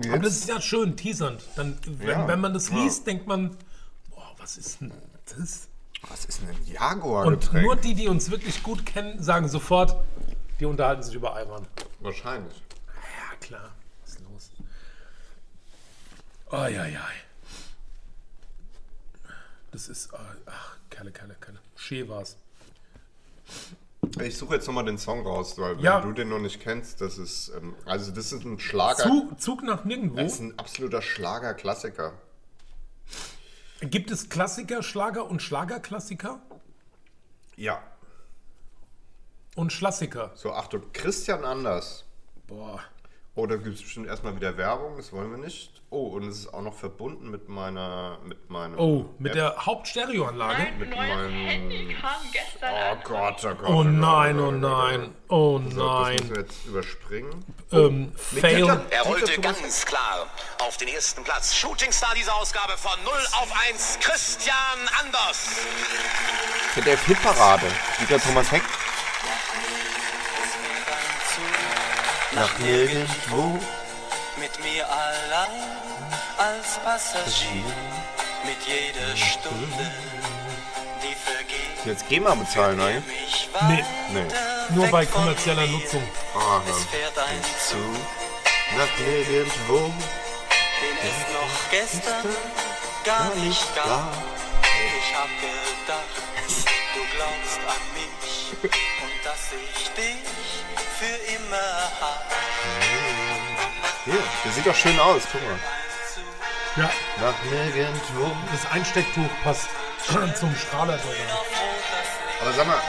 S1: Aber
S2: geht's?
S1: das ist ja schön teasernd. Dann, wenn,
S2: Ja,
S1: wenn man das
S2: ja.
S1: liest, denkt man, boah, was ist denn das?
S2: Was ist denn ein
S1: Und
S2: Jaguar-Getränk?
S1: nur die, die uns wirklich gut kennen, sagen sofort, die unterhalten sich über Eimann.
S2: Wahrscheinlich.
S1: Ja, klar. Was ist los? Eieiei. Das ist. äh, Ach, Kerle, Kerle, Kerle. Schee war's.
S2: Ich suche jetzt nochmal den Song raus, weil
S1: Ja.
S2: wenn du den noch nicht kennst, das ist, ähm, also das ist ein Schlager,
S1: Zug, Zug nach nirgendwo.
S2: das ist ein absoluter Schlagerklassiker.
S1: Gibt es Klassiker, Schlager und Schlagerklassiker?
S2: Ja.
S1: Und Schlassiker.
S2: So, Achtung, Christian Anders.
S1: Boah.
S2: Oh, da gibt es bestimmt erstmal wieder Werbung, das wollen wir nicht. Oh, und es ist auch noch verbunden mit meiner, mit meinem...
S1: Oh, mit
S2: Ja,
S1: der Hauptstereoanlage?
S2: Mit
S5: Mein neues Handy
S2: meinem...
S5: kam gestern
S2: Oh
S5: an.
S2: Gott, oh Gott.
S1: Oh nein,
S2: Gott,
S1: oh
S2: Gott,
S1: nein,
S2: Gott.
S1: oh
S2: So, Das müssen
S1: nein.
S2: wir jetzt überspringen.
S1: Ähm,
S2: Mit
S1: fail.
S2: Dieter-
S6: Er holte
S2: Dieter Thomas-
S6: ganz klar auf den ersten Platz. Shootingstar dieser Ausgabe von 0 auf 1, Christian Anders.
S2: Der Flipparade. Dieter Thomas Heck. Nach nirgendwo.
S7: Mit mir allein als Passagier, mit jeder Stunde, die vergeht,
S2: Jetzt GEMA bezahlen, ne? oder?
S7: mich
S1: Nee,
S2: Nee.
S1: nur bei
S7: weg von
S1: kommerzieller
S7: mir.
S1: Nutzung.
S2: Ah,
S7: Es
S2: Mann.
S7: fährt ein Zug,
S2: Nach nirgendwo.
S7: den es noch gestern gar nicht gab. Ich hab gedacht, du glaubst an mich und dass ich dich für immer hab.
S2: Hier, der sieht doch schön aus, guck mal.
S1: Ja,
S2: Nach nirgendwo.
S1: das Einstecktuch passt zum Strahler. sogar.
S2: Aber sag mal,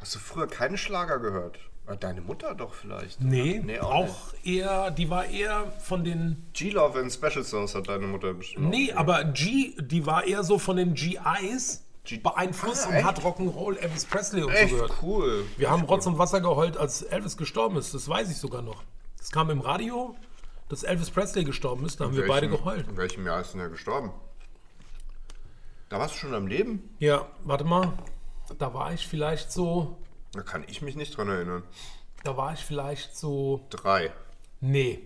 S2: hast du früher keine Schlager gehört? Deine Mutter doch vielleicht.
S1: Nee,
S2: Nee, auch
S1: auch eher, die war eher von den.
S2: G-Love and Special Sauce hat deine Mutter bestimmt. auch
S1: Nee,
S2: gehört.
S1: aber G, die war eher so von den GIs beeinflusst
S2: Ah,
S1: und
S2: echt?
S1: hat Rock'n'Roll Elvis Presley und so gehört.
S2: Echt cool.
S1: Wir haben Rotz und Wasser geheult, als Elvis gestorben ist. Das weiß ich sogar noch. Es kam im Radio, dass Elvis Presley gestorben ist. Da haben wir beide
S2: Welchem-
S1: geheult.
S2: In welchem Jahr ist denn er gestorben? Da warst du schon am Leben?
S1: Ja, warte mal. Da war ich vielleicht so.
S2: Da kann ich mich nicht dran erinnern.
S1: Da war ich vielleicht so.
S2: Drei.
S1: Nee.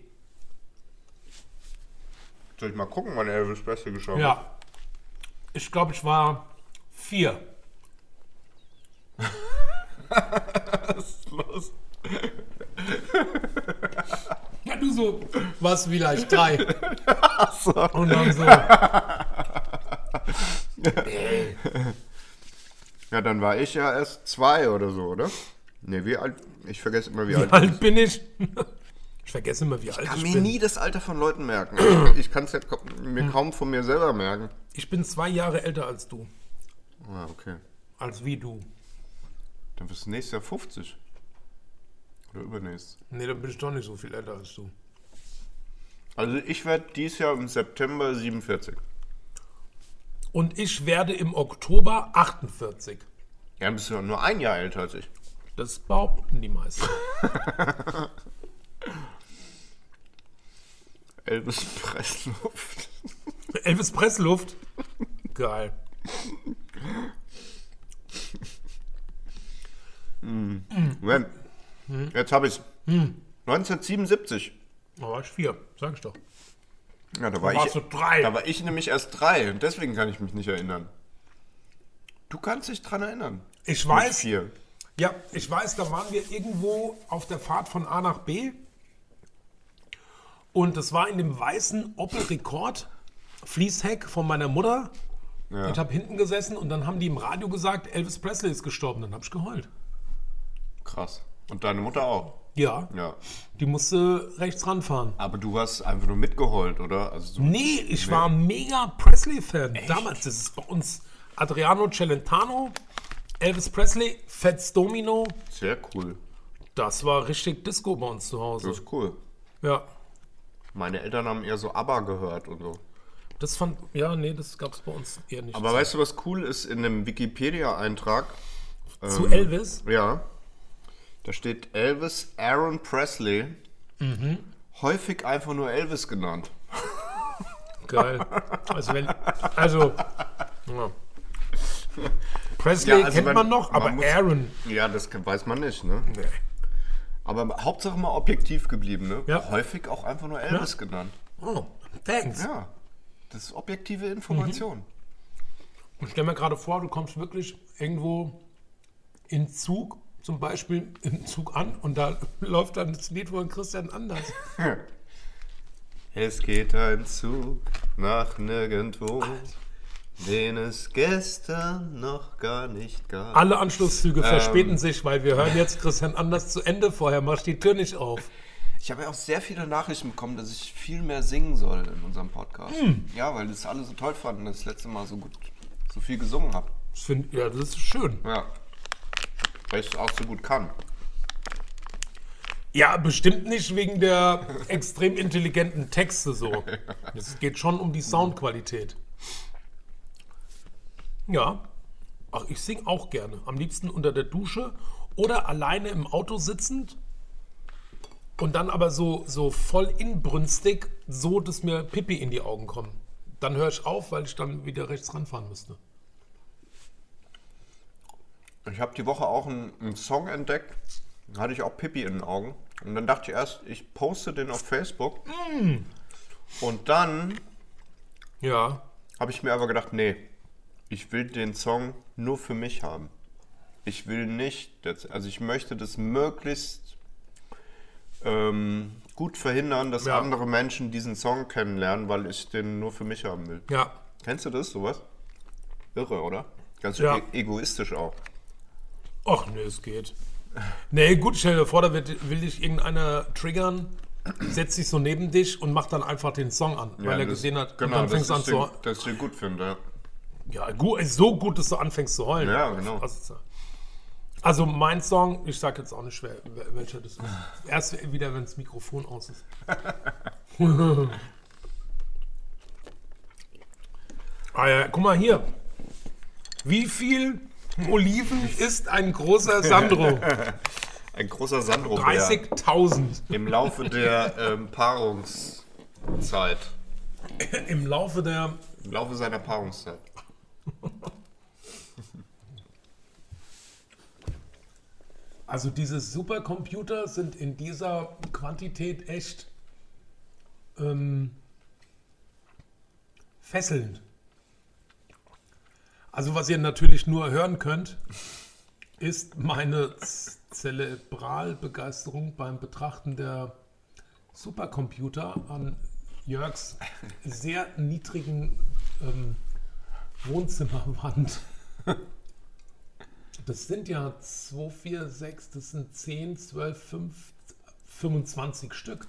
S2: Soll ich mal gucken, wann Elvis Presley gestorben ist?
S1: Ja. Ich glaube, ich war vier.
S2: Los.
S1: Ja, du so. Was vielleicht drei.
S2: So.
S1: Und dann so.
S2: Ja, dann war ich ja erst zwei oder so, oder? Ne, wie alt? Ich vergesse immer, wie, alt. ich
S1: alt bin ich. Ich vergesse immer, wie alt
S2: kann
S1: ich
S2: mir
S1: bin.
S2: nie das Alter von Leuten merken. Also, Ich kann es ja ka- mir kaum von mir selber merken.
S1: Ich bin zwei Jahre älter als du.
S2: Ah, okay.
S1: Als wie du.
S2: Dann wirst du nächstes Jahr 50. Oder übernächst.
S1: Nee, dann bin ich doch nicht so viel älter als du.
S2: Also ich werde dieses Jahr im September 47.
S1: Und ich werde im Oktober 48.
S2: Ja, dann bist du ja nur ein Jahr älter als ich.
S1: Das behaupten die meisten.
S2: Elvis Pressluft.
S1: Elvis Pressluft. Geil.
S2: Moment. Jetzt habe ich's. 1977.
S1: Da war ich vier, sag ich doch.
S2: Ja, da war
S1: warst
S2: ich.
S1: du drei.
S2: Da war ich nämlich erst drei und deswegen kann ich mich nicht erinnern. Du kannst dich dran erinnern.
S1: Ich
S2: Mit
S1: weiß,
S2: Vier.
S1: ja, ich weiß, da waren wir irgendwo auf der Fahrt von A nach B. Und das war in dem weißen Opel Rekord Fließheck von meiner Mutter.
S2: Ja.
S1: Ich habe hinten gesessen und dann haben die im Radio gesagt, Elvis Presley ist gestorben. Dann habe ich geheult.
S2: Krass. Und deine Mutter auch.
S1: Ja,
S2: Ja.
S1: die musste rechts ranfahren.
S2: Aber du hast einfach nur mitgeheult, oder? Also du,
S1: Nee, ich war mega Presley-Fan. Damals, das ist bei uns Adriano Celentano, Elvis Presley, Fats Domino.
S2: Sehr cool.
S1: Das war richtig Disco bei uns zu Hause.
S2: Das ist cool.
S1: Ja,
S2: Meine Eltern haben eher so ABBA gehört und so.
S1: das fand, ja, nee, das gab's bei uns eher nicht.
S2: Aber weißt du, was cool ist in dem Wikipedia-Eintrag?
S1: zu Elvis?
S2: Ja. Da steht Elvis Aaron Presley.
S1: Mhm.
S2: Häufig einfach nur Elvis genannt.
S1: Geil. Also, wenn, also, ja. Presley
S2: Ja, also
S1: kennt
S2: man-
S1: man noch,
S2: man
S1: aber
S2: muss-
S1: Aaron.
S2: Ja, das kann- weiß man nicht, ne? Aber Hauptsache mal objektiv geblieben, ne?
S1: Ja.
S2: Häufig auch einfach nur Elvis genannt.
S1: Oh, thanks.
S2: Ja. Das ist objektive Information.
S1: Mhm. Und stell mir gerade vor, du kommst wirklich irgendwo in Zug, zum Beispiel im Zug an und da läuft dann das Lied von Christian anders.
S2: Es geht ein Zug nach nirgendwo, den es gestern noch gar nicht gab.
S1: Alle Anschlusszüge
S2: Ähm.
S1: verspäten sich, weil wir hören jetzt Christian anders zu Ende. Vorher macht die Tür nicht auf.
S2: Ich habe ja auch sehr viele Nachrichten bekommen, dass ich viel mehr singen soll in unserem Podcast.
S1: Hm.
S2: Ja, weil das alle so toll fanden, dass ich das letzte Mal so gut, so viel gesungen habe.
S1: Das find, ja, das ist schön.
S2: Ja. Weil ich es auch so gut kann.
S1: Ja, bestimmt nicht wegen der extrem intelligenten Texte so. Es geht schon um die Soundqualität. Ja. Ach, ich singe auch gerne. Am liebsten unter der Dusche oder alleine im Auto sitzend. Und dann aber so, so voll inbrünstig, so dass mir Pipi in die Augen kommen. Dann höre ich auf, weil ich dann wieder rechts ranfahren müsste.
S2: Ich habe die Woche auch einen, einen Song entdeckt, da hatte ich auch Pippi in den Augen. Und dann dachte ich erst, ich poste den auf Facebook.
S1: Mm.
S2: Und dann
S1: Ja.
S2: habe ich mir aber gedacht, nee, ich will den Song nur für mich haben. Ich will nicht, dass- also ich möchte das möglichst ähm, gut verhindern, dass
S1: Ja.
S2: andere Menschen diesen Song kennenlernen, weil ich den nur für mich haben will.
S1: Ja.
S2: Kennst du das, sowas? Irre, oder? Ganz
S1: Ja.
S2: e egoistisch auch.
S1: Ach nee, es geht. Nee, gut, stell dir vor, da wird, will dich irgendeiner triggern, setzt sich so neben dich und macht dann einfach den Song an, weil er
S2: das-
S1: gesehen hat,
S2: genau,
S1: und dann
S2: dass
S1: fängst du
S2: ich
S1: an zu
S2: den-
S1: heulen.
S2: Dass ich den gut finde.
S1: Ja, gut, ist so gut, dass du anfängst zu heulen.
S2: Ja, genau.
S1: Also, Also mein Song, ich sag jetzt auch nicht, wer, wer- welcher das ist. Erst wieder, wenn das Mikrofon aus ist. ah ja, guck mal hier. Wie viel Oliven ist ein großer Sandro?
S2: Ein großer Sandro
S1: 30.000
S2: im Laufe der ähm, Paarungszeit.
S1: im Laufe der.
S2: Im Laufe seiner Paarungszeit.
S1: Also, diese Supercomputer sind in dieser Quantität echt ähm, fesselnd. Also, was ihr natürlich nur hören könnt, ist meine Z- Zerebralbegeisterung beim Betrachten der Supercomputer an Jörgs sehr niedrigen ähm, Wohnzimmerwand. Das sind ja 2, 4, 6, das sind 10, 12, 5, 25 Stück.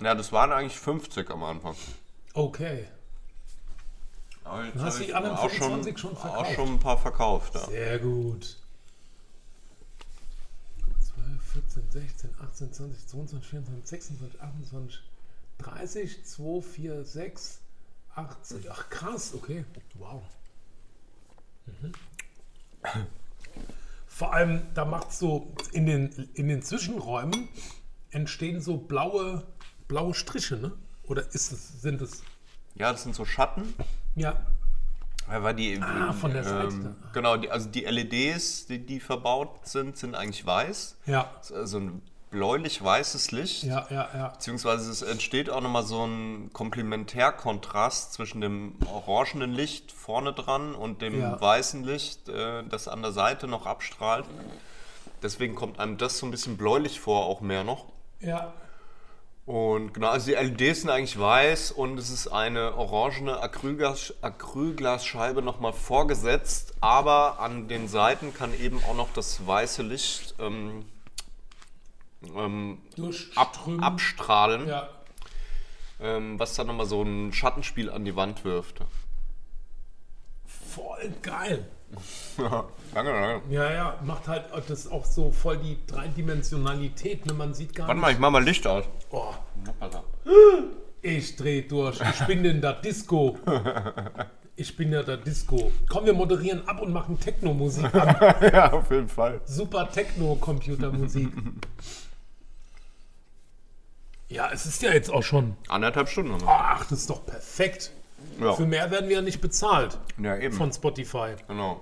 S2: Ja, das waren eigentlich 50 am Anfang.
S1: Okay.
S2: Aber jetzt
S1: Dann hast
S2: hab
S1: du die
S2: ich
S1: anderen
S2: auch
S1: 25 schon verkauft.
S2: Auch schon ein paar verkauft. Ja.
S1: Sehr gut. 12, 14, 16, 18, 20, 22, 24, 26, 28, 30, 2, 4, 6, 18. Ach krass, okay. Wow. Mhm. Vor allem, da macht so in den, in den Zwischenräumen entstehen so blaue, blaue Striche, ne? Oder ist es, sind es.
S2: ja, das sind so Schatten.
S1: Ja,
S2: Ja, Weil die,
S1: Ah, von der Seite.
S2: Genau, die, also die LEDs, die, die verbaut sind, sind eigentlich weiß.
S1: ja,
S2: So so ein bläulich-weißes Licht.
S1: ja, ja, ja.
S2: Beziehungsweise es entsteht auch nochmal so ein Komplementärkontrast zwischen dem orangenen Licht vorne dran und dem
S1: Ja.
S2: weißen Licht, äh, das an der Seite noch abstrahlt. Deswegen kommt einem das so ein bisschen bläulich vor, auch mehr noch.
S1: Ja,
S2: Und genau, also die LEDs sind eigentlich weiß und es ist eine orangene Acrylglas Acrylglasscheibe nochmal vorgesetzt, aber an den Seiten kann eben auch noch das weiße Licht ähm, ähm,
S1: Durchströmen.
S2: abstrahlen,
S1: Mhm. ja.
S2: ähm, was dann nochmal so ein Schattenspiel an die Wand wirft.
S1: Voll geil.
S2: Danke, danke.
S1: Ja, ja, macht halt das auch so voll die Dreidimensionalität, ne? Man sieht gar
S2: Warte
S1: nicht.
S2: mal, ich mach mal Licht aus.
S1: Oh, ich dreh durch. Ich bin in der Disco. Ich bin ja der Disco. Komm, wir moderieren ab und machen Techno-Musik an.
S2: ja, auf jeden Fall.
S1: Super Techno-Computermusik. Ja, es ist ja jetzt auch schon.
S2: Anderthalb Stunden haben wir.
S1: Ach, das ist doch perfekt.
S2: Ja.
S1: Für mehr werden wir ja nicht bezahlt
S2: Ja, eben.
S1: von Spotify.
S2: genau.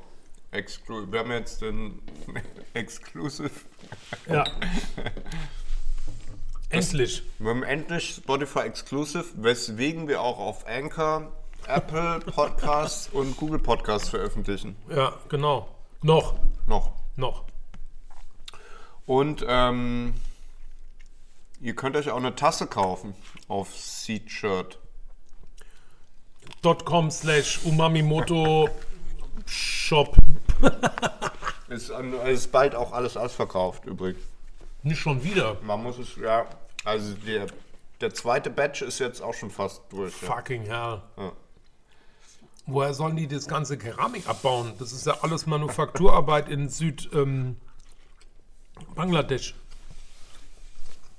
S2: Exclu wir haben jetzt den Exclusive.
S1: Ja. Endlich.
S2: Wir haben endlich Spotify Exclusive, weswegen wir auch auf Anchor, Apple Podcasts und Google Podcasts veröffentlichen.
S1: Ja, genau. Noch,
S2: Noch.
S1: noch.
S2: Und ähm, ihr könnt euch auch eine Tasse kaufen auf Seatshirt.
S1: .com slash umamimoto shop.
S2: Ist, an- ist bald auch alles ausverkauft übrigens.
S1: Nicht schon wieder.
S2: Man muss es, ja, also der, der zweite Batch ist jetzt auch schon fast durch. Ja.
S1: Fucking hell.
S2: Ja.
S1: Woher sollen die das ganze Keramik abbauen? Das ist ja alles Manufakturarbeit in Süd ähm, Bangladesch.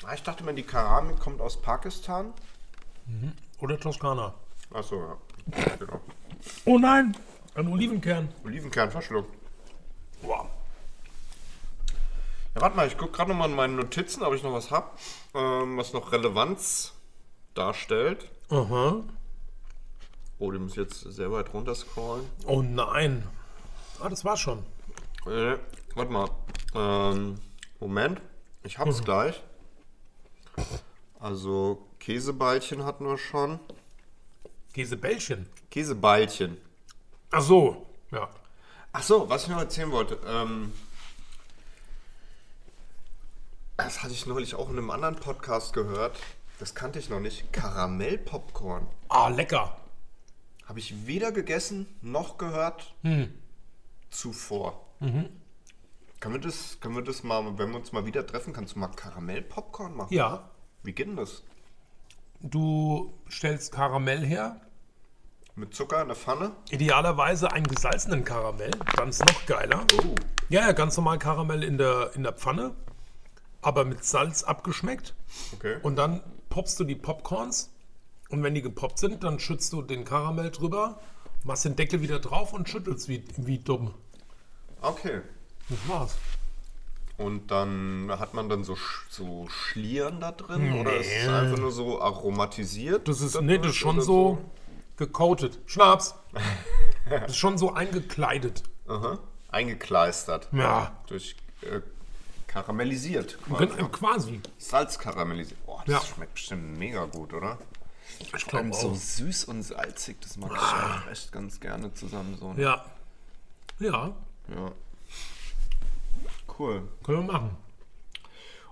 S2: Ah, Ich dachte mal, die Keramik kommt aus Pakistan.
S1: Oder Toskana.
S2: Achso, ja. Genau.
S1: Oh nein! Ein Olivenkern.
S2: Olivenkern verschluckt.
S1: Boah.
S2: Ja, warte mal, ich gucke gerade nochmal in meinen Notizen, ob ich noch was habe, ähm, was noch Relevanz darstellt.
S1: Aha.
S2: Oh, die muss jetzt sehr weit runter scrollen.
S1: Oh nein. Ah, das war schon.
S2: Äh, warte mal. Ähm, Moment, ich hab's gleich. Also, Käseballchen hatten wir schon.
S1: Käsebällchen.
S2: Käseballchen.
S1: Ach so. Ja.
S2: Ach so, was ich noch erzählen wollte. Ähm, das hatte ich neulich auch in einem anderen Podcast gehört. Das kannte ich noch nicht. Karamellpopcorn.
S1: Ah, lecker.
S2: Habe ich weder gegessen noch gehört
S1: Hm.
S2: zuvor.
S1: Mhm.
S2: Können, wir das, können wir das mal, wenn wir uns mal wieder treffen, kannst du mal Karamellpopcorn machen?
S1: Ja.
S2: Wie geht denn das?
S1: Du stellst Karamell her.
S2: Mit Zucker in der Pfanne?
S1: Idealerweise einen gesalzenen Karamell. Dann ist noch geiler.
S2: Oh.
S1: Ja, ja, ganz normal Karamell in der, in der Pfanne. Aber mit Salz abgeschmeckt.
S2: Okay.
S1: Und dann poppst du die Popcorns. Und wenn die gepoppt sind, dann schützt du den Karamell drüber, machst den Deckel wieder drauf und schüttelst wie, wie dumm.
S2: okay.
S1: Das war's.
S2: Und dann hat man dann so, Sch- so Schlieren da drin? Oder ist es einfach nur so aromatisiert?
S1: Das ist, nee, das ist schon
S2: oder
S1: so gecoatet. Schnaps. das ist schon so eingekleidet.
S2: Aha. Eingekleistert.
S1: Ja.
S2: Durch äh, karamellisiert.
S1: Gen- äh, Quasi.
S2: Salz karamellisiert. Oh, das
S1: Ja.
S2: schmeckt bestimmt mega gut, oder?
S1: Ich Ah. glaube
S2: so süß und salzig, das mag ich auch echt ganz gerne zusammen. So.
S1: Ja. Ja,
S2: Ja. Cool.
S1: können wir machen.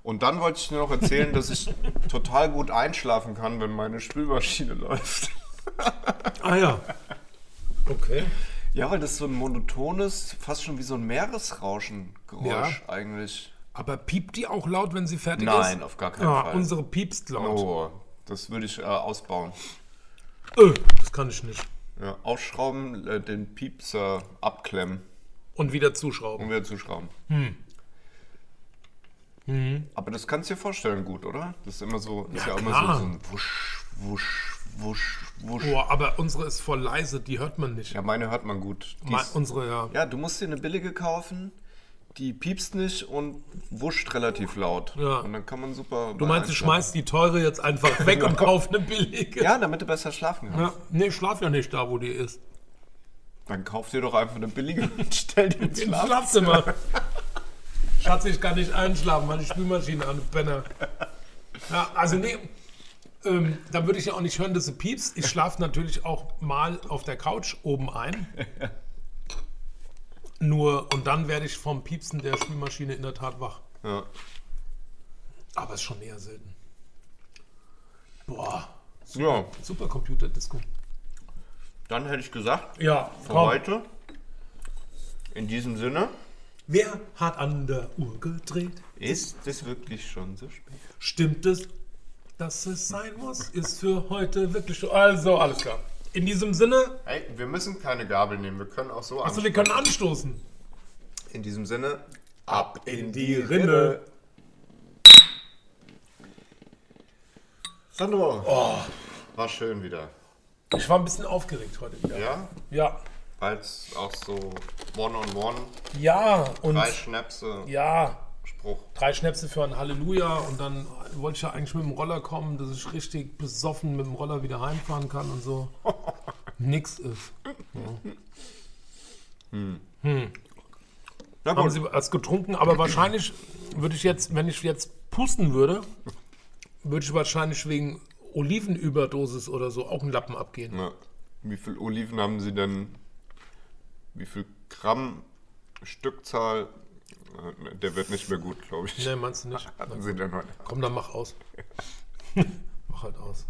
S2: Und dann wollte ich dir noch erzählen, dass ich total gut einschlafen kann, wenn meine Spülmaschine läuft.
S1: Ah ja. Okay.
S2: Ja, weil das so ein monotones, fast schon wie so ein Meeresrauschen-Geräusch
S1: Ja.
S2: eigentlich.
S1: Aber piept die auch laut, wenn sie fertig ist?
S2: Nein, auf gar keinen
S1: Ja,
S2: Fall.
S1: unsere piepst laut.
S2: Oh, das würde ich äh, ausbauen.
S1: Öh, das kann ich nicht.
S2: Ja, aufschrauben, äh, den Piepser abklemmen
S1: Und wieder zuschrauben.
S2: und um wieder zuschrauben.
S1: Hm.
S2: Aber das kannst du dir vorstellen, gut, oder? Das ist immer so, ist ja, immer
S1: klar.
S2: so, so ein Wusch, Wusch, Wusch, Wusch.
S1: Oh, aber unsere ist voll leise, die hört man nicht.
S2: Mm. Ja, meine hört man gut. Die
S1: Ma-
S2: ist-
S1: unsere, ja.
S2: ja, du musst dir eine billige kaufen, die piepst nicht und wuscht relativ laut.
S1: Ja.
S2: Und dann kann man super.
S1: Du meinst, du schmeißt die teure jetzt einfach weg und kauf eine billige?
S2: Ja, damit du besser schlafen kannst.
S1: Ja, nee, ich schlaf ja nicht da, wo die ist.
S2: Dann kauf dir doch einfach eine billige und stell die ins
S1: Im
S2: Schlaf.
S1: Schlafzimmer. Schatz, ich kann nicht einschlafen, meine Spülmaschine an, du Penner. Ja, also nee, ähm, dann würde ich ja auch nicht hören, dass du piepst. Ich schlafe natürlich auch mal auf der Couch oben ein. Nur, und dann werde ich vom Piepsen der Spülmaschine in der Tat wach.
S2: Ja.
S1: Aber ist schon eher selten. Boah,
S2: ja,
S1: Supercomputer-Disco.
S2: dann hätte ich gesagt,
S1: Ja,
S2: für
S1: komm.
S2: heute. In diesem Sinne,
S5: Wer hat an der Uhr gedreht?
S2: Ist es wirklich schon so spät?
S5: Stimmt es?
S1: Dass es sein muss, ist für heute wirklich. schon- Also, alles klar. In diesem Sinne,
S2: Hey, wir müssen keine Gabel nehmen. Wir können auch so
S1: also wir können anstoßen.
S2: In diesem Sinne, ab in die
S5: Rinne.
S2: Sandro, war schön wieder.
S1: Ich war ein bisschen aufgeregt heute wieder.
S2: Ja,
S1: Ja.
S2: weil es auch so One-on-One,
S1: Ja, und
S2: drei Schnäpse,
S1: ja,
S2: Spruch.
S1: drei Schnäpse für ein Halleluja und dann wollte ich ja eigentlich mit dem Roller kommen, dass ich richtig besoffen mit dem Roller wieder heimfahren kann und so. Nix ist.
S2: Na
S1: Haben
S2: gut,
S1: sie was getrunken, aber wahrscheinlich würde ich jetzt, wenn ich jetzt pusten würde, würde ich wahrscheinlich wegen Olivenüberdosis oder so auch einen Lappen abgehen.
S2: Na, wie viel Oliven haben Sie denn? Wie viel Gramm Stückzahl? Äh, Der wird nicht mehr gut, glaube ich.
S1: Nee, meinst du nicht?
S2: Hatten Sie denn heute?
S1: Komm, dann mach aus. mach halt aus.